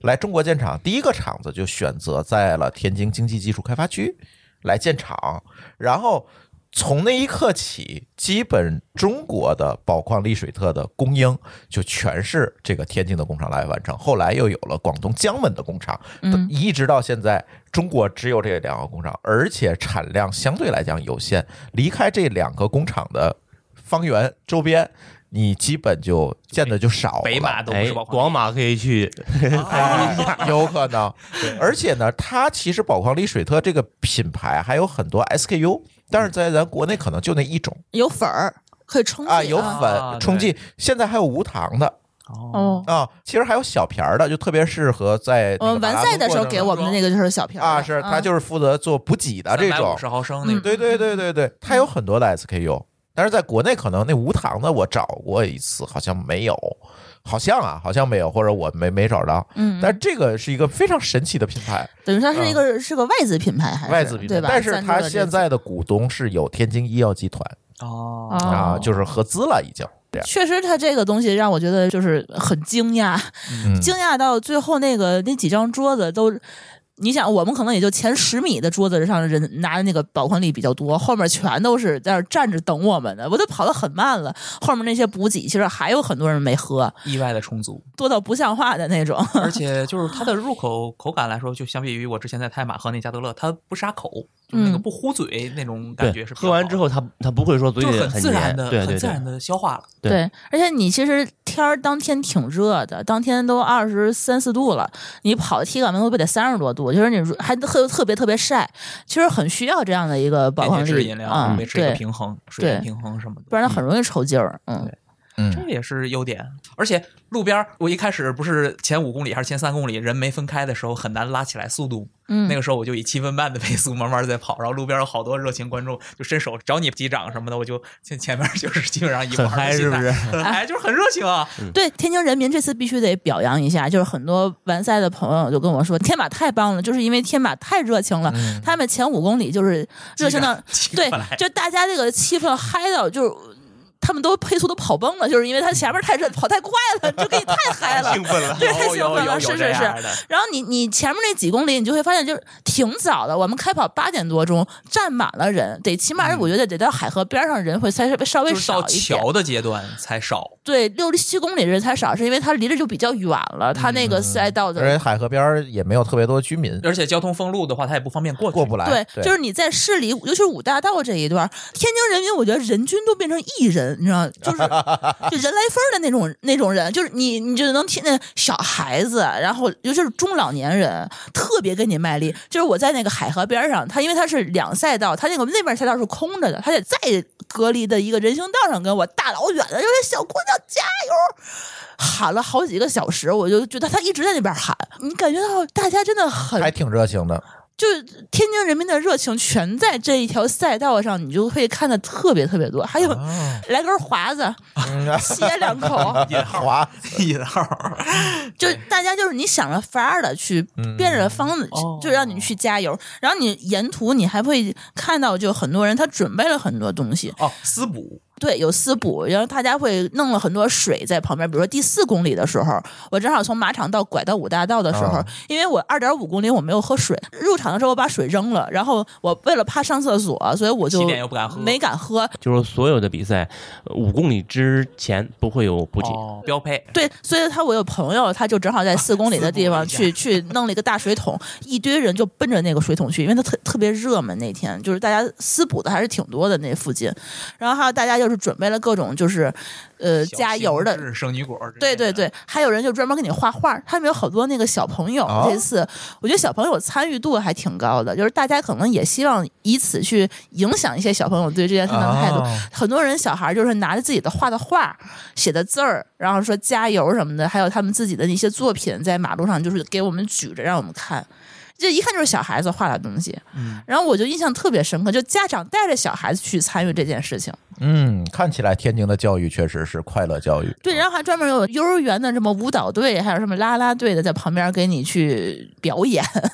Speaker 2: 来中国建厂，第一个厂子就选择在了天津经济技术开发区来建厂，然后从那一刻起，基本中国的宝矿力水特的供应就全是这个天津的工厂来完成。后来又有了广东江门的工厂，
Speaker 3: 嗯
Speaker 2: 一直到现在，中国只有这两个工厂，而且产量相对来讲有限。离开这两个工厂的方圆周边，你基本就见的就少了。
Speaker 5: 北 马都不
Speaker 4: 哎
Speaker 5: 是宝，矿
Speaker 4: 广马可以去，
Speaker 2: 哎，有可能。而且呢，它其实宝矿力水特这个品牌还有很多 SKU，但是在咱国内可能就那一种
Speaker 3: 有粉儿可以冲
Speaker 2: 啊，
Speaker 3: 剂
Speaker 2: 有
Speaker 5: 啊
Speaker 2: 粉冲剂，现在还有无糖的
Speaker 3: 哦，
Speaker 2: 啊，其实还有小瓶儿的，就特别适合在那
Speaker 3: 我
Speaker 2: 个
Speaker 3: 们完
Speaker 2: 马拉
Speaker 3: 嗯赛
Speaker 2: 松
Speaker 3: 的时候
Speaker 2: 过程
Speaker 3: 给我们的那个就是小瓶儿
Speaker 2: 啊，
Speaker 3: 的
Speaker 2: 是它就是负责做补给的
Speaker 4: 啊
Speaker 2: 这种
Speaker 5: 五，十毫升那
Speaker 3: 嗯
Speaker 5: 个，
Speaker 2: 对对对对对，它有很多的 SKU，但是在国内可能那无糖的我找过一次，好像没有。好像啊，好像没有，或者我没没找着，
Speaker 3: 嗯，
Speaker 2: 但这个是一个非常神奇的品牌，
Speaker 3: 等于它是一个、是个外资品牌还是
Speaker 2: 外资品牌，
Speaker 3: 对吧？
Speaker 2: 但是
Speaker 3: 赞助
Speaker 2: 它
Speaker 3: 的这
Speaker 2: 现在的股东是有天津医药集团
Speaker 5: 哦
Speaker 3: 哦
Speaker 2: 啊，就是合资了已经。这样，
Speaker 3: 确实，它这个东西让我觉得就是很惊讶，
Speaker 2: 嗯
Speaker 3: 惊讶到最后那个那几张桌子都。你想，我们可能也就前十米的桌子上人拿的那个宝矿力比较多，后面全都是在那儿站着等我们的，我都跑得很慢了。后面那些补给其实还有很多人没喝，
Speaker 5: 意外的充 足，
Speaker 3: 多到不像话的那种。
Speaker 5: 而且就是它的入口口感来说，就相比于我之前在泰马喝那加德乐，它不沙口，就那个
Speaker 3: 嗯
Speaker 5: 不糊嘴那种感觉
Speaker 4: 对，
Speaker 5: 是比较
Speaker 4: 喝完
Speaker 5: 好
Speaker 4: 之后它它不会说嘴
Speaker 5: 就
Speaker 4: 里
Speaker 5: 是很自然
Speaker 4: 黏
Speaker 5: 的、
Speaker 4: 对
Speaker 5: 很
Speaker 4: 对
Speaker 5: 自
Speaker 4: 对
Speaker 5: 然，的消化了。
Speaker 4: 对
Speaker 3: 对，而且你其实天儿当天挺热的，当天都二十三四度了，你跑体感温度不得三十多度，就是你如还特特别特别晒，其实很需要这样的一个保
Speaker 5: 电解
Speaker 3: 温
Speaker 5: 质
Speaker 3: 力
Speaker 5: 饮料、
Speaker 3: 嗯，
Speaker 5: 维持一个
Speaker 3: 对，
Speaker 5: 平衡，水
Speaker 3: 对
Speaker 5: 分平衡什么的，
Speaker 3: 不然它很容易抽筋儿。嗯
Speaker 5: 对，
Speaker 2: 嗯
Speaker 5: 这也是优点。而且路边儿，我一开始不是前五公里还是前三公里人没分开的时候很难拉起来速度，
Speaker 3: 嗯
Speaker 5: 那个时候我就以七分半的 配速慢慢在跑，然后路边有好多热情观众就伸手找你击掌什么的，我就前前面就是基本上一半
Speaker 4: 很嗨是不是？
Speaker 5: 很嗨，就是很热情啊！
Speaker 3: 对，天津人民这次必须得表扬一下，就是很多完赛的朋友就跟我说，天马太棒了，就是因为天马太热情了，他们 前五公里就是热情到
Speaker 5: 激
Speaker 3: 对
Speaker 5: 过来，
Speaker 3: 就大家这个气氛嗨到就是。他们都配速都跑崩了，就是因为他前面太热，跑太快了，就给你太嗨 了，
Speaker 4: 奋了。
Speaker 3: 对，太
Speaker 5: 有
Speaker 3: 兴
Speaker 5: 有
Speaker 3: 奋
Speaker 5: 有
Speaker 3: 了，
Speaker 5: 有
Speaker 3: 是
Speaker 5: 这
Speaker 3: 是是
Speaker 5: 样。的，
Speaker 3: 然后你你前面那几公里，你就会发现就是挺早的，我们开跑八点多钟，站满了人，得起码我觉得得到海河边上人会稍微稍微
Speaker 5: 嗯就是到
Speaker 3: 少一点。
Speaker 5: 桥的阶段才少，
Speaker 3: 对，六七公里人才少，是因为它离着就比较远了，
Speaker 5: 嗯
Speaker 3: 它那个赛道的
Speaker 2: 而且海河边儿也没有特别多居民
Speaker 5: 而且交通封路的话，他也不方便过去。
Speaker 2: 过不来，
Speaker 3: 对，
Speaker 2: 对，
Speaker 3: 就是你在市里，尤其是五大道这一段儿，天津人民，我觉得人均都变成一人，你知道， 就是就人来疯儿的那种那种人，就是你你就能听见小孩子，然后尤其是中老年人，特别跟你卖力。就是我在那个海河边儿上，它因为它是两赛道，它那个那边赛道是空着的，它得再隔离的一个人行道上跟我大老远的，就是小姑娘加油。喊了好几个小时，我就觉得他一直在那边喊，你感觉到大家真的很
Speaker 2: 还挺热情的。
Speaker 3: 就是天津人民的热情全在这一条赛道上，你就会看的特别特别多。还有、来根华子，歇两口，
Speaker 2: 也滑，
Speaker 5: 引号
Speaker 3: 就大家就是你想着法儿的去变着方子，
Speaker 5: 哦
Speaker 3: 就让你去加油。然后你沿途你还会看到，就很多人他准备了很多东西，
Speaker 5: 哦，私补
Speaker 3: 对，有私补，然后大家会弄了很多水在旁边。比如说第四公里的时候，我正好从马场道拐到五大道的时候，
Speaker 2: 哦
Speaker 3: 因为我二点五公里我没有喝水，入场的时候我把水扔了，然后我为了怕上厕所，所以我就
Speaker 5: 起点又不敢喝
Speaker 3: 没敢喝。
Speaker 4: 就是所有的比赛，呃五公里之前不会有补给。
Speaker 5: 哦标配，
Speaker 3: 对，所以他我有朋友，他就正好在四公里的地方
Speaker 5: 啊私补
Speaker 3: 去、去弄了一个大水桶，一堆人就奔着那个水桶去，因为他特特别热门那天，就是大家私补的还是挺多的那附近，然后还有大家就是准备了各种就是呃
Speaker 5: 小
Speaker 3: 加油的
Speaker 5: 形制生女果，
Speaker 3: 对对，对，还有人就专门给你画画儿，他们有好多那个小朋友。
Speaker 2: 哦
Speaker 3: 这次我觉得小朋友参与度还挺高的，就是大家可能也希望以此去影响一些小朋友对这件事情的态度。
Speaker 2: 哦
Speaker 3: 很多人小孩儿就是拿着自己的画的画儿、写的字儿，然后说加油什么的，还有他们自己的一些作品在马路上就是给我们举着让我们看。这一看就是小孩子画的东西，
Speaker 5: 嗯，
Speaker 3: 然后我就印象特别深刻，就家长带着小孩子去参与这件事情，
Speaker 2: 嗯，看起来天津的教育确实是快乐教育。
Speaker 3: 对，然后还专门有幼儿园的什么舞蹈队，还有什么啦啦队的在旁边给你去表演。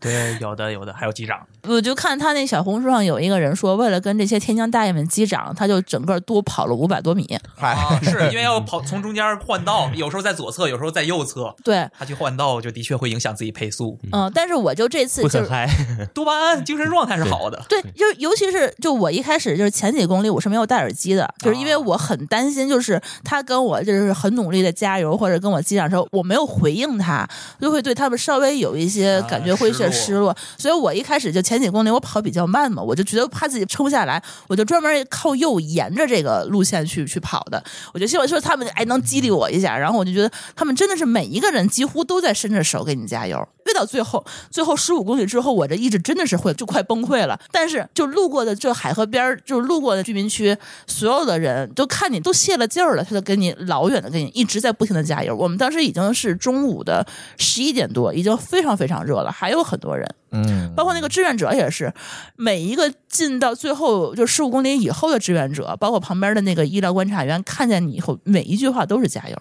Speaker 5: 对，有的有的，还有机长，
Speaker 3: 我就看他那小红书上有一个人说，为了跟这些天津大爷们击掌，他就整个多跑了五百多米。
Speaker 4: 哦
Speaker 2: 嗨，
Speaker 5: 啊，是因为 要跑从中间换道，有时候在左侧，有时候在右侧，
Speaker 3: 对，
Speaker 5: 他去换道就的确会影响自己配速。
Speaker 3: 嗯，但是我就这次
Speaker 4: 会
Speaker 3: 就
Speaker 4: 很
Speaker 3: 是。
Speaker 4: 嗨，
Speaker 5: 多巴胺精神状态是好的，
Speaker 3: 对，就是尤其是就我一开始就是前几公里我是没有戴耳机的，就是因为
Speaker 5: 哦
Speaker 3: 我很担心，就是他跟我就是很努力的加油或者跟我击掌的时候，我没有回应他，就会对他们稍微有一些感觉
Speaker 5: 啊
Speaker 3: 会有些
Speaker 5: 失
Speaker 3: 失落，所以我一开始就前几公里我跑比较慢嘛，我就觉得怕自己撑不下来，我就专门靠右沿着这个路线去去跑的，我就希望说他们哎能激励我一下，然后我就觉得他们真的是每一个人几乎都在伸着手给你加油。越到最后，最后十五公里之后，我这意志真的是会就快崩溃了。但是就路过的这海河边儿，就路过的居民区，所有的人都看你都泄了劲儿了，他就给你老远的给你一直在不停的加油。我们当时已经是中午的十一点多，已经非常非常热了，还有很多人。
Speaker 2: 嗯，
Speaker 3: 包括那个志愿者也是，每一个进到最后就十五公里以后的志愿者，包括旁边的那个医疗观察员，看见你以后，每一句话都是加油。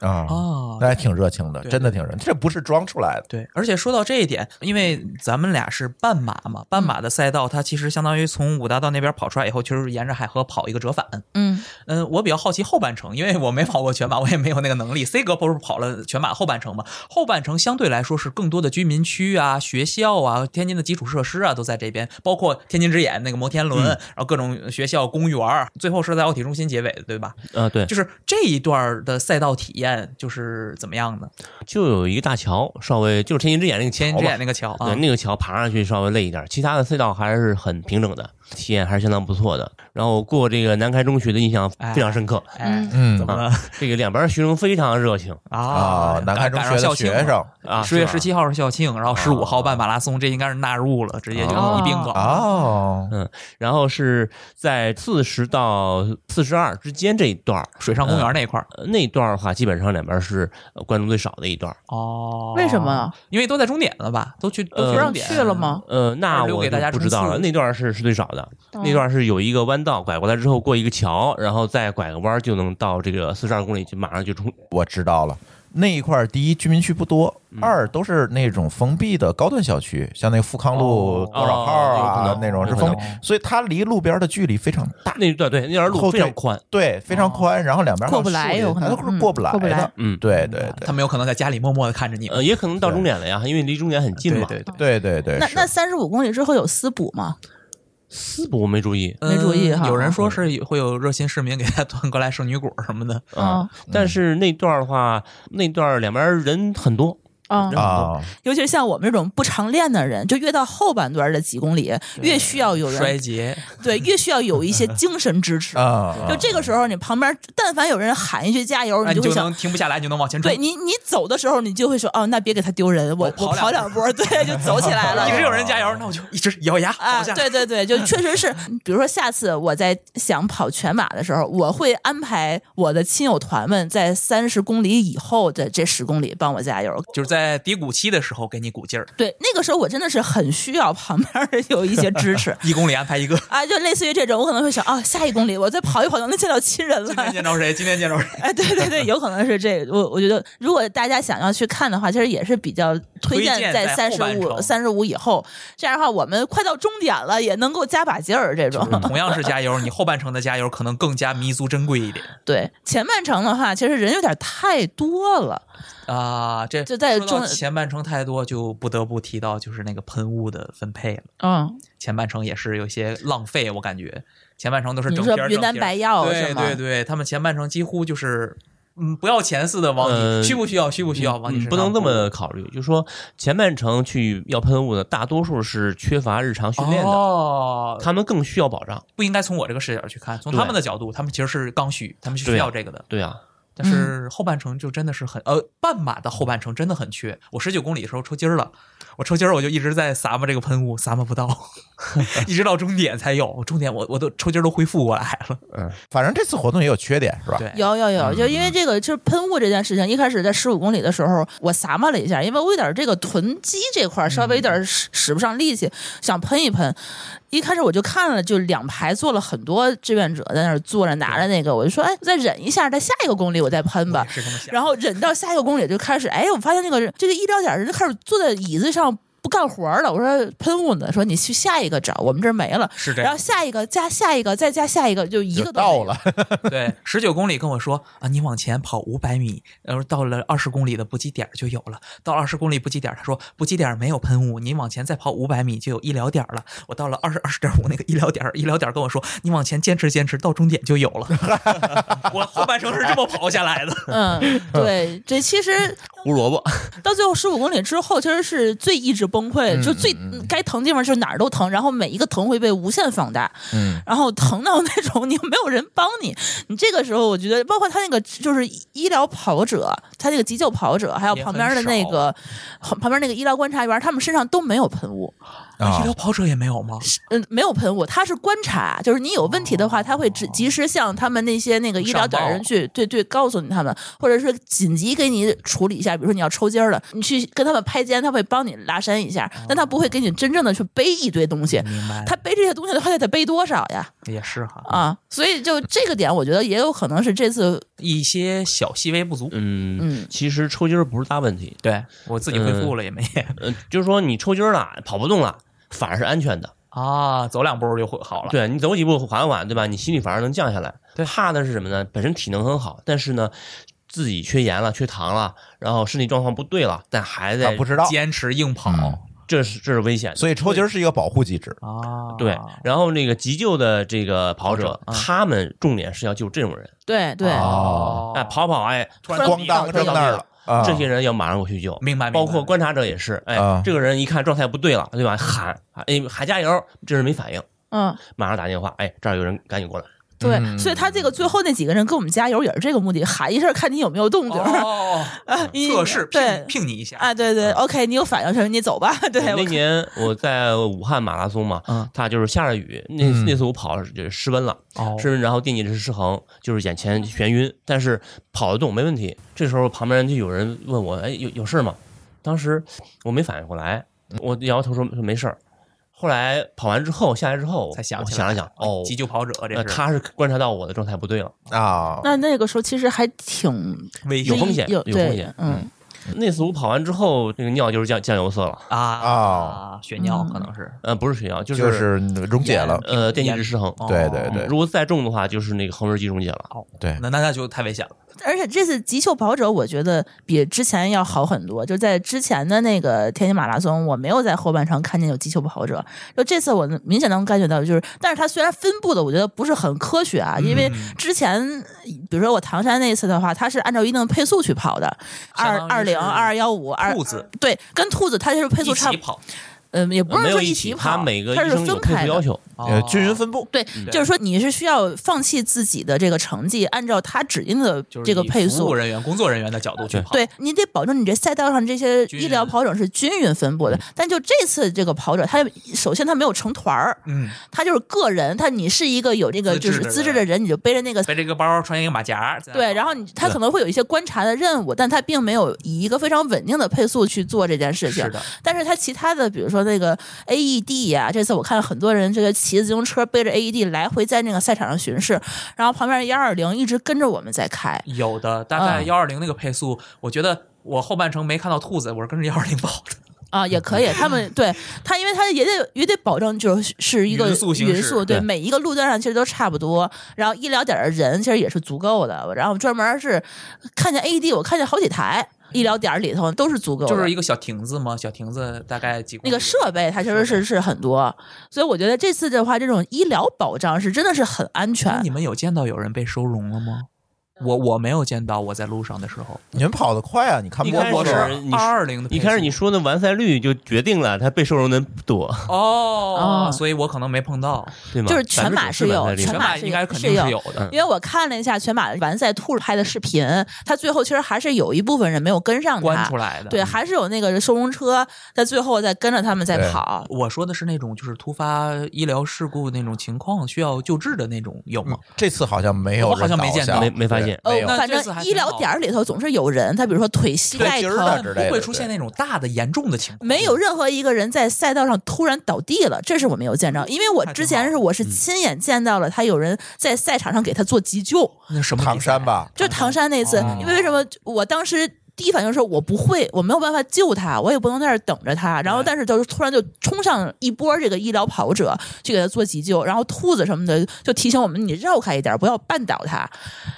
Speaker 2: 啊，
Speaker 5: 哦
Speaker 2: 那还挺热情的，
Speaker 5: 对
Speaker 2: 真的挺热情，这不是装出来的。
Speaker 5: 对，而且说到这一点，因为咱们俩是半马嘛，半马的赛道它其实相当于从五大道那边跑出来以后，就是沿着海河跑一个折返。
Speaker 3: 嗯，
Speaker 5: 嗯，我比较好奇后半程，因为我没跑过全马，我也没有那个能力。C 哥不是跑了全马后半程嘛？后半程相对来说是更多的居民区啊、学校啊、天津的基础设施啊都在这边，包括天津之眼那个摩天
Speaker 2: 嗯
Speaker 5: 轮，然后各种学校、公园儿，最后是在奥体中心结尾的，对吧？
Speaker 4: 啊，对，
Speaker 5: 就是这一段儿的赛道体验就是怎么样呢？
Speaker 4: 就有一个大桥，稍微就是天津之眼那个
Speaker 5: 天
Speaker 4: 桥
Speaker 5: 津之
Speaker 4: 吧，
Speaker 5: 眼那个桥啊
Speaker 4: 对，，那个桥爬上去稍微累一点，其他的隧道还是很平整的，
Speaker 5: 哎
Speaker 4: 体验还是相当不错的。然后过这个南开中学的印象非常深刻，
Speaker 5: 哎，
Speaker 2: 嗯
Speaker 5: 怎么了
Speaker 4: 这个两边学生非常热情
Speaker 5: 啊
Speaker 2: 啊，？南开中学的学生
Speaker 4: 啊，
Speaker 5: 十月
Speaker 4: 是吧
Speaker 5: 十七号是校庆，然后十五
Speaker 2: 啊
Speaker 5: 号办马拉松，这应该是纳入了，直接就
Speaker 3: 哦
Speaker 5: 一并搞。
Speaker 2: 哦，
Speaker 4: 然后是在四十到四十二之间这一段儿，
Speaker 5: 水上公园那一块儿
Speaker 4: 呃那一段儿的话，基本上两边是呃观众最少的一段儿。
Speaker 5: 哦，
Speaker 3: 为什么？
Speaker 5: 因为都在终点了吧？都去都
Speaker 4: 呃
Speaker 5: 去让点
Speaker 3: 去了吗？
Speaker 4: 呃，那
Speaker 5: 还是留
Speaker 4: 我
Speaker 5: 给大家
Speaker 4: 就不知道
Speaker 5: 冲
Speaker 4: 了。
Speaker 5: 刺
Speaker 4: 那段儿是是最少的，那段儿是有一个弯道，拐过来之后过一个桥，然后再拐个弯儿就能到这个四十二公里，就马上就冲
Speaker 2: 我知道了，那一块儿，第一居民区不多，
Speaker 4: 嗯
Speaker 2: 二都是那种封闭的高端小区，像那个富康路
Speaker 5: 哦
Speaker 2: 多少号
Speaker 4: 哦有可
Speaker 2: 啊
Speaker 4: 能
Speaker 2: 那种是
Speaker 4: 有可
Speaker 2: 封
Speaker 4: 能
Speaker 2: 闭，所以它离路边的距离非常大，
Speaker 4: 那对对，那条路
Speaker 2: 后
Speaker 4: 非
Speaker 2: 退
Speaker 4: 常宽，
Speaker 2: 对，非常宽，然后两边还有
Speaker 3: 哦过不来
Speaker 2: 树林
Speaker 3: 有可能
Speaker 2: 它都是
Speaker 3: 嗯
Speaker 2: 过不来
Speaker 3: 过不
Speaker 2: 的
Speaker 3: 来，
Speaker 4: 嗯
Speaker 2: 对对对
Speaker 5: 他们有可能在家里默默的看着你们。
Speaker 4: 呃，也可能到终点了呀，因为离终点很近
Speaker 5: 对
Speaker 4: 嘛。
Speaker 5: 对
Speaker 2: 对
Speaker 5: 对，
Speaker 2: 对对，
Speaker 3: 那
Speaker 2: 是
Speaker 3: 那三十五公里之后有私补吗？
Speaker 4: 四步我没注意
Speaker 3: 没注意哈
Speaker 5: 嗯有人说是有会有热心市民给他端过来圣女果什么的，
Speaker 4: 啊，但是那段儿的话，那段儿两边人很多，
Speaker 3: 啊
Speaker 2: 啊，
Speaker 3: 尤其是像我们这种不常练的人，就越到后半段的几公里，越需要有
Speaker 5: 衰
Speaker 3: 人
Speaker 5: 竭。
Speaker 3: 对，越需要有一些精神支 持。
Speaker 2: 啊，
Speaker 3: 就这个时候，你旁边但凡有人喊一句加油，
Speaker 5: 那
Speaker 3: 哦你
Speaker 5: 你
Speaker 3: 就会
Speaker 5: 就
Speaker 3: 想
Speaker 5: 能停不下来，你就能往前冲
Speaker 3: 对。你，你走的时候，你就会说，哦，那别给他丢人，我我
Speaker 5: 我跑
Speaker 3: 跑
Speaker 5: 两
Speaker 3: 两波，对，就走起来了。
Speaker 5: 一直有人加油，那我就一直咬牙
Speaker 3: 啊
Speaker 5: 跑，下去。
Speaker 3: 对对对，就确实 是，比如说下次我在想跑全马的时候，我会安排我的亲友团们在三十公里以后的这十公里帮我加油。
Speaker 5: 就是在低谷期的时候给你鼓劲儿，
Speaker 3: 对，那个时候我真的是很需要旁边的有一些支 持
Speaker 5: 一公里安排一个。
Speaker 3: 啊，就类似于这种，我可能会想啊，下一公里我再跑一跑，就能见到亲人了
Speaker 5: 今。天见着谁？今天见 着谁？
Speaker 3: 哎，对对对，有可能是这个。我我觉得，如果大家想要去看的话，其实也是比较推
Speaker 5: 推荐
Speaker 3: 荐在
Speaker 5: 在
Speaker 3: 三
Speaker 5: 后
Speaker 3: 十
Speaker 5: 半
Speaker 3: 五、
Speaker 5: 程
Speaker 3: 三十五以后，这样的话，我们快到终点了，也能够加把劲儿。这种，
Speaker 5: 同样是加油，你后半程的加油可能更加弥足珍贵一点
Speaker 3: 对前半程的话，其实人有点太多了，
Speaker 5: 啊。这
Speaker 3: 就在
Speaker 5: 说到
Speaker 3: 中
Speaker 5: 前半程太多，就不得不提到就是那个喷雾的分配了。
Speaker 3: 嗯，
Speaker 5: 前半程也是有一些浪费，我感觉前半程都是
Speaker 3: 你
Speaker 5: 整
Speaker 3: 说
Speaker 5: 瓶儿
Speaker 3: 云
Speaker 5: 整
Speaker 3: 南
Speaker 5: 瓶儿
Speaker 3: 白药
Speaker 5: 对
Speaker 3: 是吗？
Speaker 5: 对对，他们前半程几乎就是嗯不要钱似的往
Speaker 4: 呃
Speaker 5: 你需不需要需不需要往你
Speaker 4: 嗯
Speaker 5: 身上
Speaker 4: 不能这
Speaker 5: 泼
Speaker 4: 么考虑，就是说前半程去要喷雾的，大多数是缺乏日常训练的，
Speaker 5: 哦，
Speaker 4: 他们更需要保障。
Speaker 5: 不应该从我这个视角去看，从
Speaker 4: 对
Speaker 5: 他们的角度，他们其实是刚需，他们是需
Speaker 4: 对啊
Speaker 5: 要这个
Speaker 3: 嗯
Speaker 5: 的。
Speaker 4: 对啊，
Speaker 5: 但是后半程就真的是很呃，半马的后半程真的很缺。我十九公里的时候抽筋儿了，我抽筋儿我就一直在撒嘛这个喷雾，撒嘛 不到，一直到终点才有。终点我我都抽筋儿都恢复过来 了。
Speaker 2: 嗯，反正这次活动也有缺点是吧？
Speaker 5: 对，
Speaker 3: 有有有，就因为这个，就是喷雾这件事情，一开始在十五公里的时候，我撒嘛了一下，因为我有点这个臀肌这块儿稍微有点使使不上力气，嗯想喷一喷。一开始我就看了，就两排坐了很多志愿者在那儿坐着拿着那个，我就说，哎，再忍一下，在下一个公里我再喷吧
Speaker 5: 我也。是这么想。
Speaker 3: 然后忍到下一个公里就开始，哎，我发现那个这个医疗点人就开始坐在椅子上不干活了。我说喷雾呢，说你去下一个找，我们这儿没了。
Speaker 5: 是这
Speaker 3: 然
Speaker 5: 样
Speaker 3: 后，下一个加下一个再加下一个，就一
Speaker 2: 就
Speaker 3: 个都没
Speaker 2: 到
Speaker 3: 有
Speaker 2: 了，
Speaker 5: 对，十九公里跟我说啊，你往前跑五百米，然后到了二十公里的补给点儿就有了。到了二十公里补给点儿，他说补给点儿没有喷雾，你往前再跑五百米就有医疗点儿了。我到了二十二十点五那个医疗点儿，医疗点儿跟我说你往前坚持坚持，到终点就有了。 我后半程是这么跑下来的。
Speaker 3: 嗯，对，这其实
Speaker 4: 胡萝卜，
Speaker 3: 到最后十五公里之后，其实是最意志崩溃，
Speaker 2: 嗯
Speaker 3: 就最
Speaker 2: 嗯嗯
Speaker 3: 该疼地方就是哪儿都疼，然后每一个疼会被无限放大，
Speaker 2: 嗯，
Speaker 3: 然后疼到那种你没有人帮你，你这个时候我觉得，包括他那个就是医疗跑者，他那个急救跑者，还有
Speaker 5: 也
Speaker 3: 旁
Speaker 5: 很
Speaker 3: 边的那
Speaker 5: 少
Speaker 3: 个旁边那个医疗观察员，他们身上都没有喷雾，
Speaker 5: 啊
Speaker 2: 啊
Speaker 5: 医疗跑者也没有吗？
Speaker 3: 嗯，没有喷雾，他是观察，啊就是你有问题的话，他会及
Speaker 5: 哦
Speaker 3: 及时向他们那些那个医疗点儿人去，对对，告诉你他们，或者是紧急给你处理一下，比如说你要抽筋儿了，你去跟他们拍肩，他会帮你拉伸一下，但他不会给你真正的去背一堆东西，
Speaker 5: 哦明白，
Speaker 3: 他背这些东西的话，他得背多少呀？
Speaker 5: 也是哈，
Speaker 3: 啊，所以就这个点，我觉得也有可能是这次，
Speaker 5: 一些小细微不足。
Speaker 4: 嗯，
Speaker 3: 嗯
Speaker 4: 其实抽筋儿不是大问题，
Speaker 5: 对我自己恢复了也没、
Speaker 3: 嗯
Speaker 4: 呃，就是说你抽筋儿了，跑不动了。反而是安全的，
Speaker 5: 啊，走两步就会好了。
Speaker 4: 对你走几步缓缓，对吧？你心率反而能降下来。
Speaker 5: 对
Speaker 4: 怕的是什么呢？本身体能很好，但是呢，自己缺盐了、缺糖了，然后身体状况不对了，但还
Speaker 2: 啊
Speaker 4: 在，
Speaker 2: 不知道，嗯
Speaker 5: 坚持硬跑、
Speaker 4: 这是这是危险 的。
Speaker 2: 所以抽筋儿是一个保护机制。
Speaker 5: 啊，
Speaker 4: 对，然后那个急救的这个跑者，
Speaker 5: 跑者啊
Speaker 4: 他们重点是要救这种人，
Speaker 3: 对对，
Speaker 5: 啊
Speaker 2: 哦
Speaker 4: 哎，跑跑，哎，突然
Speaker 3: 突然
Speaker 2: 咣当扔那儿了，啊
Speaker 4: 这些人要马上过去救，
Speaker 5: 明白明白
Speaker 4: 包括观察者也是，哎
Speaker 2: 啊，
Speaker 4: 这个人一看状态不对了，对吧？喊，哎，喊加油，这人没反应，
Speaker 3: 嗯。
Speaker 4: 马上打电话，哎，这儿有人，赶紧过来。
Speaker 3: 对，
Speaker 2: 嗯
Speaker 3: 所以他这个最后那几个人跟我们加油也是这个目的，喊一声看你有没有动静儿，
Speaker 5: 哦，
Speaker 3: 啊你
Speaker 5: 测试
Speaker 3: 对
Speaker 5: 聘聘你一下
Speaker 3: 啊，对对，OK，你有反应什么？你走吧。对，
Speaker 4: 我
Speaker 3: 我
Speaker 4: 嗯那年我在武汉马拉松嘛
Speaker 5: 嗯，
Speaker 4: 他就是下着雨，那
Speaker 2: 嗯
Speaker 4: 那次我跑了就失温了，
Speaker 5: 哦
Speaker 4: 失温然后电解质失衡，就是眼前眩晕，但是跑得动没问题。这时候旁边就有人问
Speaker 5: 嗯
Speaker 4: 我，哎，有有事吗？当时我没反应过来，我摇摇头说说没事儿。后来跑完之后下来之后，
Speaker 5: 才想
Speaker 4: 我
Speaker 5: 起来
Speaker 4: 想了想，哦，
Speaker 5: 急救跑者这
Speaker 4: 那
Speaker 5: 是
Speaker 4: 他是观察到我的状态不对了，
Speaker 2: 啊，
Speaker 3: 那那个时候其实还挺
Speaker 5: 危
Speaker 4: 有
Speaker 5: 险
Speaker 4: 风险
Speaker 3: 有
Speaker 4: 有
Speaker 3: 对
Speaker 4: 风险
Speaker 3: 嗯，
Speaker 4: 那次我跑完之后，那个尿就是酱酱油色了，
Speaker 5: 啊
Speaker 2: 哦
Speaker 5: 啊，血尿
Speaker 3: 嗯
Speaker 5: 可能是
Speaker 4: 呃，不是血尿，就
Speaker 2: 就是是溶解了，
Speaker 4: 呃电解质失衡。
Speaker 5: 哦
Speaker 2: 对对对
Speaker 4: 如果再重的话，就是那个横纹肌溶解了。
Speaker 5: 哦，
Speaker 2: 对
Speaker 5: 那那那就太危险了。
Speaker 3: 而且这次急救跑者，我觉得比之前要好很多。就在之前的那个天津马拉松，我没有在后半程看见有急救跑者。就这次，我能明显能感觉到，就是，但是它虽然分布的我觉得不是很科学啊，因为
Speaker 4: 嗯
Speaker 3: 之前，比如说我唐山那一次的话，它是按照一定配速去跑的，二
Speaker 5: 相当
Speaker 3: 二
Speaker 5: 于是
Speaker 3: 零、二幺五、二
Speaker 5: 兔子
Speaker 3: 对，跟兔子它就是啊配速
Speaker 5: 一
Speaker 3: 差
Speaker 5: 起，跑，
Speaker 3: 嗯，也
Speaker 4: 呃
Speaker 3: 不
Speaker 4: 没
Speaker 3: 是
Speaker 4: 有
Speaker 3: 说
Speaker 4: 一
Speaker 3: 起跑，
Speaker 4: 他每个
Speaker 3: 它
Speaker 4: 医
Speaker 3: 是
Speaker 4: 生有
Speaker 3: 分
Speaker 4: 配
Speaker 3: 开
Speaker 4: 速
Speaker 3: 的
Speaker 4: 要求，
Speaker 2: 呃，均匀
Speaker 5: 分
Speaker 2: 分布，
Speaker 3: 对，
Speaker 5: 嗯
Speaker 3: 就是说你是需要放弃自己的这个成绩，按照他指定的这个配
Speaker 5: 服
Speaker 3: 速
Speaker 5: 务。人员、工作人员的角度去跑，
Speaker 3: 对你得保证你这赛道上这些
Speaker 5: 均
Speaker 3: 医疗
Speaker 5: 匀
Speaker 3: 跑者是均匀分布
Speaker 5: 嗯
Speaker 3: 的，但就这次这个跑者，他首先他没有成团儿，
Speaker 5: 嗯，
Speaker 3: 他就是个人，他你是一个有这个
Speaker 5: 资质
Speaker 3: 就是
Speaker 5: 的
Speaker 3: 资质
Speaker 5: 人
Speaker 3: 的人，你就背着那个
Speaker 5: 背着一个包，穿一个马甲，在那
Speaker 3: 对，
Speaker 5: 跑
Speaker 3: 然后你他可能会有一些观察的任务，但他并没有以一个非常稳定的配速去做这件事情。
Speaker 5: 是的
Speaker 3: 但是他其他的，比如说那个 AED 呀、这次我看很多人这个骑自行车背着 AED 来回在那个赛场上巡视，然后旁边幺二零一直跟着我们在开。
Speaker 5: 有的大概
Speaker 3: 嗯
Speaker 5: 幺二零那个配速，我觉得我后半程没看到兔子，我是跟着幺二零跑的。
Speaker 3: 啊，也可以，他们对他，因为他也得也得保证，就是是一个
Speaker 5: 匀速行
Speaker 3: 匀
Speaker 5: 驶
Speaker 3: 速，对
Speaker 4: 对
Speaker 3: 每一个路段上其实都差不多。然后医疗点的人其实也是足够的，然后专门是看见 AED，我看见好几台医疗点里头都是足够的，
Speaker 5: 就是一个小亭子嘛，小亭子大概几公
Speaker 3: 那
Speaker 5: 里
Speaker 3: 个设备它其实是是很多，所以我觉得这次的话，这种医疗保障是真的是很安
Speaker 5: 那
Speaker 3: 全
Speaker 5: 你。们有见到有人被收容了吗？我我没有见到，我在路上的时候，
Speaker 2: 你们跑得快啊，你看
Speaker 4: 一
Speaker 2: 摸
Speaker 4: 开
Speaker 2: 摸
Speaker 4: 始
Speaker 2: 是
Speaker 4: 你
Speaker 5: 二二零的配
Speaker 4: 一
Speaker 5: 速，
Speaker 4: 开始你说那完赛率就决定了他被收容的多，
Speaker 5: 哦
Speaker 3: 哦
Speaker 5: 所以我可能没碰到
Speaker 4: 对吗？
Speaker 3: 就是全马是有
Speaker 4: 90%完赛率
Speaker 3: 全
Speaker 5: 全
Speaker 3: 马是
Speaker 5: 应该肯定
Speaker 3: 是有
Speaker 5: 有的，
Speaker 3: 因为我看了一下全马完赛兔拍的视频，他最后其实还是有一部分人没有跟上
Speaker 5: 关
Speaker 3: 他
Speaker 5: 出，来的。
Speaker 3: 嗯对，，啊还是有那个收容车在最后在跟着他们在
Speaker 2: 对
Speaker 3: 跑。
Speaker 5: 我说的是那种就是突发医疗事故那种情况需要救治的那种有吗？
Speaker 2: 嗯这次好像没有
Speaker 5: 我
Speaker 2: 人倒
Speaker 5: 好
Speaker 2: 下，
Speaker 5: 像没见到
Speaker 4: 没没发现
Speaker 3: 呃
Speaker 2: 没有，
Speaker 5: 哦那
Speaker 3: 反
Speaker 5: 这
Speaker 3: 正
Speaker 5: 次还挺
Speaker 3: 医疗
Speaker 5: 好
Speaker 3: 点儿里头总是有人，他比如说腿、膝
Speaker 2: 对
Speaker 3: 盖
Speaker 2: 筋儿
Speaker 3: 疼
Speaker 2: 的，
Speaker 5: 但
Speaker 2: 之
Speaker 5: 不
Speaker 2: 类
Speaker 5: 会
Speaker 2: 的
Speaker 5: 出
Speaker 2: 对
Speaker 5: 现那种大的严重的情况，
Speaker 3: 没有任何一个人在赛道上突然倒地了，这是我没有见着，因为我之前是我是亲眼见到了他有人在赛场上给他做急救，
Speaker 5: 那什么比啊赛
Speaker 2: 唐山？吧，嗯
Speaker 3: 就唐山那次，
Speaker 5: 哦
Speaker 3: 因为为什么我当时。第一反应是我不会，我没有办法救他，我也不能在那儿等着他。然后，
Speaker 5: 对
Speaker 3: 但是就是突然就冲上一波这个医疗跑者去给他做急救，然后兔子什么的就提醒我们，你绕开一点，不要绊倒他。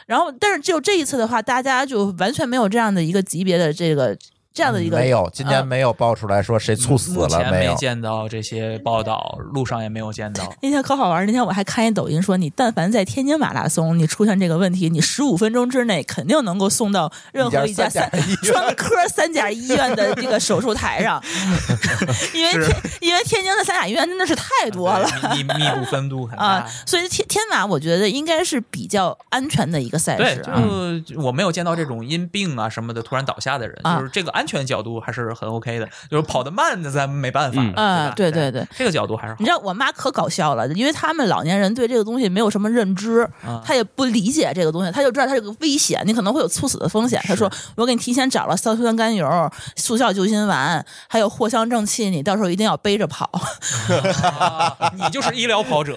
Speaker 3: 然后，但是只有这一次的话，大家就完全没有这样的一个级别的这个这样的一
Speaker 5: 嗯
Speaker 3: 个、
Speaker 2: 没有，今年没有爆出来说谁猝死
Speaker 4: 嗯
Speaker 5: 目
Speaker 2: 了
Speaker 5: 前
Speaker 2: 没有
Speaker 5: 没。见到这些报道，路上也没有见到。
Speaker 3: 那天可好玩儿，那天我还看一抖音说，你但凡在天津马拉松你出现这个问题，你十五分钟之内肯定能够送到任何一家三
Speaker 2: 一家三甲医院
Speaker 3: 专科三甲医院的这个手术台上，因为天因为天津的三甲医院真的是太多了。
Speaker 5: 密，密密度分度很
Speaker 3: 啊
Speaker 5: 啊大。，
Speaker 3: 所以天天马我觉得应该是比较安全的一个赛
Speaker 5: 对
Speaker 3: 事，啊。
Speaker 5: 就我没有见到这种因病啊什么的突然倒下的人，
Speaker 3: 啊
Speaker 5: 就是这个安全角度还是很 OK 的。就是跑得慢的咱没办法
Speaker 4: 嗯
Speaker 5: 了，
Speaker 3: 啊
Speaker 5: 吧
Speaker 3: 对
Speaker 5: 对
Speaker 3: 对对，
Speaker 5: 这个角度还是好
Speaker 3: 你。知道我妈可搞笑了，因为他们老年人对这个东西没有什么认知，
Speaker 5: 啊
Speaker 3: 她也不理解这个东西，她就知道它有个危险，你可能会有猝死的风险。她说：“我给你提前找了硝酸甘油、速效救心丸，还有藿香正气，你到时候一定要背着跑。
Speaker 5: 啊你就是医疗跑者，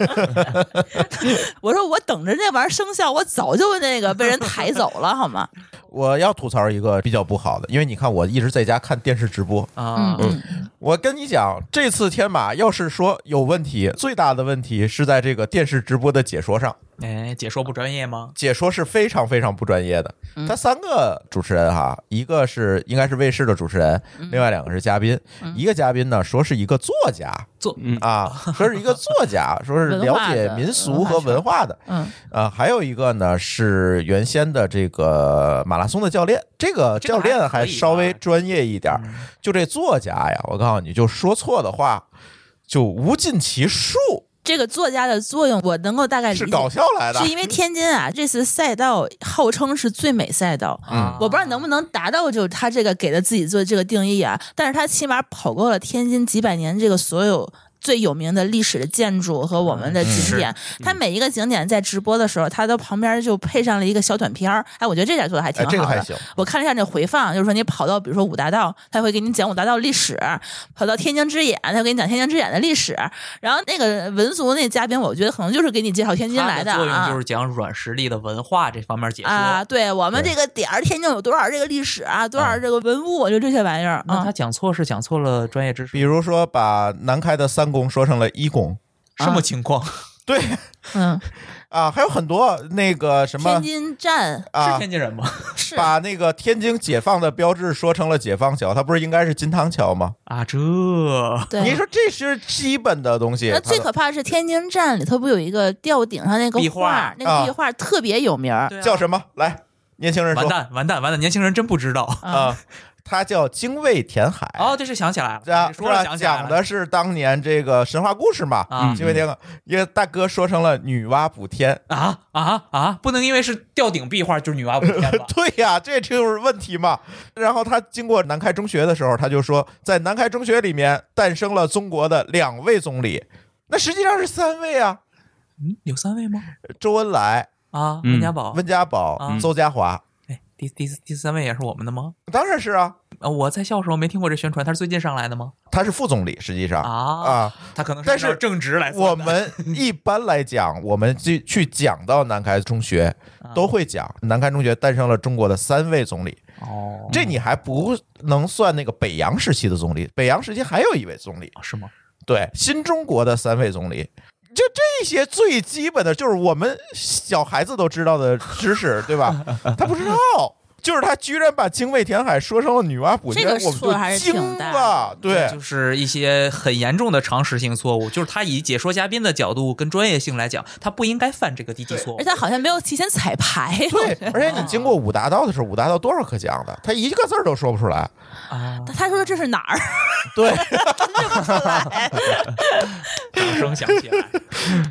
Speaker 3: 我说：“我等着那玩意儿生效，我早就那个被人抬走了，好吗
Speaker 2: 我要吐槽一个比较不好的，因为你看我一直在家看电视直播，
Speaker 5: 啊，
Speaker 3: 嗯
Speaker 2: 我跟你讲，这次天马要是说有问题，最大的问题是在这个电视直播的解说上，
Speaker 5: 哎，解说不专业吗？
Speaker 2: 解说是非常非常不专业的。他三个主持人哈，一个是应该是卫视的主持人，另外两个是嘉宾，一个嘉宾呢说是一个嗯作家
Speaker 5: 做
Speaker 2: 啊，说是一个作家，说是了解民俗和文化的，
Speaker 3: 嗯
Speaker 2: 啊，还有一个呢是原先的这个马拉松的教练，这个
Speaker 5: 这个
Speaker 2: 教
Speaker 5: 还
Speaker 2: 练还
Speaker 5: 可以吧
Speaker 2: 稍微专业一点儿。
Speaker 3: 嗯
Speaker 2: 就这作家呀，我告诉你，就说错的话就无尽其数，？”
Speaker 3: 这个作家的作用，我能够大概理
Speaker 2: 是
Speaker 3: 解。
Speaker 2: 搞笑来的
Speaker 3: 哎是。因为天津啊，这次赛道号称是最美赛道，
Speaker 2: 嗯
Speaker 5: 啊，
Speaker 3: 我不知道能不能达到，就是他这个给了自己做这个定义啊，但是他起码跑过了天津几百年这个所有。最有名的历史的建筑和我们的景点。它每一个景点在直播的时候，它都旁边就配上了一个小短片儿。哎，我觉得这点做的还挺
Speaker 2: 哎，
Speaker 3: 好
Speaker 2: 这
Speaker 3: 的。
Speaker 2: 个还行，
Speaker 3: 我看了一下这回放，就是说你跑到比如说五大道，他会给你讲五大道历史；跑到天津之眼，他会给你讲天津之眼的历史。然后那个文俗那嘉宾，我觉得可能就是给你介绍天津
Speaker 5: 它
Speaker 3: 来
Speaker 5: 的作用就
Speaker 3: 啊
Speaker 5: 是讲软实力的文化这方面解说。
Speaker 3: 啊，对我们
Speaker 2: 对嗯
Speaker 3: 这个点儿，天津有多少这个历史啊，多少这个文物，就这些玩意儿
Speaker 5: 那
Speaker 3: 啊
Speaker 5: 他。讲错是讲错了专业知识，
Speaker 2: 比如说把南开的三公说成了一 公，
Speaker 5: 什
Speaker 3: 啊
Speaker 5: 么情况？
Speaker 2: 对
Speaker 3: 嗯，
Speaker 2: 啊，还有很多那个什
Speaker 3: 天
Speaker 2: 么
Speaker 3: 津站
Speaker 5: 是
Speaker 2: 啊，
Speaker 5: 天津人吗？
Speaker 3: 是
Speaker 2: 把那个天津解放的标志说成了解放桥，它不是应该是金汤桥吗？
Speaker 5: 啊，这
Speaker 3: 对。
Speaker 2: 你说这是基本的东西，
Speaker 3: 那
Speaker 2: 它
Speaker 3: 最
Speaker 2: 的
Speaker 3: 可怕是天津站里头不有一个吊顶上那个
Speaker 5: 壁
Speaker 3: 画
Speaker 5: 画
Speaker 3: 儿，那个壁
Speaker 2: 啊
Speaker 3: 画儿特别有名儿
Speaker 5: 对啊
Speaker 2: 叫什么？来，年轻人
Speaker 5: 完
Speaker 2: 说
Speaker 5: 蛋完蛋完蛋！年轻人真不知道。
Speaker 3: 啊
Speaker 2: 啊，它叫精卫填海。
Speaker 5: 哦，这是想起来
Speaker 2: 这样
Speaker 5: 了，你
Speaker 2: 哎啊是
Speaker 5: 说了
Speaker 2: 吧？
Speaker 5: 想起来
Speaker 2: 讲
Speaker 5: 了
Speaker 2: 的是当年这个神话故事嘛，
Speaker 5: 啊
Speaker 2: 精卫填海，因为大哥说成了女娲补天，？
Speaker 5: 啊啊啊！不能因为是吊顶壁画就是女娲补天吧
Speaker 2: 对呀、这就是问题嘛。然后他经过南开中学的时候，他就说，在南开中学里面诞生了中国的两位总理，那实际上是三位啊，
Speaker 5: 嗯，有三位吗？
Speaker 2: 周恩来、
Speaker 5: 啊，
Speaker 4: 嗯
Speaker 5: 温家宝，
Speaker 2: 温家宝、
Speaker 5: 啊
Speaker 2: 邹家华，
Speaker 5: 哎，第第第三位也是我们的吗？
Speaker 2: 当然是啊，
Speaker 5: 呃我在校时候没听过这宣传，他是最近上来的吗？
Speaker 2: 他是副总理，实际上
Speaker 5: 啊，
Speaker 2: 啊
Speaker 5: 他可能
Speaker 2: 但是
Speaker 5: 按照正职来算的。
Speaker 2: 我们一般来讲，我们去去讲到南开中学，
Speaker 5: 啊
Speaker 2: 都会讲南开中学诞生了中国的三位总理。
Speaker 5: 哦，
Speaker 2: 这你还不能算那个北洋时期的总理，北洋时期还有一位总理，
Speaker 5: 哦是吗？
Speaker 2: 对，新中国的三位总理。就这些最基本的，就是我们小孩子都知道的知识，对吧？他不知道，就是他居然把精卫填海说成了女娲补天，
Speaker 3: 这个
Speaker 2: 我们
Speaker 3: 错还
Speaker 2: 就是惊
Speaker 3: 挺大的
Speaker 2: 了。对
Speaker 5: 这，就是一些很严重的常识性错误，就是他以解说嘉宾的角度跟专业性来讲，他不应该犯这个低级错
Speaker 3: 而且
Speaker 5: 误。
Speaker 3: 他好像没有提前彩排。
Speaker 2: 对，而且你经过五大道的时候，五大道多少可讲的，他一个字儿都说不出来。
Speaker 5: 啊，
Speaker 3: 他说这是哪 儿？
Speaker 2: 对，
Speaker 5: 掌声响起来，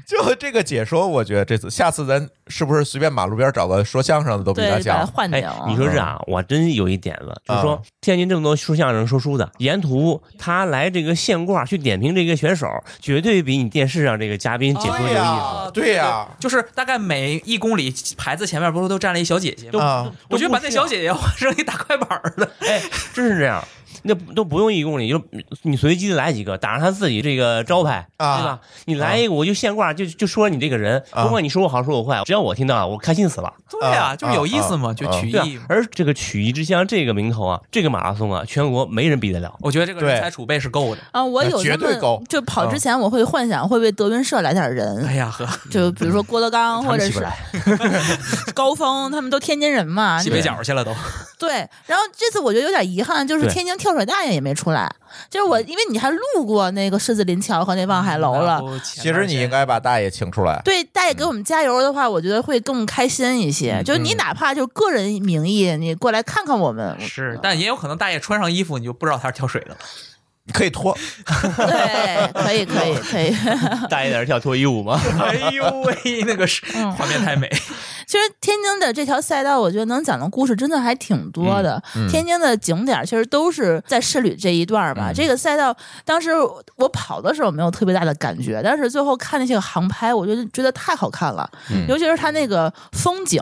Speaker 2: 就这个解说，我觉得这次下次咱是不是随便马路边找个说相声的都比
Speaker 3: 对，
Speaker 2: 他
Speaker 3: 把它
Speaker 2: 强？
Speaker 3: 换
Speaker 4: 哎
Speaker 3: 掉啊。，
Speaker 4: 你说这啊，我真有一点子，就是说
Speaker 2: 啊
Speaker 4: 天津这么多说相声、说书的，沿途他来这个现挂去点评这个选手，绝对比你电视上这个嘉宾解说
Speaker 2: 对
Speaker 3: 啊
Speaker 4: 有
Speaker 5: 哎
Speaker 4: 意思。
Speaker 2: 呀，对呀，
Speaker 5: 就是大概每一公里牌子前面不是都站了一小姐姐吗？
Speaker 2: 啊，
Speaker 5: 我觉得把那小
Speaker 4: 姐。
Speaker 5: 姐 姐换成一大快板儿的，
Speaker 4: 哎，真是这样，那不都不用一公里，就你随机来几个，打上他自己这个招牌，
Speaker 2: 啊
Speaker 4: 对吧？你来一个，我就现挂，就就说你这个人，
Speaker 2: 啊
Speaker 4: 甭管你说我好说我坏，只要我听到了，啊我开心死了，
Speaker 5: 对啊，
Speaker 2: 啊
Speaker 5: 就是有意思
Speaker 2: 啊
Speaker 5: 嘛，就
Speaker 2: 啊
Speaker 5: 曲
Speaker 4: 对吧
Speaker 5: 艺。？
Speaker 4: 而这个曲艺之乡这个名头啊，这个马拉松啊，全国没人比得了。
Speaker 5: 我觉得这个人
Speaker 2: 对
Speaker 5: 才储备是够的。
Speaker 3: 啊，我
Speaker 2: 那
Speaker 3: 有
Speaker 2: 绝
Speaker 3: 这
Speaker 2: 对高嗯
Speaker 3: 么就跑之前，我会幻想会不会德云社来点人，
Speaker 5: 哎呀呵，
Speaker 3: 就比如说郭德纲
Speaker 2: 他
Speaker 3: 或
Speaker 2: 们
Speaker 3: 者
Speaker 2: 起不
Speaker 3: 是
Speaker 2: 来
Speaker 3: 高峰，他们都天津人嘛。
Speaker 5: 西
Speaker 3: 你
Speaker 5: 北角去了都。
Speaker 3: 对，然后这次我觉得有点遗憾，就是
Speaker 4: 对
Speaker 3: 天津跳水大爷也没出来。就是我，因为你还路过那个狮子林桥和那
Speaker 5: 啊
Speaker 3: 望海楼
Speaker 5: 嗯
Speaker 3: 了。。
Speaker 2: 其实你应该把大爷请出来。
Speaker 3: 对，大爷给我们加油的话，我觉得会更开心一些。就是你哪怕就个人名义，你过来看看我 们，
Speaker 5: 嗯是，但也有可能大爷穿上衣服，你就不知道他是跳水 的了。
Speaker 2: 可以脱，
Speaker 3: 对，可以，可以，可以。
Speaker 4: 大爷在这跳脱衣舞吗？
Speaker 5: 哎呦喂，那个是
Speaker 3: 嗯
Speaker 5: 画面太美。
Speaker 3: 其实天津的这条赛道，我觉得能讲的故事真的还挺多的。
Speaker 2: 嗯
Speaker 3: 天津的景点儿其实都是在市里这一段儿
Speaker 2: 嗯
Speaker 3: 吧。这个赛道当时我跑的时候没有特别大的感觉，但是最后看那些个航拍，我就觉得太好看了，
Speaker 2: 嗯
Speaker 3: 尤其是它那个风景。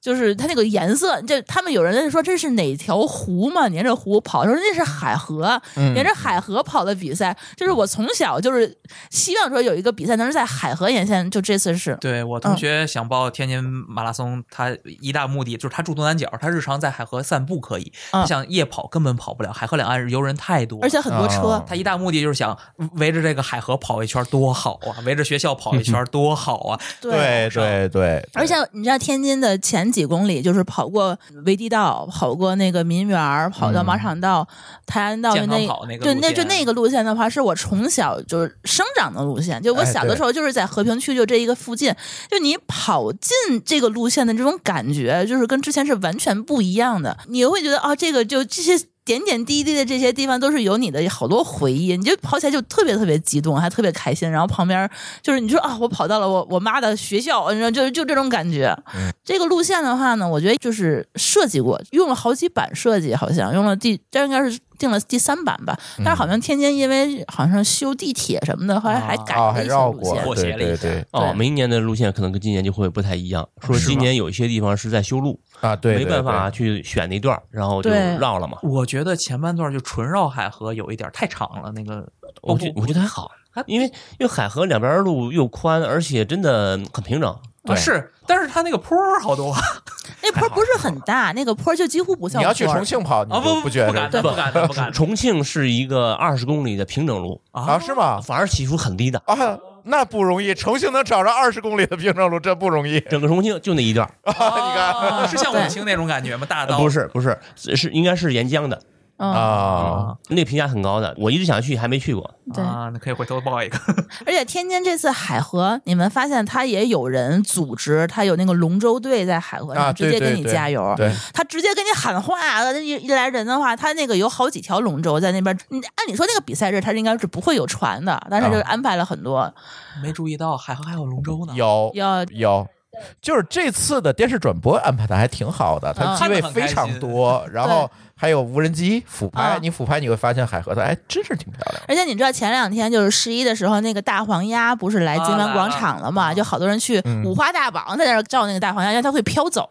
Speaker 3: 就是它那个颜色，这他们有人在说这是哪条湖嘛？沿着湖跑，说那是海河，
Speaker 2: 嗯
Speaker 3: 沿着海河跑的比赛。就是我从小就是希望说有一个比赛能是在海河沿线，就这次是
Speaker 5: 对我同学想报天津马拉松，他一大目的就是他住东南角，他日常在海河散步可以，
Speaker 3: 嗯
Speaker 5: 他想夜跑根本跑不了，海河两岸游人太多，
Speaker 3: 而且很多车。
Speaker 2: 哦
Speaker 5: 他一大目的就是想嗯围着这个海河跑一圈多好啊，围着学校跑一圈多好啊，
Speaker 2: 对对对，
Speaker 3: 而且你知道天津的前几公里，就是跑过围地道，跑过那个民园儿，跑到马场道、泰安道，就
Speaker 5: 嗯健康
Speaker 3: 那
Speaker 5: 跑那个
Speaker 3: 就
Speaker 5: 路
Speaker 3: 那
Speaker 5: 线
Speaker 3: 就那个路线的话，是我从小就是生长的路线。就我
Speaker 2: 哎
Speaker 3: 小的
Speaker 2: 对
Speaker 3: 时候就是在和平区就这一个附近，就你跑进这个路线的这种感觉，就是跟之前是完全不一样的。你会觉得啊，这个就这些。点点滴滴的这些地方都是有你的好多回忆，你就跑起来就特别特别激动，还特别开心。然后旁边就是你说啊，我跑到了我我妈的学校，你知道，就就这种感觉。这个路线的话呢，我觉得就是设计过，用了好几版设计，好像用了第这应该是定了第三版吧，
Speaker 2: 嗯
Speaker 3: 但是好像天津因为好像修地铁什么的，后来还改
Speaker 2: 啊，
Speaker 3: 了
Speaker 2: 还
Speaker 3: 一些
Speaker 2: 绕
Speaker 3: 路
Speaker 2: 过
Speaker 3: 线，，
Speaker 5: 妥
Speaker 2: 对
Speaker 5: 协了
Speaker 2: 对
Speaker 5: 一下
Speaker 2: 对
Speaker 4: 哦，
Speaker 3: 对
Speaker 4: 每一年的路线可能跟今年就会不太一样，说
Speaker 2: 是吗
Speaker 4: 今年有一些地方是在修路，
Speaker 2: 啊，对，
Speaker 4: 没
Speaker 2: 对哦
Speaker 4: 办法，去选那段儿，然后就
Speaker 3: 对
Speaker 4: 绕了嘛。
Speaker 5: 我觉得前半段就纯绕海河有一点太长了，那个
Speaker 4: 我觉我觉得还好，因为因为海河两边儿路又宽，而且真的很平整。
Speaker 5: 啊是，但是它那个坡儿好多啊，
Speaker 3: 那坡不是很大，那个坡就几乎不
Speaker 2: 对
Speaker 3: 像
Speaker 2: 你要去
Speaker 3: 坡
Speaker 2: 重庆跑，你
Speaker 5: 啊
Speaker 2: 就
Speaker 5: 不
Speaker 2: 觉
Speaker 5: 不
Speaker 2: 得
Speaker 5: 敢的不敢的不 敢的
Speaker 4: 重庆是一个二十公里的平整路，
Speaker 2: 啊？是吗？
Speaker 4: 反而起伏很低的。
Speaker 2: 啊，那不容易，重庆能找着二十公里的平整路，真不容易。
Speaker 4: 整个重庆就那一段儿，
Speaker 5: 你看啊是像
Speaker 3: 对
Speaker 5: 武清那种感觉吗？大
Speaker 4: 呃
Speaker 5: 道
Speaker 4: 不是不是是应该是沿江的，
Speaker 3: 嗯，
Speaker 2: 啊，
Speaker 5: 啊
Speaker 4: 那评价很高的，我一直想去还没去过。
Speaker 3: 对。
Speaker 5: 啊，那可以回头报一个。
Speaker 3: 而且天津这次海河，你们发现他也有人组织，他有那个龙舟队在海河
Speaker 2: 啊
Speaker 3: 上直接
Speaker 2: 对
Speaker 3: 给
Speaker 2: 对
Speaker 3: 你
Speaker 2: 对
Speaker 3: 加油，
Speaker 2: 对，
Speaker 3: 他直接给你喊话，呃一一来人的话，他那个有好几条龙舟在那边。你按理说那个比赛日他应该是不会有船的，但是就
Speaker 2: 啊
Speaker 3: 安排了很多，
Speaker 5: 没注意到海河还有龙舟呢，
Speaker 2: 有
Speaker 3: 要
Speaker 2: 有，就是这次的电视转播安排的还挺好的，它
Speaker 3: 嗯
Speaker 2: 机位非常多，然后还有无人机俯拍，
Speaker 3: 嗯
Speaker 2: 你俯拍你会发现海河的，哎，真是挺漂亮的。
Speaker 3: 而且你知道前两天就是十一的时候，那个大黄鸭不是来金
Speaker 5: 啊来
Speaker 3: 湾
Speaker 5: 了
Speaker 3: 广场了嘛？
Speaker 5: 啊
Speaker 3: 就好多人去五花大绑在那儿照那个大黄鸭，因为它会飘走，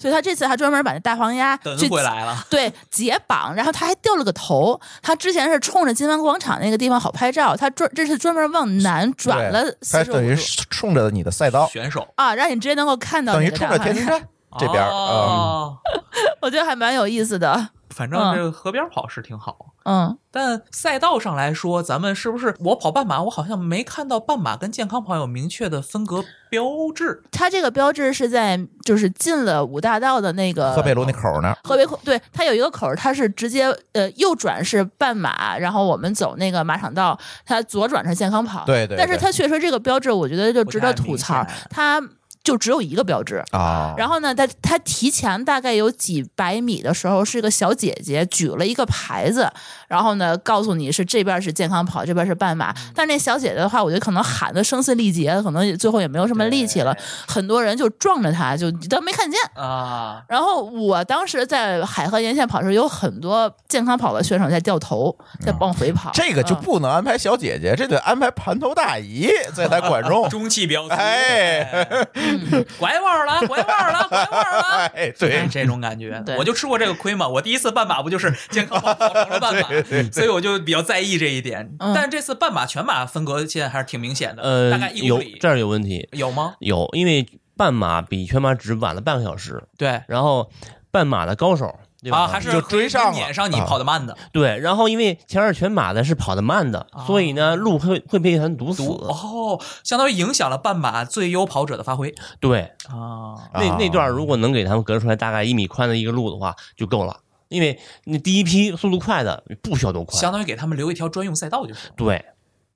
Speaker 3: 所以他这次还专门把那大黄鸭
Speaker 5: 等
Speaker 3: 去
Speaker 5: 回。来了。
Speaker 3: 对，解绑，然后他还掉了个头。他之前是冲着金湾广场那个地方好拍照，他专这是专门往南转了
Speaker 2: 它
Speaker 3: 四十
Speaker 2: 等于
Speaker 3: 五
Speaker 2: 是冲着你的赛道，
Speaker 5: 选手
Speaker 3: 啊，让你直接能够看到
Speaker 2: 等于
Speaker 3: 那
Speaker 2: 冲
Speaker 3: 个大哦
Speaker 2: 着天
Speaker 3: 黄
Speaker 2: 津
Speaker 3: 鸭，
Speaker 2: 站这边儿，嗯，
Speaker 5: 哦，
Speaker 3: 我觉得还蛮有意思的。
Speaker 5: 反正这个河边跑是挺好。
Speaker 3: 嗯，
Speaker 5: 但赛道上来说，咱们是不是我跑半马，我好像没看到半马跟健康跑有明确的分隔标志
Speaker 3: 它这个标志是在就是进了五大道的那个
Speaker 2: 河北路那口儿呢，
Speaker 3: 河北口对它有一个口儿，它是直接呃右转是半马，然后我们走那个马场道，它左转是健康跑。
Speaker 2: 对对
Speaker 3: 但是
Speaker 2: 对
Speaker 3: 它确实这个标志，我觉得就值得吐槽
Speaker 5: 不太明显，
Speaker 3: 它就只有一个标志。
Speaker 2: 啊，
Speaker 3: 然后呢，它它提前大概有几百米的时候，是个小姐姐举了一个牌子，然后呢告诉你是这边是健康跑，这边是半马。但那小姐姐的话，我觉得可能喊的声嘶力竭，可能最后也没有什么力气了，很多人就撞着她，就当没看见。
Speaker 5: 啊？。
Speaker 3: 然后我当时在海河沿线跑的时候，有很多健康跑的选手在掉头，在往回跑。
Speaker 2: 这个就不能安排小姐姐，这得安排盘头大姨，这才 管用
Speaker 5: 中气标志，
Speaker 2: 哎
Speaker 3: 嗯
Speaker 5: 拐弯了，拐弯了，拐弯了。
Speaker 2: 哎，
Speaker 5: 哎
Speaker 2: 对，
Speaker 5: 这种感觉
Speaker 3: 对，
Speaker 5: 我就吃过这个亏嘛。我第一次半马不就是健康跑跑成了半
Speaker 2: 对对
Speaker 5: 马，所以我就比较在意这一点。
Speaker 3: 嗯
Speaker 5: 但这次半马、全马分隔线还是挺明显的，
Speaker 4: 呃
Speaker 5: 大概，一公
Speaker 4: 有
Speaker 5: 里
Speaker 4: 这儿有问题，
Speaker 5: 有吗？
Speaker 4: 有因为半马比全马只晚了半个小时，
Speaker 5: 对
Speaker 4: 然后半马的高手对吧？
Speaker 5: 啊，还是
Speaker 2: 就追上了啊
Speaker 5: 撵上你跑得慢的。
Speaker 4: 对，然后因为前二全马的是跑得慢的，
Speaker 5: 啊
Speaker 4: 所以呢路会会被他们堵死。
Speaker 5: 哦，相当于影响了半马最优跑者的发挥
Speaker 4: 对，
Speaker 5: 啊。
Speaker 4: 那
Speaker 2: 啊
Speaker 4: 那段如果能给他们隔出来大概一米宽的一个路的话就够了，因为那第一批速度快的不需要多快
Speaker 5: 相。当于给他们留一条专用赛道就行了。
Speaker 4: 对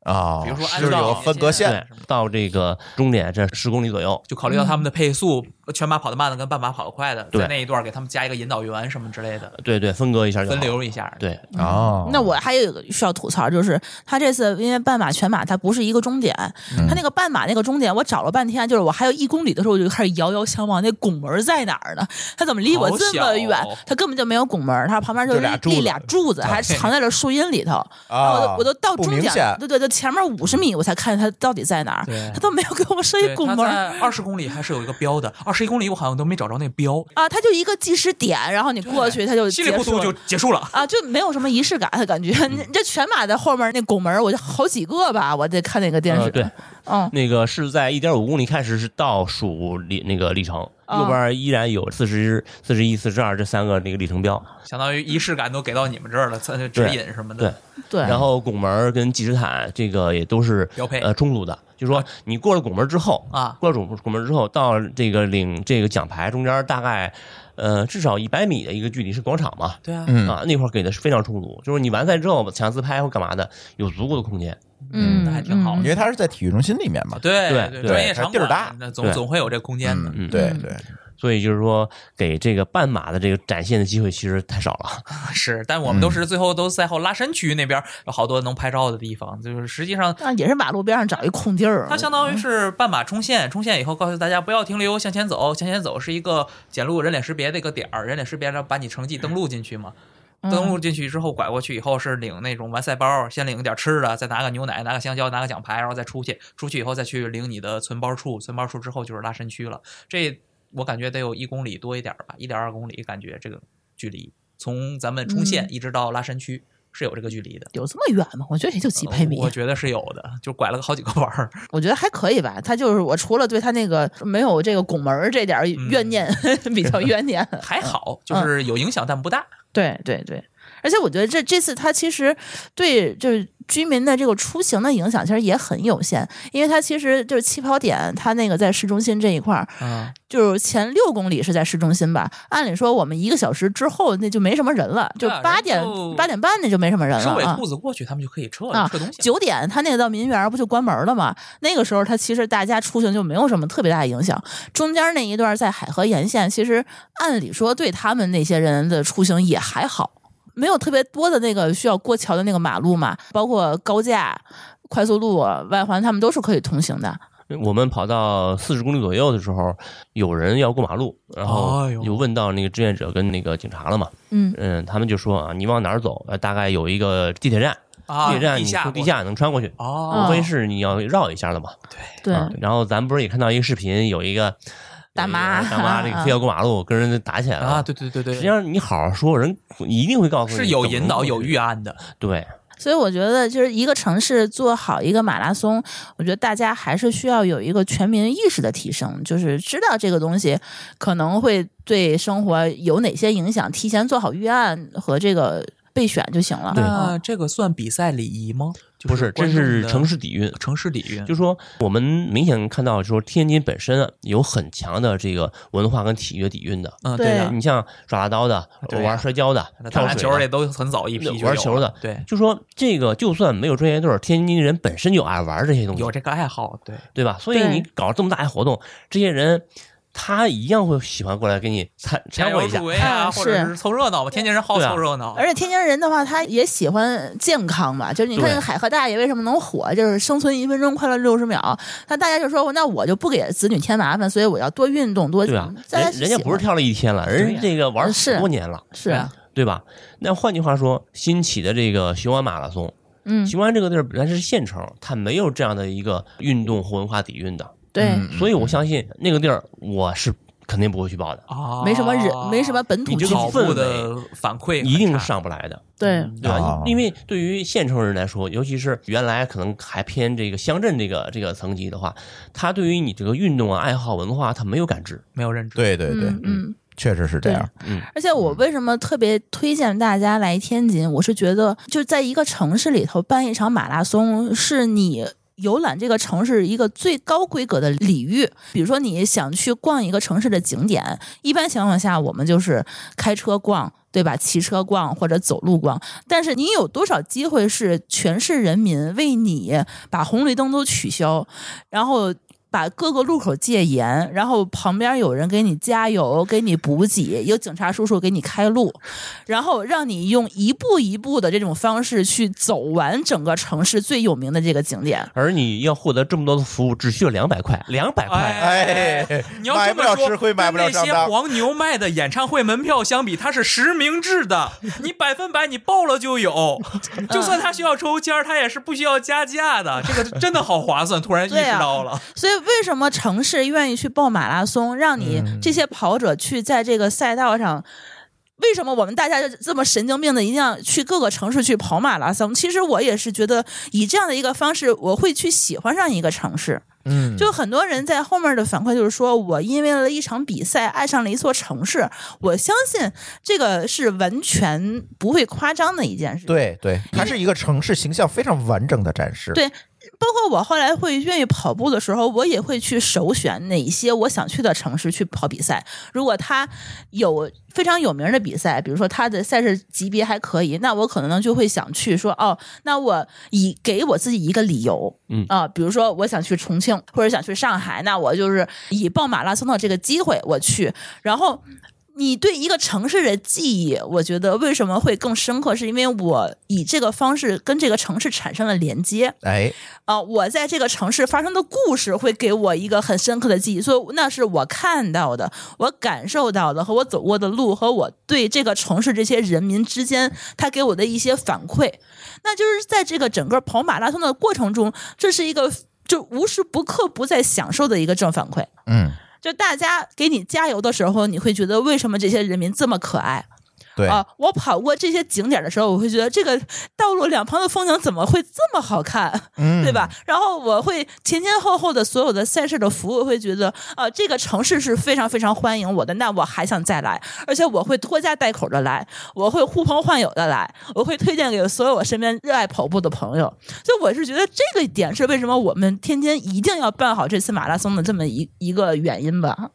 Speaker 2: 啊，
Speaker 5: 比如说安
Speaker 2: 就是有
Speaker 5: 道
Speaker 2: 个分隔线，
Speaker 4: 对，到这个终点这十公里左右，
Speaker 5: 就考虑到他们的配速，全马跑得慢的跟半马跑得快的，
Speaker 4: 对
Speaker 5: 在那一段给他们加一个引导员什么之类的，
Speaker 4: 对对，分割一下就好
Speaker 5: 分。流一下。
Speaker 4: 对，
Speaker 2: 哦
Speaker 3: 那我还有一个需要吐槽，就是他这次因为半马、全马，它不是一个终点，
Speaker 2: 嗯
Speaker 3: 他那个半马那个终点，我找了半天，就是我还有一公里的时候，我就开始遥遥相望，那拱门在哪儿呢？他怎么离我这
Speaker 5: 好
Speaker 3: 么
Speaker 5: 小
Speaker 3: 远？他根本就没有拱门，他旁边
Speaker 2: 哦就
Speaker 3: 就
Speaker 2: 俩
Speaker 3: 立
Speaker 2: 柱子
Speaker 3: 立俩柱子，还藏在了树荫里头。然后我
Speaker 2: 啊
Speaker 3: 都我都到
Speaker 2: 不
Speaker 3: 终
Speaker 2: 明
Speaker 3: 点
Speaker 2: 显
Speaker 3: 了，对对，就前面五十米我才看见他到底在哪儿
Speaker 5: 对，
Speaker 3: 他都没有给我设一
Speaker 5: 对，
Speaker 3: 拱
Speaker 5: 他
Speaker 3: 门。
Speaker 5: 在二十公里还是有一个标的，二十一公里我好像都没找着那标，
Speaker 3: 啊，它就一个计时点，然后你过去，它就
Speaker 5: 稀里
Speaker 3: 结
Speaker 5: 糊
Speaker 3: 束
Speaker 5: 涂
Speaker 3: 了
Speaker 5: 就结束了。
Speaker 3: 啊，就没有什么仪式感的感觉。
Speaker 5: 嗯
Speaker 3: 你这全马的后面那拱门儿，我就好几个吧，我得看那个电视。
Speaker 4: 呃对，
Speaker 3: 嗯，
Speaker 4: 那个是在一点五公里开始是倒数里那个里程，
Speaker 3: 啊
Speaker 4: 右边依然有四十、四十一、四十二这三个那个里程标，
Speaker 5: 相当于仪式感都给到你们这儿了，参指引什么的。
Speaker 4: 对
Speaker 3: 对。
Speaker 4: 然后拱门儿跟计时毯这个也都是
Speaker 5: 标配
Speaker 4: 呃充足的。就说你过了拱门儿之后
Speaker 5: 啊
Speaker 4: 过了拱拱门儿之后，到这个领这个奖牌中间大概呃至少一百米的一个距离是广场嘛。
Speaker 5: 对啊，
Speaker 2: 嗯
Speaker 4: 啊，那块儿给的是非常充足，就是你完赛之后想自拍或干嘛的，有足够的空间。
Speaker 3: 嗯，
Speaker 5: 那还挺
Speaker 3: 嗯
Speaker 5: 好
Speaker 2: 因为它是在体育中心里面嘛。
Speaker 5: 对
Speaker 4: 对对
Speaker 5: 专业场
Speaker 2: 地儿大
Speaker 5: 馆那总
Speaker 4: 对
Speaker 5: 总会有这空间的。
Speaker 2: 嗯，对
Speaker 3: 嗯
Speaker 2: 对，
Speaker 4: 所以就是说，给这个半马的这个展现的机会其实太少了。
Speaker 5: 是，但我们都是最后都赛后拉伸区那边有好多能拍照的地方，就是实际上
Speaker 3: 啊，也是马路边上找一空地儿。
Speaker 5: 它相当于是半马冲线，冲线以后告诉大家不要停留，向前走，向前走是一个检录人脸识别的一个点儿，人脸识别然后把你成绩登录进去嘛。
Speaker 3: 嗯
Speaker 5: 登录进去之后拐过去以后是领那种完赛包，先领点吃的，再拿个牛奶，拿个香蕉，拿个奖牌，然后再出去。出去以后再去领你的存包处，存包处之后就是拉伸区了。这我感觉得有一公里多一点儿吧，一点二公里，感觉这个距离从咱们冲线
Speaker 3: 嗯
Speaker 5: 一直到拉伸区是有这个距离的。
Speaker 3: 有这么远吗？我觉得也就几百米嗯
Speaker 5: 呃，我觉得是有的，就拐了个好几个弯儿。
Speaker 3: 我觉得还可以吧。他就是我除了对他那个没有这个拱门儿这点儿
Speaker 5: 嗯
Speaker 3: 怨念、 比较怨 念，
Speaker 5: 还
Speaker 3: 嗯
Speaker 5: 好，就是有影响但不大。
Speaker 3: 对对对，而且我觉得这这次他其实对就是居民的这个出行的影响其实也很有限，因为他其实就是起跑点，他那个在市中心这一块儿，
Speaker 5: 嗯，
Speaker 3: 就是前六公里是在市中心吧。按理说我们一个小时之后那就没什么人了，就
Speaker 5: 对啊
Speaker 3: 八点
Speaker 5: 然后
Speaker 3: 八点半那就没什么人
Speaker 5: 收
Speaker 3: 了
Speaker 5: 尾
Speaker 3: 啊
Speaker 5: 兔。子过去，他们就可以撤
Speaker 3: 啊
Speaker 5: 了，撤东西了。
Speaker 3: 九点，他那个到民园儿不就关门了吗？那个时候，他其实大家出行就没有什么特别大的影响。中间那一段在海河沿线，其实按理说对他们那些人的出行也还好，没有特别多的那个需要过桥的那个马路嘛，包括高架、快速路、外环，他们都是可以通行的。
Speaker 4: 我们跑到四十公里左右的时候，有人要过马路，然后
Speaker 5: 哎呦
Speaker 4: 就问到那个志愿者跟那个警察了嘛，
Speaker 3: 嗯，
Speaker 4: 嗯，他们就说啊，你往哪儿走？呃，大概有一个地铁站，
Speaker 5: 啊，
Speaker 4: 地铁站
Speaker 5: 地
Speaker 4: 你
Speaker 5: 下
Speaker 4: 从地
Speaker 5: 过
Speaker 4: 下能穿过去，
Speaker 5: 哦
Speaker 4: 无非是你要绕一下的嘛。
Speaker 3: 对，
Speaker 4: 啊然后咱不是也看到一个视频，有一个
Speaker 3: 大妈啊
Speaker 4: 有一个大妈那个非要过马路，跟人打
Speaker 3: 嗯
Speaker 4: 起来了
Speaker 5: 啊，。对对对对，
Speaker 4: 实际上你好好说，人一定会告诉你
Speaker 5: 是有引导、
Speaker 4: 怎么
Speaker 5: 有预啊案的。
Speaker 4: 对，
Speaker 3: 所以我觉得，就是一个城市做好一个马拉松，我觉得大家还是需要有一个全民意识的提升，就是知道这个东西可能会对生活有哪些影响，提前做好预案和这个备选就行了。嗯
Speaker 4: 对
Speaker 5: 那啊这个算比赛礼仪吗？就
Speaker 4: 不是，这
Speaker 5: 观众
Speaker 4: 是
Speaker 5: 的
Speaker 4: 城市底蕴。
Speaker 5: 城市礼运，
Speaker 4: 就说我们明显看到，说天津本身啊有很强的这个文化跟体育的底蕴的。
Speaker 5: 嗯，
Speaker 3: 对
Speaker 5: 的，
Speaker 4: 你像耍大刀的、
Speaker 5: 对呀
Speaker 4: 玩摔跤的、
Speaker 5: 那打
Speaker 4: 跳
Speaker 5: 篮
Speaker 4: 水
Speaker 5: 球
Speaker 4: 的，
Speaker 5: 也都很早一批就有
Speaker 4: 玩球的
Speaker 5: 了对，
Speaker 4: 就说这个就算没有专业队儿，天津人本身就爱玩这些东西
Speaker 5: 有，这个爱好，对，
Speaker 4: 对吧？所以
Speaker 3: 对
Speaker 4: 你搞这么大一活动，这些人他一样会喜欢过来给你参
Speaker 5: 加
Speaker 4: 参
Speaker 5: 油
Speaker 4: 与一下
Speaker 5: 助。威啊，
Speaker 3: 哎
Speaker 5: 或者
Speaker 3: 是
Speaker 5: 是凑热闹吧。天津人好
Speaker 4: 对啊
Speaker 5: 凑热闹，
Speaker 3: 而且天津人的话，他也喜欢健康嘛，就是你看
Speaker 4: 对
Speaker 3: 海河大爷为什么能火，就是生存一分钟快乐六十秒。那大家就说，那我就不给子女添麻烦，所以我要多运动多。
Speaker 4: 对啊，
Speaker 3: 大家
Speaker 4: 人人家
Speaker 3: 喜
Speaker 4: 不是
Speaker 3: 欢嗯
Speaker 4: 跳了一天了，
Speaker 5: 对
Speaker 4: 人
Speaker 5: 呀
Speaker 4: 家这个玩
Speaker 3: 是
Speaker 4: 很多年了，
Speaker 3: 是啊，
Speaker 4: 对吧？那换句话说，新起的这个雄安马拉松，
Speaker 3: 嗯，
Speaker 4: 雄安这个地儿本来是县城，它没有这样的一个运动和文化底蕴的，
Speaker 3: 对，
Speaker 2: 嗯
Speaker 4: 所以我相信那个地儿我是肯定不会去报的，
Speaker 5: 啊，
Speaker 3: 没什么人，没什么本土
Speaker 4: 你这
Speaker 3: 气
Speaker 4: 个
Speaker 5: 跑
Speaker 3: 氛，
Speaker 5: 步
Speaker 4: 氛
Speaker 5: 的反馈很
Speaker 4: 一定
Speaker 5: 差
Speaker 4: 上不来的，
Speaker 3: 对，
Speaker 4: 对吧
Speaker 2: 哦？
Speaker 4: 因为对于县城人来说，尤其是原来可能还偏这个乡镇这个这个层级的话，他对于你这个运动啊、爱好、文化，他没有感知。
Speaker 5: 没有认知。
Speaker 2: 对对对，
Speaker 3: 嗯嗯。
Speaker 2: 确实是这样。
Speaker 3: 而且我为什么特别推荐大家来天津？我是觉得，就在一个城市里头办一场马拉松，是你。游览这个城市一个最高规格的礼遇，比如说你想去逛一个城市的景点，一般情况下我们就是开车逛，对吧？骑车逛或者走路逛。但是你有多少机会是全市人民为你把红绿灯都取消，然后把各个路口戒严，然后旁边有人给你加油，给你补给，有警察叔叔给你开路，然后让你用一步一步的这种方式去走完整个城市最有名的这个景点。
Speaker 4: 而你要获得这么多的服务，只需要两百块，两百块。
Speaker 2: 哎，
Speaker 5: 你要
Speaker 2: 买
Speaker 5: 这
Speaker 2: 不
Speaker 5: 么
Speaker 2: 了
Speaker 5: 说
Speaker 2: 吃亏，买不了
Speaker 5: 跟那
Speaker 2: 上
Speaker 5: 些
Speaker 2: 当。
Speaker 5: 黄牛卖的演唱会门票相比，它是实名制的，你百分百你报了就有，就算他需要抽签儿，他也是不需要加价的，这个真的好划算。突然意
Speaker 3: 对
Speaker 5: 识
Speaker 3: 啊
Speaker 5: 到了，
Speaker 3: 所以，为什么城市愿意去报马拉松，让你这些跑者去在这个赛道上？为什么我们大家就这么神经病的一定要去各个城市去跑马拉松？其实我也是觉得以这样的一个方式，我会去喜欢上一个城市。
Speaker 2: 嗯，
Speaker 3: 就很多人在后面的反馈就是说，我因为了一场比赛爱上了一座城市，我相信这个是完全不会夸张的一件事。，
Speaker 2: 对对，它是一个城市形象非常完整的展示。
Speaker 3: 对包括我后来会愿意跑步的时候，我也会去首选哪些我想去的城市去跑比赛。如果它有非常有名的比赛，比如说它的赛事级别还可以，那我可能就会想去说，哦，那我以给我自己一个理由，
Speaker 4: 嗯
Speaker 3: 啊、比如说我想去重啊庆或者想去上海，那我就是以报马拉松的这个机会我去，然后。你对一个城市的记忆，我觉得为什么会更深刻，是因为我以这个方式跟这个城市产生了连接
Speaker 2: 哎，
Speaker 3: 啊、我在这个城市发生的故事会给我一个很深刻的记忆，所以那是我看到的、我感受到的和我走过的路和我对这个城市这些人民之间他给我的一些反馈，那就是在这个整个跑马拉松的过程中，这是一个就无时不刻不在享受的一个正反馈。
Speaker 2: 嗯，
Speaker 3: 就大家给你加油的时候，你会觉得为什么这些人民这么可爱
Speaker 2: 对，
Speaker 3: 啊？我跑过这些景点的时候，我会觉得这个道路两旁的风景怎么会这么好看，
Speaker 2: 嗯，
Speaker 3: 对吧？然后我会前前后后的所有的赛事的服务，会觉得啊，这个城市是非常非常欢迎我的，那我还想再来，而且我会拖家带口的来，我会呼朋唤友的来，我会推荐给所有我身边热爱跑步的朋友。所以我是觉得这个点是为什么我们天津一定要办好这次马拉松的这么一一个原因吧。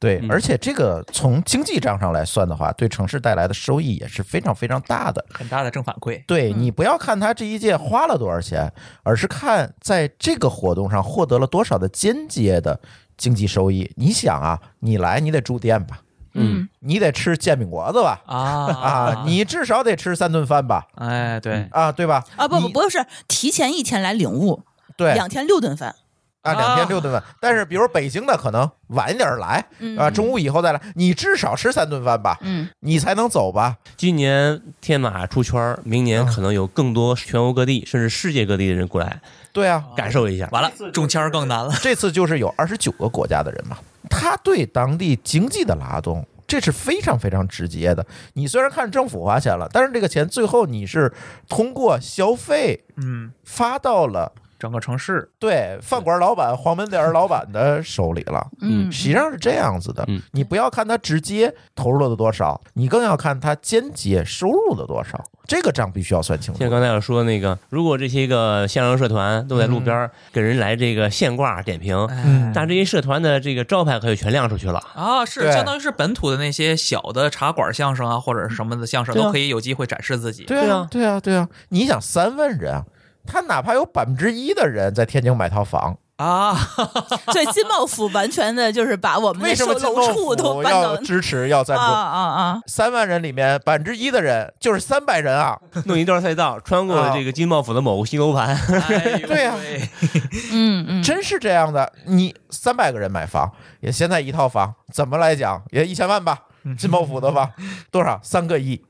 Speaker 2: 对，
Speaker 4: 嗯
Speaker 2: 而且这个从经济账上来算的话，对城市带来的收益也是非常非常大的。
Speaker 5: 很大的正反 馈。
Speaker 2: 对你不要看他这一届花了多少钱，而是看在这个活动上获得了多少的间接的经济收益。你想啊，你来你得住店吧，
Speaker 4: 嗯
Speaker 2: 你得吃煎饼果子吧，
Speaker 5: 啊
Speaker 2: 啊，你至少得吃三顿饭吧，
Speaker 5: 哎，对，
Speaker 2: 啊，对吧？
Speaker 3: 啊，不不
Speaker 2: 你
Speaker 3: 不是，提前一天来领悟，
Speaker 2: 对
Speaker 3: 两天六顿饭。
Speaker 2: 啊，两天六顿饭。但是比如北京的可能晚一点来
Speaker 3: 嗯
Speaker 2: 啊，中午以后再来，你至少吃三顿饭吧，
Speaker 3: 嗯，
Speaker 2: 你才能走吧。
Speaker 4: 今年天马出圈儿，明年可能有更多全国各地甚至世界各地的人过来
Speaker 2: 对啊，
Speaker 4: 感受一下。
Speaker 5: 完了，中签儿更难了。
Speaker 2: 这次就是有二十九个国家的人嘛，他对当地经济的拉动，这是非常非常直接的。你虽然看政府花钱了，但是这个钱最后你是通过消费
Speaker 5: 嗯，
Speaker 2: 发到了
Speaker 5: 整个城市
Speaker 2: 对饭馆老板、黄门店儿老板的手里了。
Speaker 4: 嗯
Speaker 2: 实际上是这样子的
Speaker 4: 嗯，
Speaker 2: 你不要看他直接投入了多少，你更要看他间接收入了多少，这个账必须要算清楚
Speaker 4: 像。刚才我说那个，如果这些个相声社团都在路边儿给人来这个现挂点评，
Speaker 5: 嗯
Speaker 4: 但这些社团的这个招牌可就全亮出去 了。
Speaker 5: 啊，是
Speaker 2: 对
Speaker 5: 相当于是本土的那些小的茶馆相声啊，或者是什么的相声，
Speaker 4: 对啊
Speaker 5: 都可以有机会展示自己。
Speaker 2: 对啊，对啊，对啊！你想三万人啊，他哪怕有百分之一的人在天津买套房，
Speaker 5: 啊，
Speaker 3: 所以金贸府完全的就是把我们
Speaker 2: 为
Speaker 3: 那
Speaker 2: 什
Speaker 3: 售
Speaker 2: 么金
Speaker 3: 楼
Speaker 2: 政
Speaker 3: 处都
Speaker 2: 府
Speaker 3: 搬到
Speaker 2: 要支持要赞
Speaker 3: 啊
Speaker 2: 助？
Speaker 3: 啊啊！
Speaker 2: 三万人里面百分之一的人就是三百人啊！
Speaker 4: 弄一段赛道，穿
Speaker 5: 啊
Speaker 4: 过这个金茂府的某个新楼盘，
Speaker 5: 哎呦
Speaker 2: 对啊
Speaker 5: 喂
Speaker 3: 嗯嗯，
Speaker 2: 真是这样的。你三百个人买房，也现在一套房怎么来讲也一千万吧？金茂府的吧，
Speaker 3: 嗯
Speaker 2: 多少三个亿？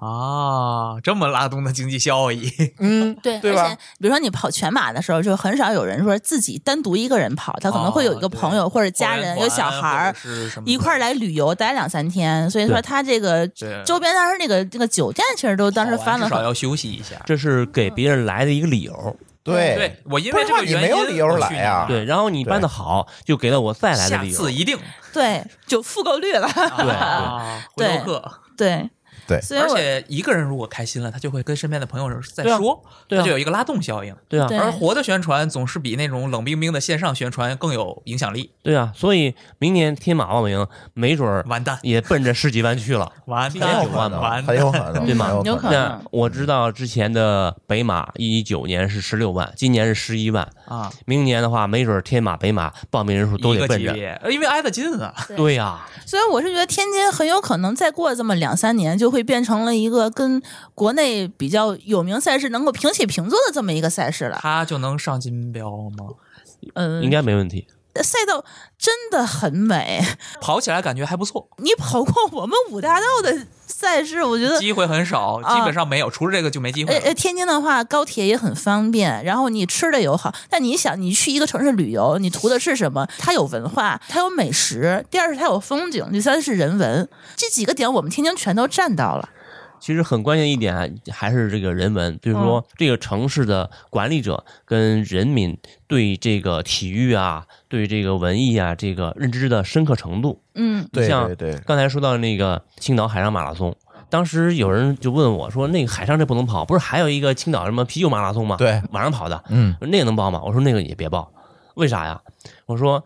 Speaker 5: 啊，这么拉动的经济 效益，
Speaker 2: 嗯，
Speaker 3: 对，
Speaker 2: 对
Speaker 3: 而
Speaker 2: 吧
Speaker 3: 且比如说你跑全马的时候，就很少有人说自己单独一个人跑，他可能会有一个
Speaker 5: 哦对
Speaker 3: 朋友或者家
Speaker 5: 后援
Speaker 3: 人、
Speaker 5: 团
Speaker 3: 有小孩儿
Speaker 5: 或者是什么的
Speaker 3: 一块儿来旅游待两三天。所以说
Speaker 4: 对
Speaker 3: 他这个
Speaker 5: 对
Speaker 3: 周边当时那个这个酒店其实都当时
Speaker 5: 跑完
Speaker 3: 翻了
Speaker 5: 至少
Speaker 3: 很，
Speaker 5: 要休息一下。
Speaker 4: 这是给别人来的一个理由。
Speaker 2: 对
Speaker 5: 对我因
Speaker 2: 不
Speaker 5: 为
Speaker 2: 然的
Speaker 5: 这
Speaker 2: 话
Speaker 5: 个
Speaker 2: 你
Speaker 5: 原
Speaker 2: 没
Speaker 5: 因，
Speaker 2: 有理由来啊
Speaker 5: 呀。
Speaker 4: 对，然后你办的好，就给了我再来的
Speaker 5: 下
Speaker 4: 理由。
Speaker 5: 次一定
Speaker 3: 对，就复购率了，
Speaker 5: 啊回
Speaker 3: 对
Speaker 5: 头客。
Speaker 3: 对
Speaker 2: 对
Speaker 3: 所以
Speaker 5: 而
Speaker 3: 我
Speaker 5: 且一个人如果开心了，他就会跟身边的朋友再
Speaker 4: 对啊
Speaker 5: 说，
Speaker 4: 对啊
Speaker 5: 他就有一个拉动效应。
Speaker 4: 对啊，
Speaker 3: 对
Speaker 5: 而活的宣传总是比那种冷冰冰的线上宣传更有影响力。
Speaker 4: 对啊，所以明年天马报名，没准儿
Speaker 5: 完蛋，
Speaker 4: 也奔着十几万去了。
Speaker 5: 完
Speaker 4: 很
Speaker 5: 蛋，
Speaker 2: 很有
Speaker 5: 完
Speaker 2: 可
Speaker 5: 蛋
Speaker 2: 能，很有可能，
Speaker 4: 对吗
Speaker 2: 很
Speaker 3: 有
Speaker 2: 有
Speaker 3: 可
Speaker 2: 可
Speaker 3: 能
Speaker 2: 能。
Speaker 4: 那我知道之前的北马一九年是十六万，今年是十一万，
Speaker 5: 啊！
Speaker 4: 明年的话没准儿天马、北马报名人数都
Speaker 5: 一
Speaker 4: 得
Speaker 5: 个
Speaker 4: 奔
Speaker 5: 级
Speaker 4: 着。
Speaker 5: 别，呃因为挨得近啊。
Speaker 4: 对呀、
Speaker 3: 所以我是觉得天津很有可能再过这么两三年，就会变成了一个跟国内比较有名赛事能够平起平坐的这么一个赛事了。
Speaker 5: 他就能上金标吗？
Speaker 3: 嗯，
Speaker 4: 应该没问题。
Speaker 3: 赛道真的很美。
Speaker 5: 跑起来感觉还不错，
Speaker 3: 你跑过我们五大道的赛事，我觉得。
Speaker 5: 机会很少，
Speaker 3: 啊
Speaker 5: 基本上没有，除了这个就没机会
Speaker 3: 呃
Speaker 5: 了
Speaker 3: 呃，。天津的话，高铁也很方便，然后你吃的又好。但你想，你去一个城市旅游，你图的是什么？它有文化，它有美食，第二是它有风景，第三是人文。这几个点我们天津全都占到了。
Speaker 4: 其实很关键一点还是这个人文，就是说这个城市的管理者跟人民对这个体育啊、对这个文艺啊这个认知的深刻程度。
Speaker 3: 嗯
Speaker 2: 对
Speaker 4: 像
Speaker 2: 对对，
Speaker 4: 刚才说到那个青岛海上马拉松，当时有人就问我说：“那个海上这不能跑，不是还有一个青岛什么啤酒马拉松吗？
Speaker 2: 对
Speaker 4: 晚上跑的，
Speaker 2: 嗯，
Speaker 4: 那个能报吗？”我说：“那个也别报，为啥呀？”我说。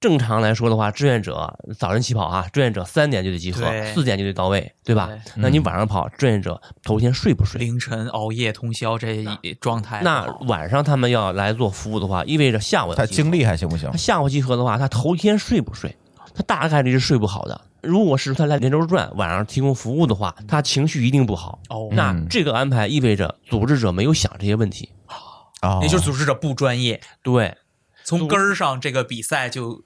Speaker 4: 正常来说的话，志愿者早晨起跑啊，志愿者三点就得集合，
Speaker 5: 对
Speaker 4: 四点就得到位，对吧？
Speaker 5: 对
Speaker 4: 那你晚上跑，志愿者头天睡不睡？
Speaker 5: 凌晨熬夜通宵这一状态不
Speaker 4: 那
Speaker 5: 好，
Speaker 4: 晚上他们要来做服务的话，意味着下午要
Speaker 2: 他
Speaker 4: 集合
Speaker 2: 精力还行不行
Speaker 4: 他？下午集合的话，他头天睡不睡？他大概率是睡不好的。如果是他来连轴转，晚上提供服务的话，他情绪一定不好。
Speaker 5: 哦
Speaker 4: 那这个安排意味着组织者没有想这些问题。
Speaker 2: 哦，
Speaker 5: 也就是组织者不专业，
Speaker 4: 对，
Speaker 5: 从根儿上这个比赛就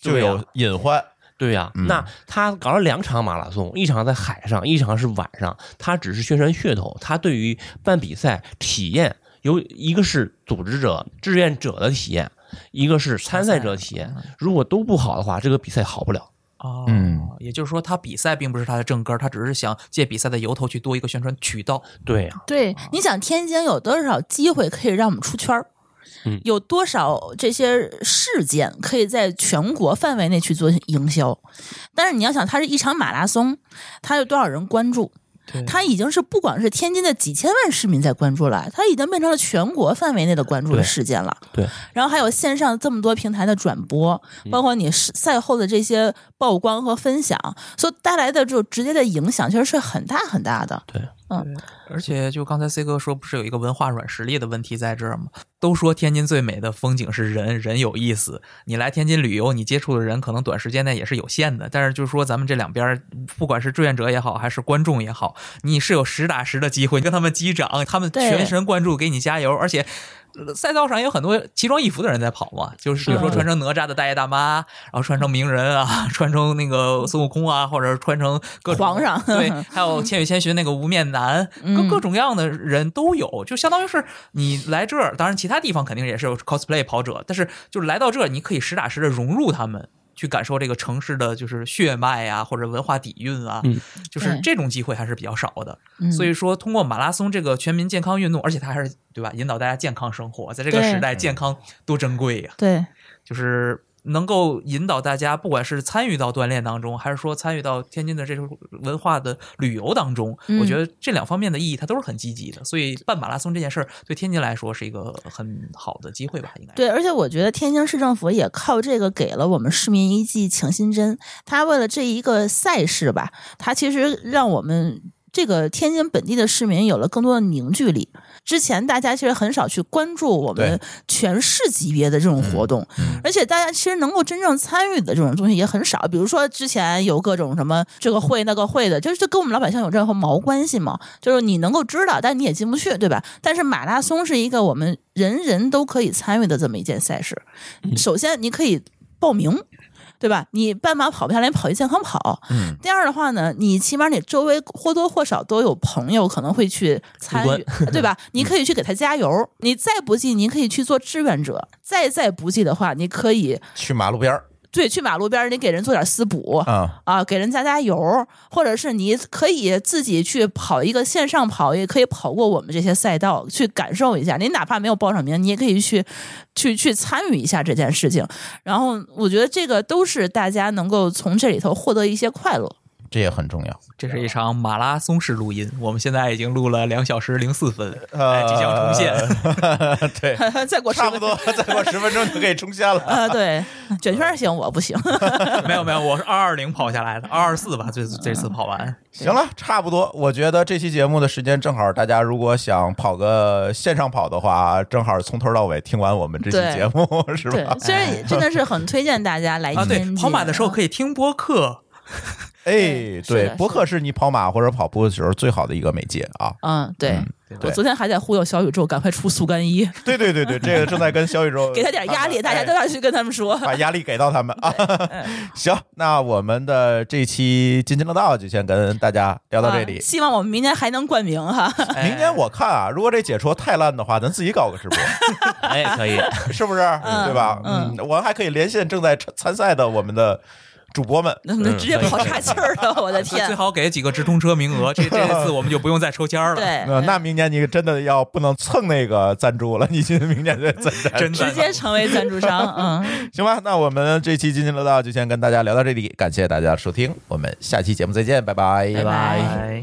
Speaker 2: 就有隐患，
Speaker 4: 对呀、那他搞了两场马拉松，一场在海上，一场是晚上。他只是宣传噱头，他对于办比赛体验有一个是组织者、志愿者的体验，一个是参赛者的体验。如果都不好的话，这个比赛好不了。
Speaker 5: 哦，
Speaker 2: 嗯
Speaker 5: 也就是说他比赛并不是他的正根儿，他只是想借比赛的由头去多一个宣传渠道。
Speaker 4: 对呀、
Speaker 3: 对，
Speaker 5: 啊
Speaker 3: 你想天津有多少机会可以让我们出圈儿？
Speaker 4: 嗯
Speaker 3: 有多少这些事件可以在全国范围内去做营销？但是你要想，它是一场马拉松，它有多少人关注？
Speaker 5: 对
Speaker 3: 它已经是不管是天津的几千万市民在关注了，它已经变成了全国范围内的关注的
Speaker 4: 对
Speaker 3: 事件了。
Speaker 4: 对，
Speaker 3: 然后还有线上这么多平台的转播，
Speaker 5: 嗯
Speaker 3: 包括你是赛后的这些曝光和分享，所带来的这种直接的影响，其实是很大很大的。
Speaker 5: 而且就刚才 C 哥说，不是有一个文化软实力的问题在这儿吗？都说天津最美的风景是人，人有意思。你来天津旅游，你接触的人可能短时间内也是有限的。但是就是说，咱们这两边儿，不管是志愿者也好，还是观众也好，你是有实打实的机会，你跟他们击掌，他们
Speaker 3: 对
Speaker 5: 全神贯注给你加油，而且。呃赛道上也有很多奇装异服的人在跑嘛，就是比如说
Speaker 3: 嗯
Speaker 5: 穿成哪吒的大爷大妈，然后穿成鸣人啊，穿成那个孙悟空啊，或者是穿成各种
Speaker 3: 皇上
Speaker 5: 对，还有《千与千寻》那个无面男，各
Speaker 3: 嗯
Speaker 5: 各种各样的人都有，就相当于是你来这儿，当然其他地方肯定也是有 cosplay 跑者，但是就是来到这儿，你可以实打实的融入他们。去感受这个城市的就是血脉呀、或者文化底蕴啊，
Speaker 4: 嗯
Speaker 5: 就是
Speaker 3: 对
Speaker 5: 这种机会还是比较少的。
Speaker 3: 嗯
Speaker 5: 所以说，通过马拉松这个全民健康运动，而且它还是对吧，引导大家健康生活，在这个
Speaker 3: 对
Speaker 5: 时代，健康多珍贵啊呀、
Speaker 3: 对，
Speaker 5: 就是能够引导大家，不管是参与到锻炼当中，还是说参与到天津的这种文化的旅游当中，
Speaker 3: 嗯
Speaker 5: 我觉得这两方面的意义它都是很积极的。所以办马拉松这件事儿对天津来说是一个很好的机会吧，应该。
Speaker 3: 对，而且我觉得天津市政府也靠这个给了我们市民一剂强心针。他为了这一个赛事吧，他其实让我们这个天津本地的市民有了更多的凝聚力。之前大家其实很少去关注我们
Speaker 2: 对
Speaker 3: 全市级别的这种活动，而且大家其实能够真正参与的这种东西也很少。比如说之前有各种什么这个会那个会的，就是这跟我们老百姓有任何毛关系吗？就是你能够知道，但你也进不去，对吧？但是马拉松是一个我们人人都可以参与的这么一件赛事。首先，你可以报名。对吧？你半马跑不下来，跑一健康跑。
Speaker 2: 嗯，
Speaker 3: 第二的话呢，你起码你周围或多或少都有朋友可能会去参与，呃对吧？你可以去给他加油。你再不济，你可以去做志愿者。再再不济的话，你可以
Speaker 2: 去马路边儿
Speaker 3: 对去马路边儿，你给人做点私补，
Speaker 2: 啊，
Speaker 3: 啊，给人加加油，或者是你可以自己去跑一个线上跑，也可以跑过我们这些赛道，去感受一下。你哪怕没有报上名，你也可以去去去参与一下这件事情。然后我觉得这个都是大家能够从这里头获得一些快乐。
Speaker 2: 这也很重要。
Speaker 5: 这是一场马拉松式录音，我们现在已经录了两小时零四分，哎，即将重现。
Speaker 2: 现， 对，
Speaker 3: 再过十
Speaker 2: 差
Speaker 3: 分
Speaker 2: 不
Speaker 3: 钟
Speaker 2: 多，再过十分钟就可以冲线了。
Speaker 3: 呃，对，卷圈儿行，我不行。
Speaker 5: 没有没有，我是二二零跑下来的，二二四吧，这这次跑完。
Speaker 2: 行了，差不多。我觉得这期节目的时间正好，大家如果想跑个线上跑的话，正好从头到尾听完我们这期
Speaker 3: 对
Speaker 2: 节目， 是
Speaker 3: 对
Speaker 2: 吧？，哎
Speaker 3: 虽然也真的是很推荐大家来
Speaker 5: 哎啊，对
Speaker 3: 天，津
Speaker 5: 跑马的时候可以听播客，
Speaker 2: 哎，
Speaker 3: 对是
Speaker 2: 对
Speaker 3: 的，
Speaker 2: 博
Speaker 3: 是
Speaker 2: 客是你跑马或者跑步的时候最好的一个媒介啊。
Speaker 3: 嗯，对
Speaker 2: 嗯。
Speaker 3: 我
Speaker 2: 对
Speaker 3: 昨天还在忽悠小宇宙，赶快出速干
Speaker 5: 呃
Speaker 3: 一，
Speaker 2: 对对对对，这个正在跟小宇宙
Speaker 3: 给他点压力，大家都
Speaker 2: 哎
Speaker 3: 要去跟他们 说。
Speaker 2: 把压力给到他们啊。
Speaker 5: 嗯
Speaker 2: 行，那我们的这期津津乐道就先跟大家聊到这里
Speaker 3: 啊。希望我们明年还能冠名哈。
Speaker 5: 哎
Speaker 2: 明年我看啊，如果这解说太烂的话，咱自己搞个 直播，
Speaker 4: 哎，可以，
Speaker 2: 是不是？对吧？
Speaker 3: 嗯，
Speaker 2: 我们还可以连线正在参参赛的我们的主播们。
Speaker 3: 那那直接跑岔气儿了， 我的
Speaker 5: 最
Speaker 3: 天
Speaker 5: 最！好给几个直通车名额，这 这次我们就不用再抽签儿了。
Speaker 3: 对，
Speaker 2: 呃那那明年你真的要不能蹭那个赞助了，你今明年再赞助。
Speaker 5: 真的
Speaker 3: 直接成为赞助商，嗯，
Speaker 2: 行吧，那我们这期津津乐道就先跟大家聊到这里，感谢大家的收听，我们下期节目再见， 拜拜
Speaker 3: 拜拜
Speaker 5: 拜。